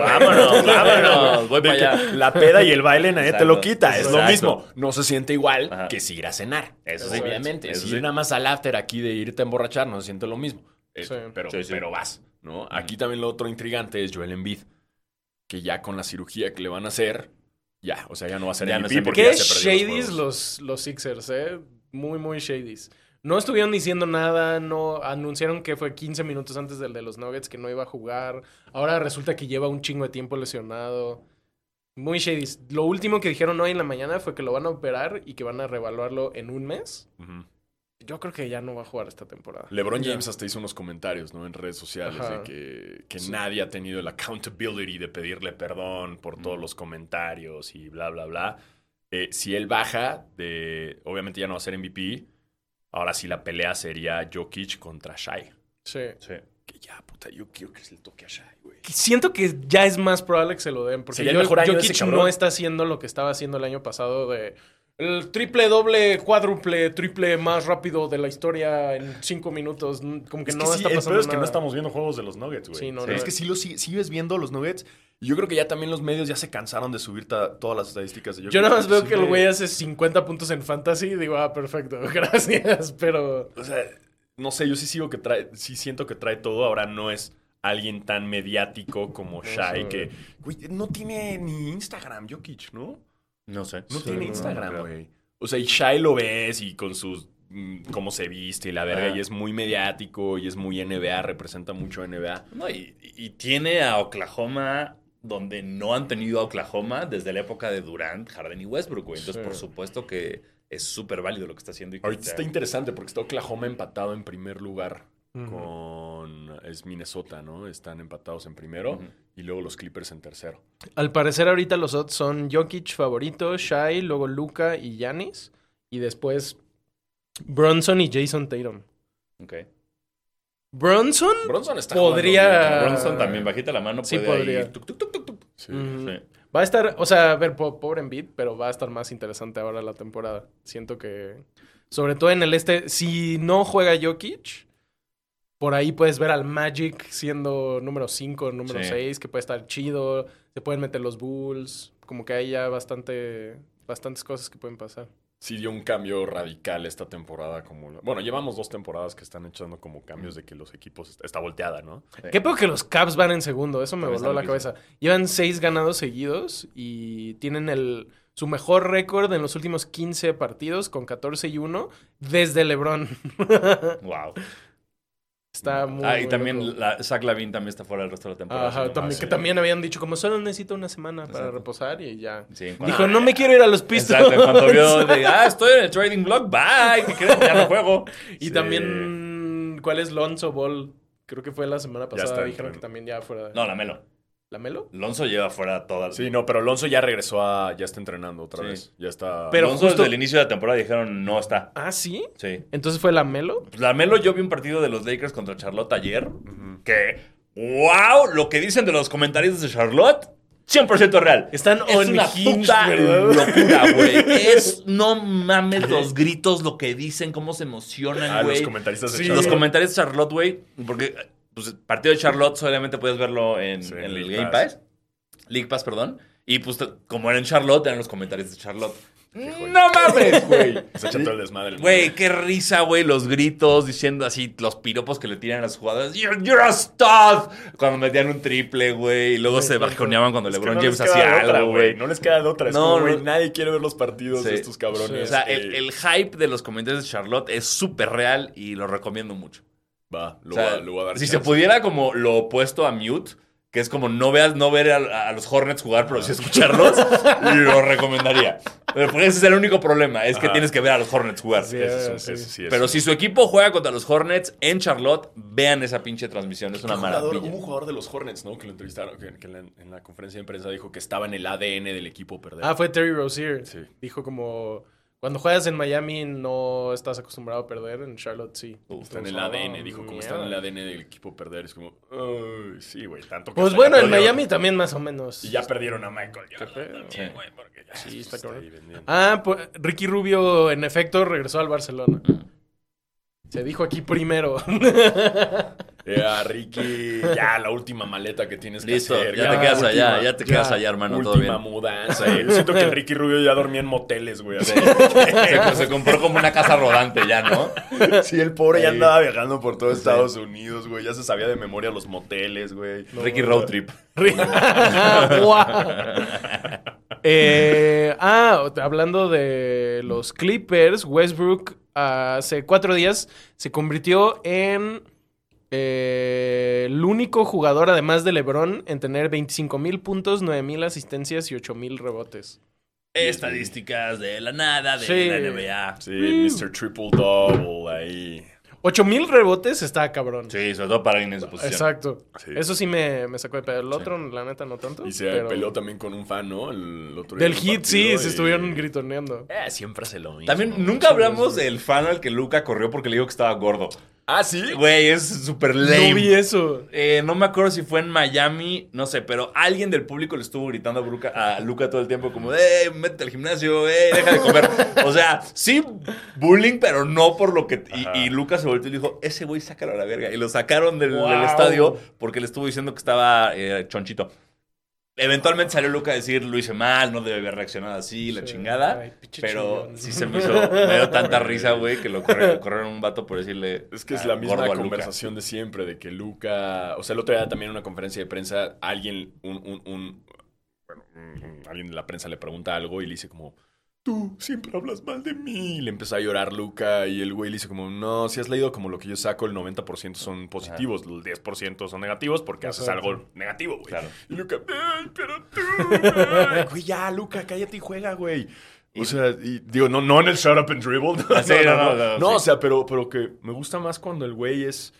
[SPEAKER 5] jalo,
[SPEAKER 6] vámonos,
[SPEAKER 5] vámonos,
[SPEAKER 6] vámonos, voy
[SPEAKER 5] De
[SPEAKER 6] para
[SPEAKER 5] que
[SPEAKER 6] allá.
[SPEAKER 5] La peda y el baile nadie te
[SPEAKER 6] Exacto,
[SPEAKER 5] lo quita, es lo
[SPEAKER 6] exacto.
[SPEAKER 5] mismo. No se siente igual
[SPEAKER 6] Ajá.
[SPEAKER 5] que si ir a cenar.
[SPEAKER 6] Eso
[SPEAKER 5] Eso
[SPEAKER 6] sí.
[SPEAKER 5] obviamente.
[SPEAKER 6] Eso
[SPEAKER 5] si
[SPEAKER 6] sí.
[SPEAKER 5] ir nada más al after aquí de irte a emborrachar, no se siente lo mismo. Eh,
[SPEAKER 4] Sí.
[SPEAKER 5] Pero,
[SPEAKER 6] Sí, sí.
[SPEAKER 5] pero vas, ¿no? Aquí también lo otro intrigante es Joel Embiid, que ya con la cirugía que le van a hacer, ya, o sea, ya no va a ser
[SPEAKER 6] Ya no
[SPEAKER 5] MVP
[SPEAKER 6] es MVP.
[SPEAKER 5] porque
[SPEAKER 4] Qué
[SPEAKER 5] ya se perdió los
[SPEAKER 4] shadies
[SPEAKER 5] juegos.
[SPEAKER 4] los, los Sixers, ¿eh? Muy, muy shadies. No estuvieron diciendo nada, no anunciaron que fue 15 minutos antes del de los Nuggets que no iba a jugar. Ahora resulta que lleva un chingo de tiempo lesionado. Muy shadies. Lo último que dijeron hoy en la mañana fue que lo van a operar y que van a revaluarlo en un mes.
[SPEAKER 5] Ujú.
[SPEAKER 4] Yo creo que ya no va a jugar esta temporada.
[SPEAKER 5] LeBron James hasta hizo unos comentarios, ¿no? En redes sociales
[SPEAKER 4] Ajá.
[SPEAKER 5] de que, que nadie ha tenido el accountability de pedirle perdón por todos los comentarios y bla, bla, bla. Eh, si él baja, de, obviamente ya no va a ser MVP. Ahora sí la pelea sería Jokic contra Shai.
[SPEAKER 4] Sí.
[SPEAKER 5] Que ya, puta, yo quiero que se le toque a Shai, güey.
[SPEAKER 4] Siento que ya es más probable que se lo den. Porque
[SPEAKER 5] Sería el
[SPEAKER 4] yo-
[SPEAKER 5] mejor año de ese
[SPEAKER 4] Jokic
[SPEAKER 5] cabrón.
[SPEAKER 4] no está haciendo lo que estaba haciendo el año pasado de el triple, doble, cuádruple, triple más rápido de la historia en cinco minutos. N- Como que
[SPEAKER 5] Es
[SPEAKER 4] no
[SPEAKER 5] que sí,
[SPEAKER 4] está
[SPEAKER 5] el
[SPEAKER 4] pasando
[SPEAKER 5] peor es que
[SPEAKER 4] nada.
[SPEAKER 5] no estamos viendo juegos de los Nuggets, güey.
[SPEAKER 4] Sí, no,
[SPEAKER 5] O sea,
[SPEAKER 4] no.
[SPEAKER 5] Es que sí los sig- sigues viendo los Nuggets. Y yo creo que ya también los medios ya se cansaron de subir ta- todas las estadísticas. de
[SPEAKER 4] Yo nada más
[SPEAKER 5] Jokic.
[SPEAKER 4] veo que el
[SPEAKER 5] Sí.
[SPEAKER 4] güey hace 50 puntos en fantasy y digo, ah, perfecto, gracias, pero...
[SPEAKER 5] O sea, no sé, yo sí sigo que trae, sí siento que trae todo. Ahora no es alguien tan mediático como Shai
[SPEAKER 4] sí.
[SPEAKER 5] que. Güey, no tiene ni Instagram, Jokic, ¿no?
[SPEAKER 6] No sé.
[SPEAKER 5] No
[SPEAKER 6] Sí,
[SPEAKER 5] tiene
[SPEAKER 6] no,
[SPEAKER 5] Instagram,
[SPEAKER 6] no creo.
[SPEAKER 5] güey. O sea, y Shai lo ves y con sus. mm, cómo se viste y la verga,
[SPEAKER 6] Ah.
[SPEAKER 5] y es muy mediático y es muy NBA, representa mucho NBA.
[SPEAKER 6] No, y, y tiene a Oklahoma donde no han tenido a Oklahoma desde la época de Durant, Harden y Westbrook, güey. Entonces, por supuesto que es súper válido lo que está haciendo. Y que
[SPEAKER 5] Ahorita
[SPEAKER 6] está-
[SPEAKER 5] está interesante porque está Oklahoma empatado en primer lugar
[SPEAKER 4] Ujú.
[SPEAKER 5] con. Es Minnesota, ¿no? Están empatados en primero
[SPEAKER 6] Ujú.
[SPEAKER 5] y luego los Clippers en tercero.
[SPEAKER 4] Al parecer ahorita los odds son Jokic favorito, Shai, luego Luca y Yanis. Y después Bronson y Jason Tatum.
[SPEAKER 6] Ok.
[SPEAKER 4] ¿Bronson?
[SPEAKER 5] Bronson está
[SPEAKER 4] Podría-
[SPEAKER 5] jugando bien.
[SPEAKER 6] Bronson también, bajita la mano,
[SPEAKER 4] Sí,
[SPEAKER 6] puede ahí,
[SPEAKER 4] podría. Mm.
[SPEAKER 6] tuc, tuc, tuc, tuc, tuc.
[SPEAKER 5] Sí.
[SPEAKER 4] Ujú.
[SPEAKER 6] Sí.
[SPEAKER 4] Va a estar, o sea, a ver, po- pobre Embiid, pero va a estar más interesante ahora la temporada. Siento que, sobre todo en el este, si no juega Jokic, por ahí puedes ver al Magic siendo número 5, número
[SPEAKER 6] Sí.
[SPEAKER 4] 6, que puede estar chido, se pueden meter los Bulls, como que hay ya bastante, bastantes cosas que pueden pasar.
[SPEAKER 5] sí dio un cambio radical esta temporada. Como la- Bueno, llevamos dos temporadas que están echando como cambios de que los equipos... est- Está volteada, ¿no?
[SPEAKER 4] Qué peor que los Caps van en segundo, eso me
[SPEAKER 6] También
[SPEAKER 4] voló la
[SPEAKER 6] está
[SPEAKER 4] cabeza. Llevan seis ganados seguidos y tienen el su mejor récord en los últimos 15 partidos con 14 y 1 desde LeBron.
[SPEAKER 6] Wow.
[SPEAKER 4] Está muy
[SPEAKER 6] Ah, y
[SPEAKER 4] muy
[SPEAKER 6] también
[SPEAKER 4] loco.
[SPEAKER 6] la, Zach Lavin también está fuera del resto de la temporada.
[SPEAKER 4] Ajá,
[SPEAKER 6] Sí,
[SPEAKER 4] también-
[SPEAKER 6] sí.
[SPEAKER 4] que también habían dicho como solo necesito una semana para
[SPEAKER 6] Exacto.
[SPEAKER 4] reposar y ya.
[SPEAKER 6] Sí, en cuanto-
[SPEAKER 4] Dijo, "No me quiero ir a los pistos."
[SPEAKER 6] Exacto, en cuanto vio de, ah, estoy en el trading block, bye, ¿qué crees? Ya no juego.
[SPEAKER 4] y
[SPEAKER 6] Sí.
[SPEAKER 4] también ¿cuál es Lonzo Ball? Creo que fue la semana pasada
[SPEAKER 5] está
[SPEAKER 4] dijeron
[SPEAKER 5] entrando.
[SPEAKER 4] que también ya fuera.
[SPEAKER 6] No, la Melo.
[SPEAKER 4] ¿La Melo?
[SPEAKER 6] Lonzo lleva fuera toda la...
[SPEAKER 5] Sí, no, pero Alonso ya regresó a... Ya está entrenando otra
[SPEAKER 6] Sí.
[SPEAKER 5] vez. Ya está...
[SPEAKER 4] Pero
[SPEAKER 6] Lonzo
[SPEAKER 4] justo-
[SPEAKER 6] desde el inicio de la temporada dijeron, no está.
[SPEAKER 4] Ah, sí.
[SPEAKER 6] Sí.
[SPEAKER 4] Entonces fue la Melo.
[SPEAKER 6] La Melo, yo vi un partido de los Lakers contra Charlotte ayer, que, wow, lo que dicen de los comentarios de Charlotte, 100% real.
[SPEAKER 4] Están
[SPEAKER 6] Es una
[SPEAKER 4] unhinged,
[SPEAKER 6] puta
[SPEAKER 4] ¿verdad?
[SPEAKER 6] locura, güey. Es, no mames, los gritos, lo que dicen, cómo se emocionan,
[SPEAKER 5] Ah,
[SPEAKER 6] güey.
[SPEAKER 5] los comentaristas de
[SPEAKER 6] Sí,
[SPEAKER 5] Charlotte.
[SPEAKER 6] los comentarios de Charlotte, güey. Porque pues, el partido de Charlotte solamente puedes verlo en,
[SPEAKER 5] Sí,
[SPEAKER 6] en
[SPEAKER 5] en
[SPEAKER 6] el
[SPEAKER 5] League
[SPEAKER 6] Game Pass.
[SPEAKER 5] Pass.
[SPEAKER 6] League Pass, perdón. Y pues t- como era en Charlotte, eran los comentarios de Charlotte.
[SPEAKER 5] joya.
[SPEAKER 6] ¡No mames, güey!
[SPEAKER 5] Se echa todo el desmadre.
[SPEAKER 6] Güey, qué risa, güey, los gritos diciendo así, los piropos que le tiran a las jugadoras. You're, you're a stud. Cuando metían un triple, güey. Y luego se bajoneaban cuando
[SPEAKER 5] Es que
[SPEAKER 6] LeBron
[SPEAKER 5] no les
[SPEAKER 6] James
[SPEAKER 5] queda de
[SPEAKER 6] hacía
[SPEAKER 5] otra,
[SPEAKER 6] algo, güey.
[SPEAKER 5] No les queda de otra. Es
[SPEAKER 6] No,
[SPEAKER 5] como,
[SPEAKER 6] no.
[SPEAKER 5] güey, nadie quiere ver los partidos
[SPEAKER 6] Sí.
[SPEAKER 5] de estos cabrones.
[SPEAKER 6] O sea, el,
[SPEAKER 5] Eh,
[SPEAKER 6] el hype de los comentarios de Charlotte es súper real y lo recomiendo mucho.
[SPEAKER 5] Va, lo,
[SPEAKER 6] O sea,
[SPEAKER 5] voy, a, lo voy a dar
[SPEAKER 6] si se
[SPEAKER 5] chance.
[SPEAKER 6] pudiera como lo opuesto a Mute, que es como no veas, no ver a, a los Hornets jugar, pero sí escucharlos, lo recomendaría. Pero porque ese es el único problema, es que tienes que ver a los Hornets jugar.
[SPEAKER 5] Ese es un-
[SPEAKER 4] Sí,
[SPEAKER 5] ese sí es
[SPEAKER 6] Pero
[SPEAKER 5] un-
[SPEAKER 6] si su equipo juega contra los Hornets en Charlotte, vean esa pinche transmisión, es una
[SPEAKER 5] Un jugador-
[SPEAKER 6] maravilla.
[SPEAKER 5] hubo un jugador de los Hornets, ¿no? Que lo entrevistaron, que, que en, la, en la conferencia de prensa dijo que estaba en el ADN del equipo perder.
[SPEAKER 4] Ah, fue Terry Rozier.
[SPEAKER 5] Sí.
[SPEAKER 4] Dijo como Cuando juegas en Miami no estás acostumbrado a perder, en Charlotte sí.
[SPEAKER 6] Uh,
[SPEAKER 4] "Ah,
[SPEAKER 5] Está en el ADN, dijo, como está en el ADN del equipo perder. Es como, "Ay, sí, güey, tanto que
[SPEAKER 4] Pues
[SPEAKER 5] hasta
[SPEAKER 4] bueno,
[SPEAKER 5] ya
[SPEAKER 4] en
[SPEAKER 5] perdieron".
[SPEAKER 4] Miami también más o menos.
[SPEAKER 5] Y ya perdieron a Michael.
[SPEAKER 4] Qué pedo.
[SPEAKER 5] Sí, güey, porque ya
[SPEAKER 4] Sí, está
[SPEAKER 5] está
[SPEAKER 4] cabrón.
[SPEAKER 5] ahí vendiendo.
[SPEAKER 4] Ah, pues Ricky Rubio en efecto regresó al Barcelona. Se dijo aquí primero.
[SPEAKER 5] Eh, a Ricky, ya la última maleta que tienes que
[SPEAKER 6] Listo,
[SPEAKER 5] hacer.
[SPEAKER 6] ya te quedas
[SPEAKER 5] última-
[SPEAKER 6] allá, ya te quedas
[SPEAKER 4] ya,
[SPEAKER 6] allá, hermano, todo
[SPEAKER 5] Última
[SPEAKER 6] bien.
[SPEAKER 5] mudanza. eh. Siento que el Ricky Rubio ya dormía en moteles, güey. así.
[SPEAKER 6] Se, se compró como una casa rodante ya, ¿no?
[SPEAKER 5] Sí, el pobre ya andaba viajando por todo Estados Unidos, güey. Ya se sabía de memoria los moteles, güey.
[SPEAKER 6] Ricky Road Trip.
[SPEAKER 4] Guau. Eh, ah, hablando de los Clippers, Westbrook hace cuatro días se convirtió en eh, el único jugador, además de LeBron, en tener 25 mil puntos, 9 mil asistencias y 8 mil rebotes.
[SPEAKER 6] Estadísticas de la nada, de
[SPEAKER 4] Sí.
[SPEAKER 6] la NBA.
[SPEAKER 5] Sí, Mr. Triple Double ahí.
[SPEAKER 4] 8 mil rebotes está cabrón.
[SPEAKER 6] Sí, sobre todo para alguien en su posición.
[SPEAKER 4] Exacto.
[SPEAKER 5] Sí.
[SPEAKER 4] Eso sí me, me sacó de pedo. El otro, la neta, no tanto.
[SPEAKER 5] Y se
[SPEAKER 4] pero-
[SPEAKER 5] peleó también con un fan, ¿no? El otro día
[SPEAKER 4] Del
[SPEAKER 5] en el
[SPEAKER 4] hit, sí,
[SPEAKER 5] partido
[SPEAKER 4] se
[SPEAKER 5] y-
[SPEAKER 4] estuvieron gritoneando.
[SPEAKER 5] Eh, siempre se lo mismo.
[SPEAKER 6] También nunca hablamos del fan al que Luca corrió porque le dijo que estaba gordo.
[SPEAKER 5] Ah, sí.
[SPEAKER 6] Güey, es súper lame.
[SPEAKER 4] No vi eso.
[SPEAKER 6] Eh, no me acuerdo si fue en Miami, no sé, pero alguien del público le estuvo gritando a, Bruca- a Luca todo el tiempo como, eh, métete al gimnasio, eh, deja de comer. o sea, sí, bullying, pero no por lo que... Y, y Luca se volteó y dijo, ese güey sácalo a la verga. Y lo sacaron del, del
[SPEAKER 4] Wow.
[SPEAKER 6] estadio porque le estuvo diciendo que estaba eh, chonchito. Eventualmente salió Luca a decir, lo hice mal, no debe haber reaccionado así, la
[SPEAKER 4] Sí.
[SPEAKER 6] chingada.
[SPEAKER 4] Ay, pinche
[SPEAKER 6] pero
[SPEAKER 4] chingón.
[SPEAKER 6] sí se me hizo, me dio tanta risa, güey, que lo corre- corrieron un vato por decirle...
[SPEAKER 5] Es que es
[SPEAKER 6] ah,
[SPEAKER 5] la misma
[SPEAKER 6] gordo a Luka.
[SPEAKER 5] conversación de siempre, de que Luca. O sea, el otro día también en una conferencia de prensa, alguien, un, un, un- bueno, un- un- alguien de la prensa le pregunta algo y le dice como. Tú siempre hablas mal de mí. Y le empezó a llorar Luca y el güey le dice como, no, si has leído como lo que yo saco, el 90% son positivos, el 10% son negativos porque haces algo negativo, güey.
[SPEAKER 6] Claro.
[SPEAKER 5] Y Luca, ay, pero tú, ay, güey, ya, Luca, cállate y juega, güey. O sea, y digo, no, no en el shut up and dribble. No,
[SPEAKER 6] Ah, Sí,
[SPEAKER 5] no,
[SPEAKER 6] no,
[SPEAKER 5] no,
[SPEAKER 6] no, no,
[SPEAKER 5] No,
[SPEAKER 6] sí.
[SPEAKER 5] o sea, pero, pero que me gusta más cuando el güey es.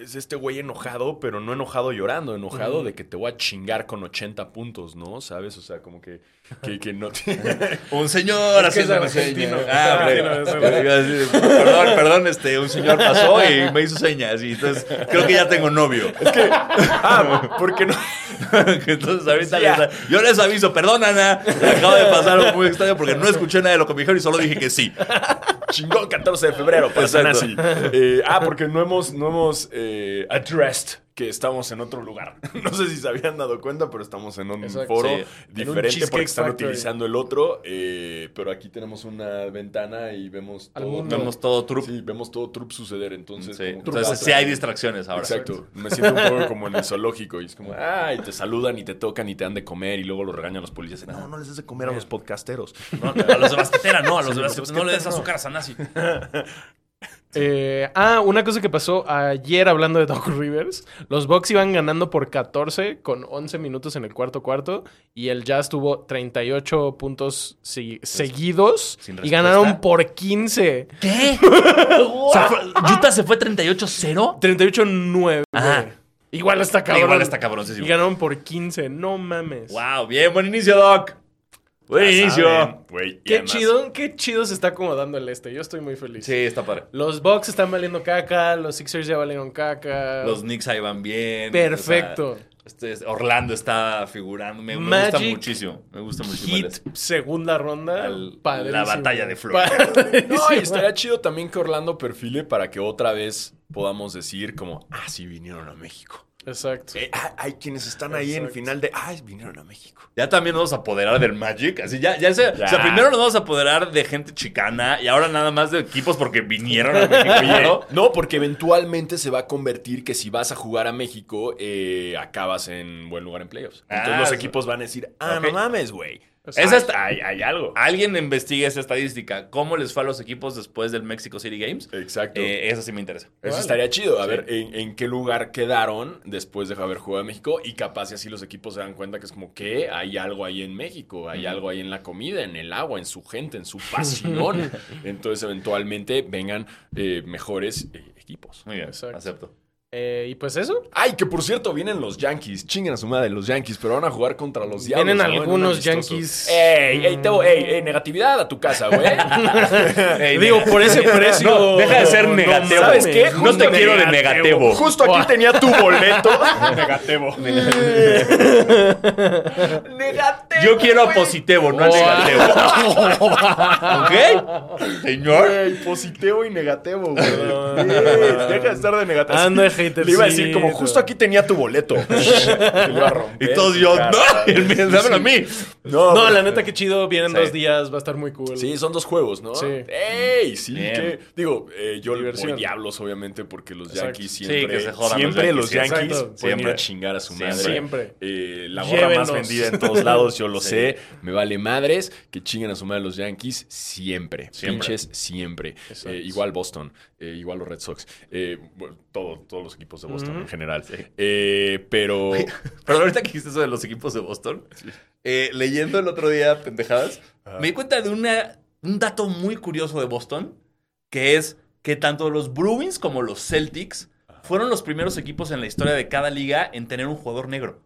[SPEAKER 5] Es este güey enojado, pero no enojado llorando, enojado de que te voy a chingar con 80 puntos, ¿no? ¿Sabes? O sea, como que, que, que no tiene.
[SPEAKER 6] Un señor
[SPEAKER 5] que es
[SPEAKER 6] haciendo
[SPEAKER 5] argentino.
[SPEAKER 6] señas. Ah, hombre.
[SPEAKER 5] Argentino,
[SPEAKER 6] Yo iba a decir, Perdón, perdón, este, un señor pasó y me hizo señas. Y entonces creo que ya tengo novio.
[SPEAKER 5] ah, porque no.
[SPEAKER 6] Entonces ahorita les- yo les aviso, perdón Ana, acabo de pasar algo muy extraño porque no escuché nada de lo que me dijeron y solo dije que sí.
[SPEAKER 5] Chingón 14 de febrero, pasan así.
[SPEAKER 6] Exacto.
[SPEAKER 5] Eh, ah, porque no hemos, no hemos eh, addressed que estamos en otro lugar. No sé si se habían dado cuenta, pero estamos en un
[SPEAKER 4] Exacto.
[SPEAKER 5] foro
[SPEAKER 6] Sí. En
[SPEAKER 4] un
[SPEAKER 5] diferente
[SPEAKER 4] Cheesecake
[SPEAKER 5] porque están
[SPEAKER 4] Factory.
[SPEAKER 5] utilizando el otro. eh, pero aquí tenemos una ventana y vemos
[SPEAKER 4] Al
[SPEAKER 5] todo.
[SPEAKER 4] mundo.
[SPEAKER 6] Vemos todo truco.
[SPEAKER 5] Sí, vemos todo Troop suceder. Entonces, como que
[SPEAKER 6] Entonces
[SPEAKER 5] pasa.
[SPEAKER 6] sí hay distracciones ahora.
[SPEAKER 5] Exacto. Me siento un poco como en el zoológico. Y es como, ay, te saludan y te tocan y te dan de comer y luego lo regañan los policías. No, no les des de comer a los podcasteros.
[SPEAKER 6] No, a los de Basquetera no, a los de Basquetera no le des azúcar a Sanasi.
[SPEAKER 4] Eh, ah, una cosa que pasó ayer hablando de Doc Rivers. Los Bucks iban ganando por 14 con 11 minutos en el cuarto cuarto y el Jazz tuvo 38 puntos si- seguidos
[SPEAKER 6] Sin
[SPEAKER 4] y
[SPEAKER 6] respuesta.
[SPEAKER 4] ganaron por 15.
[SPEAKER 6] ¿Qué? O sea, fue- ¿Utah se fue 38-0?
[SPEAKER 4] 38-9.
[SPEAKER 6] Ah.
[SPEAKER 4] Igual está cabrón.
[SPEAKER 6] Igual está
[SPEAKER 4] Y
[SPEAKER 6] cabroncísimo.
[SPEAKER 4] ganaron por 15, no mames.
[SPEAKER 6] Wow, bien, buen inicio, Doc. Buen inicio.
[SPEAKER 5] Güey, y
[SPEAKER 4] Qué
[SPEAKER 5] además-
[SPEAKER 4] chido, qué chido se está acomodando el este. Yo estoy muy feliz.
[SPEAKER 6] Sí, está padre.
[SPEAKER 4] Los Bucks están valiendo caca, los Sixers ya valieron caca.
[SPEAKER 6] Los Knicks ahí van bien.
[SPEAKER 4] Perfecto.
[SPEAKER 6] O sea, este es- Orlando está figurando. Me, me
[SPEAKER 4] Magic,
[SPEAKER 6] gusta muchísimo. Me gusta muchísimo. el
[SPEAKER 4] Hit,
[SPEAKER 6] este.
[SPEAKER 4] segunda ronda.
[SPEAKER 6] Al-
[SPEAKER 4] padrísimo.
[SPEAKER 6] la batalla de Florida.
[SPEAKER 4] Padrísimo.
[SPEAKER 5] No, y estaría chido también que Orlando perfile para que otra vez podamos decir como, ah, sí vinieron a México.
[SPEAKER 4] Exacto.
[SPEAKER 5] Eh, ah, hay quienes están ahí en el
[SPEAKER 4] Exacto.
[SPEAKER 5] final de, ah, vinieron a México.
[SPEAKER 6] Ya también nos vamos a apoderar del Magic. Así ya, ya, se-
[SPEAKER 5] Ya.
[SPEAKER 6] O sea, primero nos vamos a apoderar de gente chicana y ahora nada más de equipos porque vinieron a México. ¿no?
[SPEAKER 5] No, porque eventualmente se va a convertir que si vas a jugar a México, eh, acabas en buen lugar en playoffs. Entonces
[SPEAKER 6] Ah,
[SPEAKER 5] los
[SPEAKER 6] sí.
[SPEAKER 5] equipos van a decir, ah,
[SPEAKER 6] Ok.
[SPEAKER 5] no mames, güey.
[SPEAKER 6] Esa está-
[SPEAKER 5] hay, hay algo.
[SPEAKER 6] Alguien investigue esa estadística. ¿Cómo les fue a los equipos después del Mexico City Games?
[SPEAKER 5] Exacto.
[SPEAKER 6] Eh, eso sí me interesa.
[SPEAKER 5] Eso estaría chido, a ver en, en qué lugar quedaron después de haber jugado a México y capaz y así los equipos se dan cuenta que es como que hay algo ahí en México, hay algo ahí en la comida, en el agua, en su gente, en su pasión. Entonces eventualmente vengan eh, mejores eh, equipos.
[SPEAKER 6] Muy bien,
[SPEAKER 4] Exacto.
[SPEAKER 6] acepto.
[SPEAKER 4] Eh, y pues eso.
[SPEAKER 5] Ay, que por cierto, vienen los Yankees. Chinguen a su madre los Yankees, pero van a jugar contra los Diablos.
[SPEAKER 4] Vienen
[SPEAKER 5] ¿no? En un
[SPEAKER 4] algunos
[SPEAKER 5] amistoso.
[SPEAKER 4] Yankees.
[SPEAKER 5] Ey, ey, Teo, ey, ey, negatividad a tu casa, güey.
[SPEAKER 4] Digo, por ese precio.
[SPEAKER 6] No, deja de ser negativo.
[SPEAKER 5] ¿Sabes qué?
[SPEAKER 6] No te
[SPEAKER 5] Justo
[SPEAKER 6] quiero de negativo.
[SPEAKER 5] Justo aquí tenía tu boleto.
[SPEAKER 6] Negativo. Yo quiero a positivo, no a negativo. ¿Ok? Señor.
[SPEAKER 5] Ey, positivo y negativo, güey. Ey, Deja de estar de negativo.
[SPEAKER 6] Ah,
[SPEAKER 4] Ando de
[SPEAKER 5] Le iba a decir como
[SPEAKER 4] hatercito.
[SPEAKER 5] justo aquí tenía tu boleto. Y lo iba a romper.
[SPEAKER 6] Y todos yo, no, y el mío, dámelo a mí.
[SPEAKER 5] No,
[SPEAKER 4] No,
[SPEAKER 6] pues,
[SPEAKER 5] pero-
[SPEAKER 4] la neta, qué chido. Vienen dos días, va a estar muy cool.
[SPEAKER 5] Sí, son dos juegos, ¿no?
[SPEAKER 4] Sí.
[SPEAKER 5] ¡Ey! Sí,
[SPEAKER 6] Bien.
[SPEAKER 5] que. Digo, eh, yo le
[SPEAKER 4] Diversión.
[SPEAKER 5] voy diablos, obviamente, porque los
[SPEAKER 4] Exacto.
[SPEAKER 5] Yankees
[SPEAKER 6] Sí,
[SPEAKER 5] siempre.
[SPEAKER 6] que se jodan
[SPEAKER 5] siempre
[SPEAKER 6] los
[SPEAKER 5] los
[SPEAKER 6] Yankees,
[SPEAKER 5] Yankees,
[SPEAKER 4] sí, exacto.
[SPEAKER 5] pueden ir
[SPEAKER 6] Siempre.
[SPEAKER 5] a chingar a su
[SPEAKER 6] Siempre.
[SPEAKER 5] madre.
[SPEAKER 4] Siempre.
[SPEAKER 5] Eh, la gorra
[SPEAKER 4] Llévenos.
[SPEAKER 5] más vendida en todos lados, yo lo sé. Me vale madres que chinguen a su madre los Yankees siempre.
[SPEAKER 6] Siempre.
[SPEAKER 5] Pinches siempre. Eh, igual Boston, eh, igual los Red Sox. Eh, bueno, todo- todos los equipos de Boston en general. Eh, pero.
[SPEAKER 6] Pero ahorita que dijiste eso de los equipos de Boston, eh, leyendo el otro día pendejadas, me di cuenta de una, un dato muy curioso de Boston, que es que tanto los Bruins como los Celtics fueron los primeros equipos en la historia de cada liga en tener un jugador negro.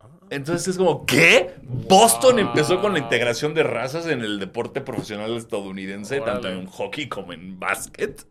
[SPEAKER 6] Ah. Entonces es como, ¿qué? Boston empezó con la integración de razas en el deporte profesional estadounidense, tanto en hockey como en básquet.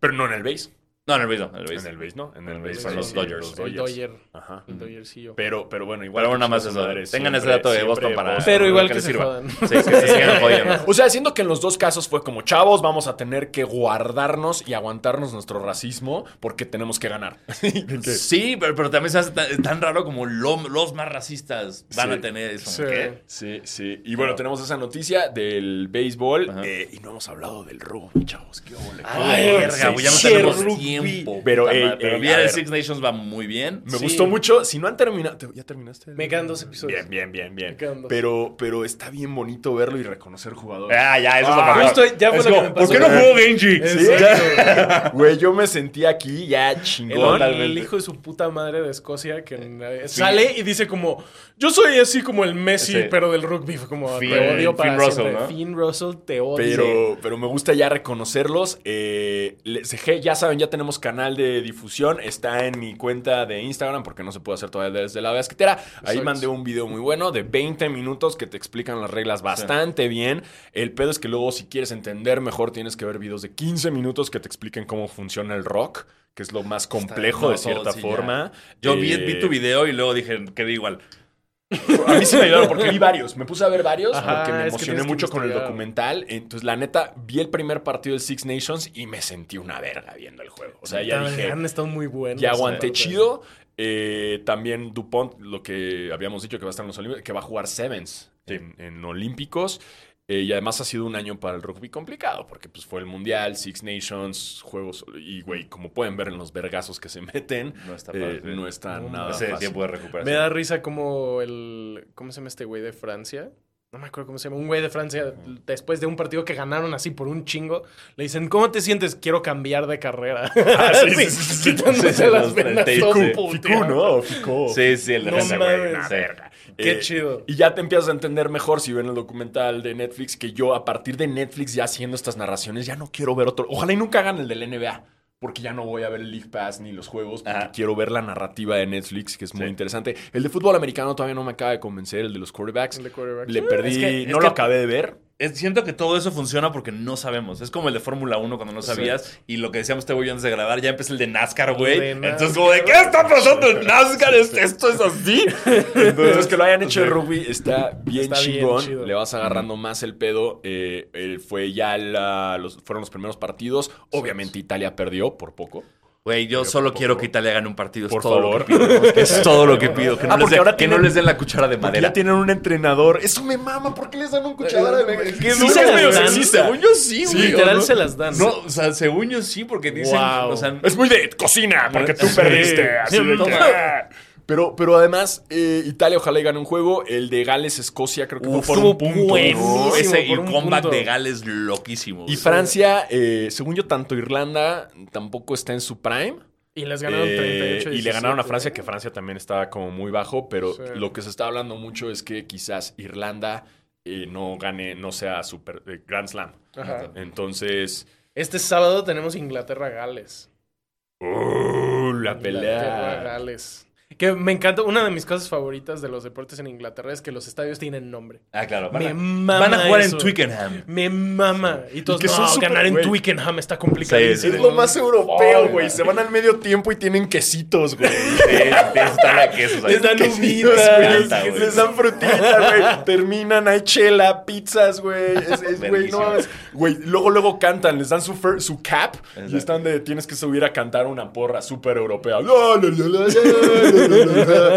[SPEAKER 5] Pero no en el base.
[SPEAKER 6] No, en el béisbol, en el
[SPEAKER 5] En
[SPEAKER 6] béisbol.
[SPEAKER 5] el base, ¿no? En el
[SPEAKER 6] base,
[SPEAKER 5] base.
[SPEAKER 6] son los Dodgers.
[SPEAKER 4] El Dodger.
[SPEAKER 5] Ajá.
[SPEAKER 4] El Dodgercillo.
[SPEAKER 5] Pero, pero bueno, igual.
[SPEAKER 6] Pero bueno,
[SPEAKER 5] que
[SPEAKER 6] nada más
[SPEAKER 5] chingas
[SPEAKER 6] eso.
[SPEAKER 5] a madre,
[SPEAKER 6] Tengan ese
[SPEAKER 5] siempre,
[SPEAKER 6] dato de
[SPEAKER 5] siempre
[SPEAKER 6] Boston para.
[SPEAKER 4] Pero
[SPEAKER 6] para
[SPEAKER 4] igual que
[SPEAKER 6] les
[SPEAKER 4] se
[SPEAKER 6] sirva.
[SPEAKER 4] jodan.
[SPEAKER 6] Sí, que se sigan jodiendo.
[SPEAKER 5] O sea, siento que en los dos casos fue como chavos, vamos a tener que guardarnos y aguantarnos nuestro racismo porque tenemos que ganar.
[SPEAKER 6] Sí, pero, pero también se hace tan, tan raro como lo- los más racistas van
[SPEAKER 5] Sí.
[SPEAKER 6] a tener eso.
[SPEAKER 4] Sí.
[SPEAKER 6] ¿Qué?
[SPEAKER 5] Sí, sí. Y bueno, tenemos esa noticia del béisbol eh, y no hemos hablado del rugby, chavos. Qué ole.
[SPEAKER 6] Ay, verga, güey, ya no
[SPEAKER 5] sí,
[SPEAKER 6] tenemos
[SPEAKER 5] rugby.
[SPEAKER 6] tiempo.
[SPEAKER 5] Pero,
[SPEAKER 6] puta
[SPEAKER 5] ey,
[SPEAKER 6] madre. pero
[SPEAKER 5] ey,
[SPEAKER 6] bien,
[SPEAKER 5] a
[SPEAKER 6] el
[SPEAKER 5] ver.
[SPEAKER 6] Six Nations va muy bien.
[SPEAKER 5] Me
[SPEAKER 4] Sí.
[SPEAKER 5] gustó mucho. Si no han terminado, ¿te- ¿ya terminaste?
[SPEAKER 4] Me quedan dos episodios.
[SPEAKER 5] Bien, bien, bien, bien.
[SPEAKER 4] Me quedan dos.
[SPEAKER 5] Pero, pero está bien bonito verlo y reconocer jugadores.
[SPEAKER 6] Ah, ya, eso
[SPEAKER 5] Ah,
[SPEAKER 6] es lo mejor.
[SPEAKER 4] justo, ya fue
[SPEAKER 6] Es
[SPEAKER 4] lo que
[SPEAKER 6] como,
[SPEAKER 4] me
[SPEAKER 6] ¿Por
[SPEAKER 4] pasó.
[SPEAKER 6] qué no jugó Genji?
[SPEAKER 5] Eh, Sí. Güey, yo me sentí aquí ya
[SPEAKER 4] El,
[SPEAKER 5] chingón.
[SPEAKER 4] el hijo de su puta madre de Escocia que eh, sale y dice como yo soy así como el Messi
[SPEAKER 6] Sí.
[SPEAKER 4] pero del rugby fue como
[SPEAKER 6] Finn-
[SPEAKER 4] te odio para
[SPEAKER 6] Finn Russell,
[SPEAKER 4] siempre.
[SPEAKER 6] ¿no?
[SPEAKER 4] Finn Russell te odio.
[SPEAKER 5] Pero, pero me gusta ya reconocerlos. Eh, les dejé- ya saben, ya tenemos canal de difusión. Está en mi cuenta de Instagram porque no se puede hacer todavía desde la basquetera. Ahí
[SPEAKER 4] Exacto.
[SPEAKER 5] mandé un video muy bueno de 20 minutos que te explican las reglas bastante bien. El pedo es que luego si quieres entender mejor tienes que ver videos de 15 minutos que te expliquen cómo funciona el rock, que es lo más complejo
[SPEAKER 6] No,
[SPEAKER 5] de cierta
[SPEAKER 6] sí, ya.
[SPEAKER 5] forma.
[SPEAKER 6] Yo vi,
[SPEAKER 5] Eh,
[SPEAKER 6] vi tu video y luego dije, quedé igual.
[SPEAKER 5] a mí sí me ayudaron porque vi varios. Me puse a ver varios
[SPEAKER 4] Ajá,
[SPEAKER 5] porque me
[SPEAKER 4] es que
[SPEAKER 5] emocioné
[SPEAKER 4] tienes que
[SPEAKER 5] mucho con el
[SPEAKER 4] investigar.
[SPEAKER 5] documental. Entonces, la neta, vi el primer partido del Six Nations y me sentí una verga viendo el juego. O sea, ya
[SPEAKER 4] Puta,
[SPEAKER 5] dije,
[SPEAKER 4] han estado muy buenos.
[SPEAKER 5] ya aguanté
[SPEAKER 4] aparte.
[SPEAKER 5] chido. Eh, también Dupont, lo que habíamos dicho que va a estar en los Olímpicos, que va a jugar Sevens en, en Olímpicos. Eh, y además ha sido un año para el rugby complicado, porque pues fue el Mundial, Six Nations, Juegos... Y, güey, como pueden ver en los vergazos que se meten,
[SPEAKER 6] No está
[SPEAKER 5] eh,
[SPEAKER 6] fácil.
[SPEAKER 5] no está
[SPEAKER 4] No
[SPEAKER 5] nada
[SPEAKER 4] mames.
[SPEAKER 6] Ese
[SPEAKER 5] fácil.
[SPEAKER 6] tiempo de
[SPEAKER 4] Me
[SPEAKER 6] recuperación.
[SPEAKER 4] da risa como el ¿cómo se llama este güey de Francia? No me acuerdo cómo se llama. Un güey de Francia después de un partido que ganaron así por un chingo, le dicen, "¿Cómo te sientes? Quiero cambiar de carrera."
[SPEAKER 5] sí,
[SPEAKER 4] Así,
[SPEAKER 5] sí, sí, sí.
[SPEAKER 4] quitándose
[SPEAKER 6] Ah, Sí, sí,
[SPEAKER 4] las
[SPEAKER 6] los
[SPEAKER 4] venas
[SPEAKER 6] treinta y
[SPEAKER 4] todo
[SPEAKER 6] seis.
[SPEAKER 4] puteado.
[SPEAKER 5] Ficú, ¿no? Ficó.
[SPEAKER 6] Sí, sí, el de
[SPEAKER 4] No
[SPEAKER 6] ese güey,
[SPEAKER 4] mames.
[SPEAKER 6] una verga.
[SPEAKER 4] Qué chido.
[SPEAKER 5] Eh, Y ya te empiezas a entender mejor si ven el documental de Netflix, que yo a partir de Netflix ya haciendo estas narraciones, ya no quiero ver otro. Ojalá y nunca hagan el del NBA, porque ya no voy a ver el League Pass ni los juegos, porque
[SPEAKER 6] Ajá.
[SPEAKER 5] quiero ver la narrativa de Netflix, que es muy interesante. El de fútbol americano todavía no me acaba de convencer, el de los quarterbacks.
[SPEAKER 4] El de quarterbacks.
[SPEAKER 5] Le
[SPEAKER 4] Eh,
[SPEAKER 5] perdí,
[SPEAKER 6] es que- es
[SPEAKER 5] no
[SPEAKER 6] que-
[SPEAKER 5] lo acabé de ver.
[SPEAKER 6] Es- Siento que todo eso funciona porque no sabemos. Es como el de Fórmula 1 cuando no sabías. Y lo que decíamos este güey antes de grabar, ya empecé el de NASCAR, güey.
[SPEAKER 4] de
[SPEAKER 6] Entonces, como de, ¿qué está pasando en NASCAR? ¿Es- ¿Esto es así?
[SPEAKER 5] Entonces, que lo hayan hecho de rugby está bien
[SPEAKER 4] Está bien
[SPEAKER 5] chingón.
[SPEAKER 4] chido.
[SPEAKER 5] Le vas agarrando más el pedo. Eh, él fue ya la- los, fueron los primeros partidos. Obviamente, Italia perdió por poco.
[SPEAKER 6] Güey, yo solo quiero que Italia gane un partido. Es
[SPEAKER 5] Por
[SPEAKER 6] todo
[SPEAKER 5] favor.
[SPEAKER 6] Lo que pido. Es todo lo que pido. Que no,
[SPEAKER 5] Ah,
[SPEAKER 6] les,
[SPEAKER 5] porque
[SPEAKER 6] den,
[SPEAKER 5] ahora
[SPEAKER 6] que
[SPEAKER 5] tienen-
[SPEAKER 6] no les den la cuchara de madera.
[SPEAKER 5] Ya tienen un entrenador. Eso me mama. ¿Por qué les dan un cuchara de
[SPEAKER 6] Que
[SPEAKER 4] Sí
[SPEAKER 6] no,
[SPEAKER 4] se las
[SPEAKER 6] güey, o sea,
[SPEAKER 4] dan.
[SPEAKER 6] sí, según yo sí, güey.
[SPEAKER 4] literal
[SPEAKER 6] ¿o no?
[SPEAKER 4] se las dan.
[SPEAKER 6] No, o sea, según yo sí, porque dicen.
[SPEAKER 4] Wow.
[SPEAKER 6] O sea,
[SPEAKER 5] Es muy de cocina, porque tú perdiste. así de que- ah.
[SPEAKER 6] Toma.
[SPEAKER 5] Pero, pero además, eh, Italia ojalá y gane un juego. El de Gales, Escocia, creo que fue por un punto.
[SPEAKER 4] buenísimo,
[SPEAKER 6] ese y
[SPEAKER 4] por un
[SPEAKER 6] comeback
[SPEAKER 4] punto.
[SPEAKER 6] de Gales loquísimo.
[SPEAKER 5] Y
[SPEAKER 6] güey.
[SPEAKER 5] Francia, eh, según yo, tanto Irlanda tampoco está en su prime.
[SPEAKER 4] Y ¿eh? les ganaron
[SPEAKER 5] Eh,
[SPEAKER 4] 38
[SPEAKER 5] y le ganaron a
[SPEAKER 4] 17.
[SPEAKER 5] Francia, que Francia también estaba como muy bajo, pero
[SPEAKER 4] Sí.
[SPEAKER 5] lo que se está hablando mucho es que quizás Irlanda eh, no gane, no sea super eh, Grand Slam.
[SPEAKER 4] Ajá.
[SPEAKER 5] Entonces,
[SPEAKER 4] Este sábado tenemos Inglaterra Gales.
[SPEAKER 5] uy, Uh, la pelea.
[SPEAKER 4] Gales. Que me encanta, una de mis cosas favoritas de los deportes en Inglaterra es que los estadios tienen nombre.
[SPEAKER 6] Ah, claro. Van,
[SPEAKER 4] Me
[SPEAKER 6] a,
[SPEAKER 4] mama
[SPEAKER 6] van a jugar
[SPEAKER 4] eso.
[SPEAKER 6] en Twickenham.
[SPEAKER 4] Me mama. Y todos,
[SPEAKER 5] que son
[SPEAKER 4] "No,
[SPEAKER 5] súper-
[SPEAKER 4] ganar en
[SPEAKER 5] güey".
[SPEAKER 4] Twickenham está complicado.
[SPEAKER 6] Sí, sí,
[SPEAKER 5] Es lo más europeo, güey. Se van al medio tiempo y tienen quesitos, güey.
[SPEAKER 4] Les dan
[SPEAKER 5] Quesitos,
[SPEAKER 4] uvitas,
[SPEAKER 5] güey.
[SPEAKER 4] güey.
[SPEAKER 5] Les dan frutita, güey. Terminan, hay chela, pizzas, güey. Es- es- Güey, no
[SPEAKER 6] Verguísima.
[SPEAKER 5] mames. Güey, luego, luego cantan, les dan su, fir- su cap y están de tienes que subir a cantar una porra súper europea. La, la, la, la, la, la, la.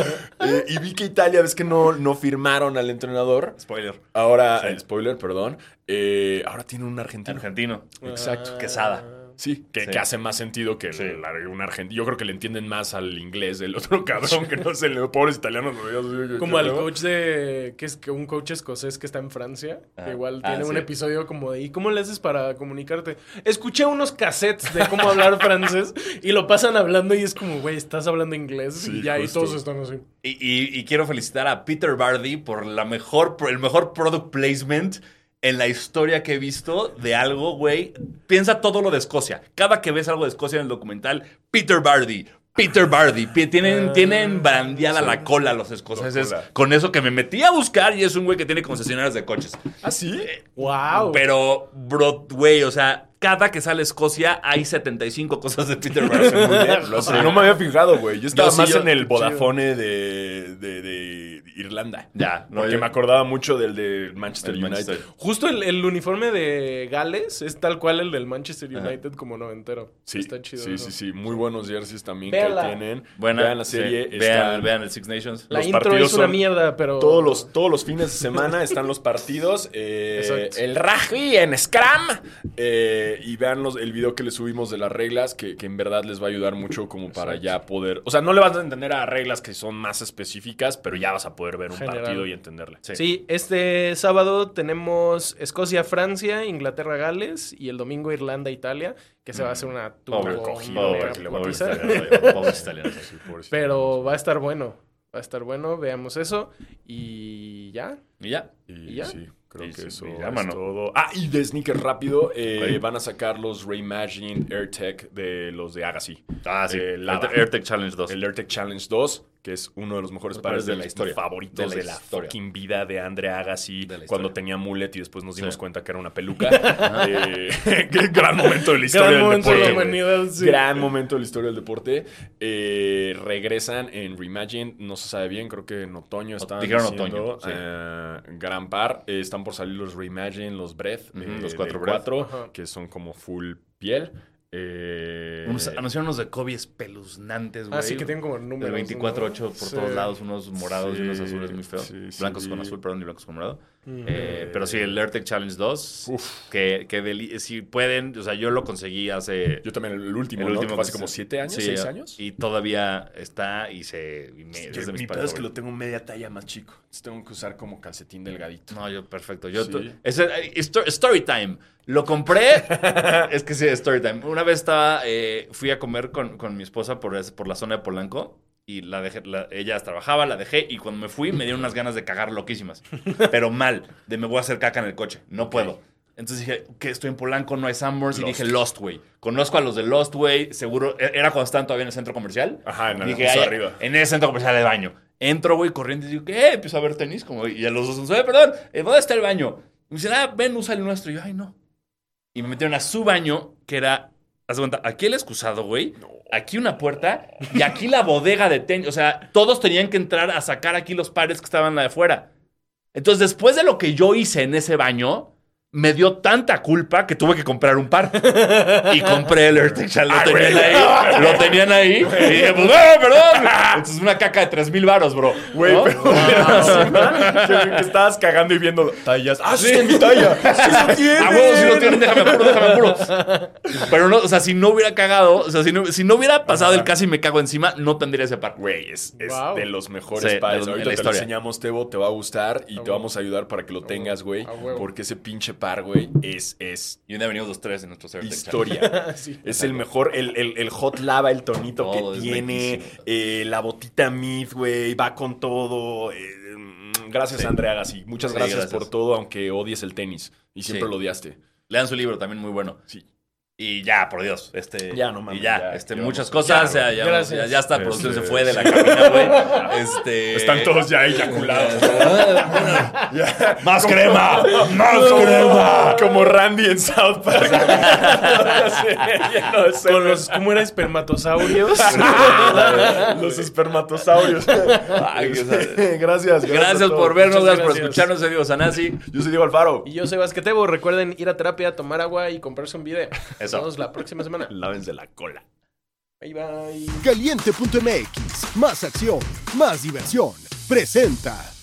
[SPEAKER 5] Eh, y vi que Italia, ves que no, no firmaron al entrenador.
[SPEAKER 6] Spoiler.
[SPEAKER 5] Ahora, eh, spoiler, perdón. eh, ahora tiene un argentino.
[SPEAKER 6] Argentino.
[SPEAKER 5] Exacto.
[SPEAKER 6] Quesada.
[SPEAKER 5] Sí, que,
[SPEAKER 6] Sí.
[SPEAKER 5] que hace más sentido que el- la- un argentino. Yo creo que le entienden más al inglés del otro cabrón que no sé, los pobres italianos. los-
[SPEAKER 4] Como al coach de. que es que un coach escocés que está en Francia. que igual
[SPEAKER 6] Ah,
[SPEAKER 4] tiene un
[SPEAKER 6] sí.
[SPEAKER 4] episodio como de. ¿Y cómo le haces para comunicarte? Escuché unos cassettes de cómo hablar francés y lo pasan hablando y es como, güey, estás hablando inglés
[SPEAKER 5] Sí,
[SPEAKER 4] y ya, y
[SPEAKER 5] justo.
[SPEAKER 4] todos están así.
[SPEAKER 6] Y, y- y quiero felicitar a Peter Bardi por, la mejor, por el mejor product placement en la historia que he visto de algo, güey. Piensa todo lo de Escocia. Cada que ves algo de Escocia en el documental, Peter Bardi. Peter Bardi, Pi- tienen, tienen brandeada la cola los escoceses
[SPEAKER 5] cola.
[SPEAKER 6] con eso que me metí a buscar y es un güey que tiene concesionarias de coches.
[SPEAKER 5] ¿Ah, sí?
[SPEAKER 6] Eh,
[SPEAKER 4] ¡Wow!
[SPEAKER 6] Pero, bro, güey, o sea, cada que sale Escocia hay 75 cosas de Peter Bardi.
[SPEAKER 5] Muy bien, lo sé. No me había fijado, güey. Yo estaba
[SPEAKER 6] sí,
[SPEAKER 5] más
[SPEAKER 6] yo-
[SPEAKER 5] en el Vodafone de, de- de Irlanda.
[SPEAKER 6] Ya, no,
[SPEAKER 5] porque
[SPEAKER 6] yo-
[SPEAKER 5] me acordaba mucho del de Manchester
[SPEAKER 6] El
[SPEAKER 5] United.
[SPEAKER 6] Manchester.
[SPEAKER 4] Justo el, el uniforme de Gales es tal cual el del Manchester United como noventero.
[SPEAKER 5] Sí,
[SPEAKER 4] Está chido.
[SPEAKER 5] sí,
[SPEAKER 4] eso.
[SPEAKER 5] sí, sí. Muy buenos jerseys también
[SPEAKER 4] Véanla.
[SPEAKER 5] que tienen.
[SPEAKER 6] Buena,
[SPEAKER 5] vean la serie.
[SPEAKER 6] sí.
[SPEAKER 5] están-
[SPEAKER 6] vean, vean el Six Nations.
[SPEAKER 4] La
[SPEAKER 5] Los
[SPEAKER 4] intro
[SPEAKER 5] partidos
[SPEAKER 4] es una
[SPEAKER 5] son
[SPEAKER 4] mierda, pero.
[SPEAKER 5] Todos los, todos los fines de semana están los partidos. eh,
[SPEAKER 4] Exacto.
[SPEAKER 5] el rugby en Scrum. eh, y vean los- el video que les subimos de las reglas, que, que en verdad les va a ayudar mucho como para ya poder. O sea, no le vas a entender a reglas que son más específicas, pero ya vas a poder ver un
[SPEAKER 4] General.
[SPEAKER 5] partido y entenderle.
[SPEAKER 4] Sí, este sábado tenemos Escocia-Francia, Inglaterra-Gales y el domingo Irlanda-Italia, que se va a
[SPEAKER 6] Mm.
[SPEAKER 4] hacer una
[SPEAKER 6] Pobre,
[SPEAKER 4] turbo
[SPEAKER 6] pobre,
[SPEAKER 4] mega
[SPEAKER 6] pobre
[SPEAKER 4] putiza.
[SPEAKER 6] italiano, pobre italiano, sí.
[SPEAKER 4] Pero va a estar bueno, va a estar bueno, veamos eso y ya.
[SPEAKER 6] Y ya.
[SPEAKER 5] Y,
[SPEAKER 4] ¿Y ya?
[SPEAKER 5] sí, creo
[SPEAKER 6] Y
[SPEAKER 5] que
[SPEAKER 6] sí,
[SPEAKER 5] eso
[SPEAKER 6] y ya,
[SPEAKER 5] es
[SPEAKER 6] mano.
[SPEAKER 5] todo. Ah, y de sneakers rápido, eh,
[SPEAKER 6] Güey.
[SPEAKER 5] van a sacar los Reimagine AirTech de los de Agassi.
[SPEAKER 6] Ah, sí.
[SPEAKER 5] Eh,
[SPEAKER 6] el
[SPEAKER 5] lava.
[SPEAKER 6] AirTech Challenge 2.
[SPEAKER 5] El AirTech Challenge 2, que es uno de los mejores
[SPEAKER 6] Los
[SPEAKER 5] pares
[SPEAKER 6] pares
[SPEAKER 5] de,
[SPEAKER 6] de la
[SPEAKER 5] mis
[SPEAKER 6] historia.
[SPEAKER 5] favoritos de
[SPEAKER 6] De
[SPEAKER 5] la,
[SPEAKER 6] la historia.
[SPEAKER 5] fucking vida de Andre Agassi
[SPEAKER 6] De la historia.
[SPEAKER 5] cuando tenía mullet y después nos dimos
[SPEAKER 6] Sí.
[SPEAKER 5] cuenta que era una peluca. Eh, qué gran momento de la historia
[SPEAKER 4] Gran
[SPEAKER 5] del
[SPEAKER 4] momento de
[SPEAKER 5] deporte.
[SPEAKER 4] la
[SPEAKER 5] güey.
[SPEAKER 4] humanidad, sí.
[SPEAKER 5] Gran momento de la historia del deporte. Eh, regresan en Reimagine, no se sabe bien, creo que en otoño están
[SPEAKER 6] dijeron
[SPEAKER 5] diciendo,
[SPEAKER 6] otoño, sí.
[SPEAKER 5] eh, gran par. Eh, están por salir los Reimagine, los Breath,
[SPEAKER 6] Ujú,
[SPEAKER 5] eh,
[SPEAKER 6] los cuatro
[SPEAKER 5] de
[SPEAKER 6] Breath.
[SPEAKER 4] Ajá.
[SPEAKER 5] que son como full piel. Eh,
[SPEAKER 6] Unos- anunciaron unos de Kobe espeluznantes, güey.
[SPEAKER 4] Ah, sí, que tienen como números.
[SPEAKER 6] Del 24-8 por
[SPEAKER 4] Sí.
[SPEAKER 6] todos lados, unos morados y unos
[SPEAKER 5] Sí,
[SPEAKER 6] azules muy feos.
[SPEAKER 5] sí, sí,
[SPEAKER 6] blancos
[SPEAKER 5] vi.
[SPEAKER 6] con azul, perdón, y blancos con morado. Eh, pero sí, el AirTech Challenge 2, que, que deli- si pueden, o sea, yo lo conseguí hace...
[SPEAKER 5] Yo también, el último,
[SPEAKER 6] el
[SPEAKER 5] ¿no?
[SPEAKER 6] último
[SPEAKER 5] que fue hace
[SPEAKER 6] que
[SPEAKER 5] como
[SPEAKER 6] se-
[SPEAKER 5] siete años,
[SPEAKER 6] sí,
[SPEAKER 5] seis años.
[SPEAKER 6] Y todavía está y se... y me-
[SPEAKER 5] Yo-
[SPEAKER 6] es de mis
[SPEAKER 5] mi pedo es que
[SPEAKER 6] pares favoritos.
[SPEAKER 5] lo tengo media talla más chico. Entonces tengo que usar como calcetín delgadito.
[SPEAKER 6] No, yo perfecto. Yo
[SPEAKER 5] Sí.
[SPEAKER 6] tu- ese- eh, histo- story time. Lo compré. es que sí, story time. Una vez estaba, eh, fui a comer con, con mi esposa por, es- por la zona de Polanco y la dejé, la- ella trabajaba, la dejé y cuando me fui me dieron unas ganas de cagar loquísimas. Pero mal, de me voy a hacer caca en el coche. No puedo. Entonces dije, que estoy en Polanco, no hay Sanborns. Y dije, Lost Way. Conozco a los de Lost Way, seguro. e- Era cuando estaban todavía en el centro comercial.
[SPEAKER 5] Ajá, en el
[SPEAKER 6] Dije,
[SPEAKER 5] piso
[SPEAKER 6] "Ay, eh,
[SPEAKER 5] arriba".
[SPEAKER 6] en ese centro comercial del baño. Entro, güey, corriendo y digo, ¿qué? Empiezo a ver tenis, como, y a los dos nos, "Eh, perdón, eh, ¿dónde está el baño? Y me dicen, ah, ven, usa el nuestro. Y yo, ay, no. Y me metieron a su baño, que era, haz de cuenta, aquí el excusado, güey, aquí una puerta y aquí la bodega de tenis. O sea, todos tenían que entrar a sacar aquí los pares que estaban la de afuera. Entonces, después de lo que yo hice en ese baño, me dio tanta culpa que tuve que comprar un par. Y compré el AirTag Challenge.
[SPEAKER 5] Ah,
[SPEAKER 6] Lo tenían ahí. Lo tenían ahí. Y dije, pues, "Ah, perdón. Entonces, es una caca de 3 mil varos, bro.
[SPEAKER 5] Güey,
[SPEAKER 6] ¿No? Ah.
[SPEAKER 5] pero que, que estabas cagando y viendo tallas. ¡Ah, sí, es mi talla! ¡Sí lo tienen!
[SPEAKER 6] Ah, huevo, si lo tienen, déjame apuro, déjame apuro. Pero no, o sea, si no hubiera cagado, o sea, si no, si no hubiera pasado el casi me cago encima, no tendría ese par.
[SPEAKER 5] Güey, es, es
[SPEAKER 4] Wow.
[SPEAKER 5] de los mejores
[SPEAKER 6] Sí, de
[SPEAKER 5] pares.
[SPEAKER 6] los-
[SPEAKER 5] Ahorita te
[SPEAKER 6] de la
[SPEAKER 5] lo
[SPEAKER 6] historia.
[SPEAKER 5] enseñamos, Tebo, te va a gustar y te vamos a ayudar para que lo tengas, güey.
[SPEAKER 4] A huevo.
[SPEAKER 5] Porque ese pinche par, güey, es, es
[SPEAKER 6] Y un día venimos los tres en nuestro server.
[SPEAKER 5] historia. es el mejor, el, el- el hot lava, el tonito
[SPEAKER 6] Todo
[SPEAKER 5] que
[SPEAKER 6] es
[SPEAKER 5] tiene,
[SPEAKER 6] riquísimo.
[SPEAKER 5] eh, la botita mid, güey, va con todo. eh, mm, gracias, Andrea Gassi. Muchas
[SPEAKER 6] Sí,
[SPEAKER 5] gracias,
[SPEAKER 6] gracias.
[SPEAKER 5] por todo, aunque odies el tenis y siempre
[SPEAKER 6] Sí.
[SPEAKER 5] lo odiaste.
[SPEAKER 6] Lean su libro, también muy bueno.
[SPEAKER 5] Sí.
[SPEAKER 6] Y ya, por Dios. Este,
[SPEAKER 5] Ya, no mames,
[SPEAKER 6] Y ya,
[SPEAKER 5] ya,
[SPEAKER 6] este,
[SPEAKER 5] ya
[SPEAKER 6] muchas
[SPEAKER 5] vamos.
[SPEAKER 6] cosas. Ya, ya,
[SPEAKER 4] Gracias.
[SPEAKER 6] ya, ya hasta la producción se
[SPEAKER 5] Este-
[SPEAKER 6] fue de la cabina, güey. Este,
[SPEAKER 5] Están todos ya eyaculados.
[SPEAKER 6] ¡Más crema! ¡Más crema!
[SPEAKER 5] Como Randy en South Park. Lleno de
[SPEAKER 4] Con
[SPEAKER 5] semen.
[SPEAKER 4] los, Pues, ¿cómo era? Espermatosaurios.
[SPEAKER 5] Los espermatosaurios.
[SPEAKER 6] Ay, qué sad.
[SPEAKER 5] gracias. a
[SPEAKER 6] Gracias
[SPEAKER 5] todos.
[SPEAKER 6] por vernos,
[SPEAKER 4] Muchas
[SPEAKER 6] gracias por
[SPEAKER 4] gracias.
[SPEAKER 6] escucharnos. Soy Diego Sanasi.
[SPEAKER 5] Yo soy Diego Alfaro.
[SPEAKER 4] Y yo soy Basquetebo. Recuerden ir a terapia, tomar agua y comprarse un video.
[SPEAKER 6] Eso.
[SPEAKER 4] Nos vemos la próxima semana.
[SPEAKER 5] Lávense la cola.
[SPEAKER 4] Bye bye.
[SPEAKER 1] Caliente.mx, más acción, más diversión. Presenta.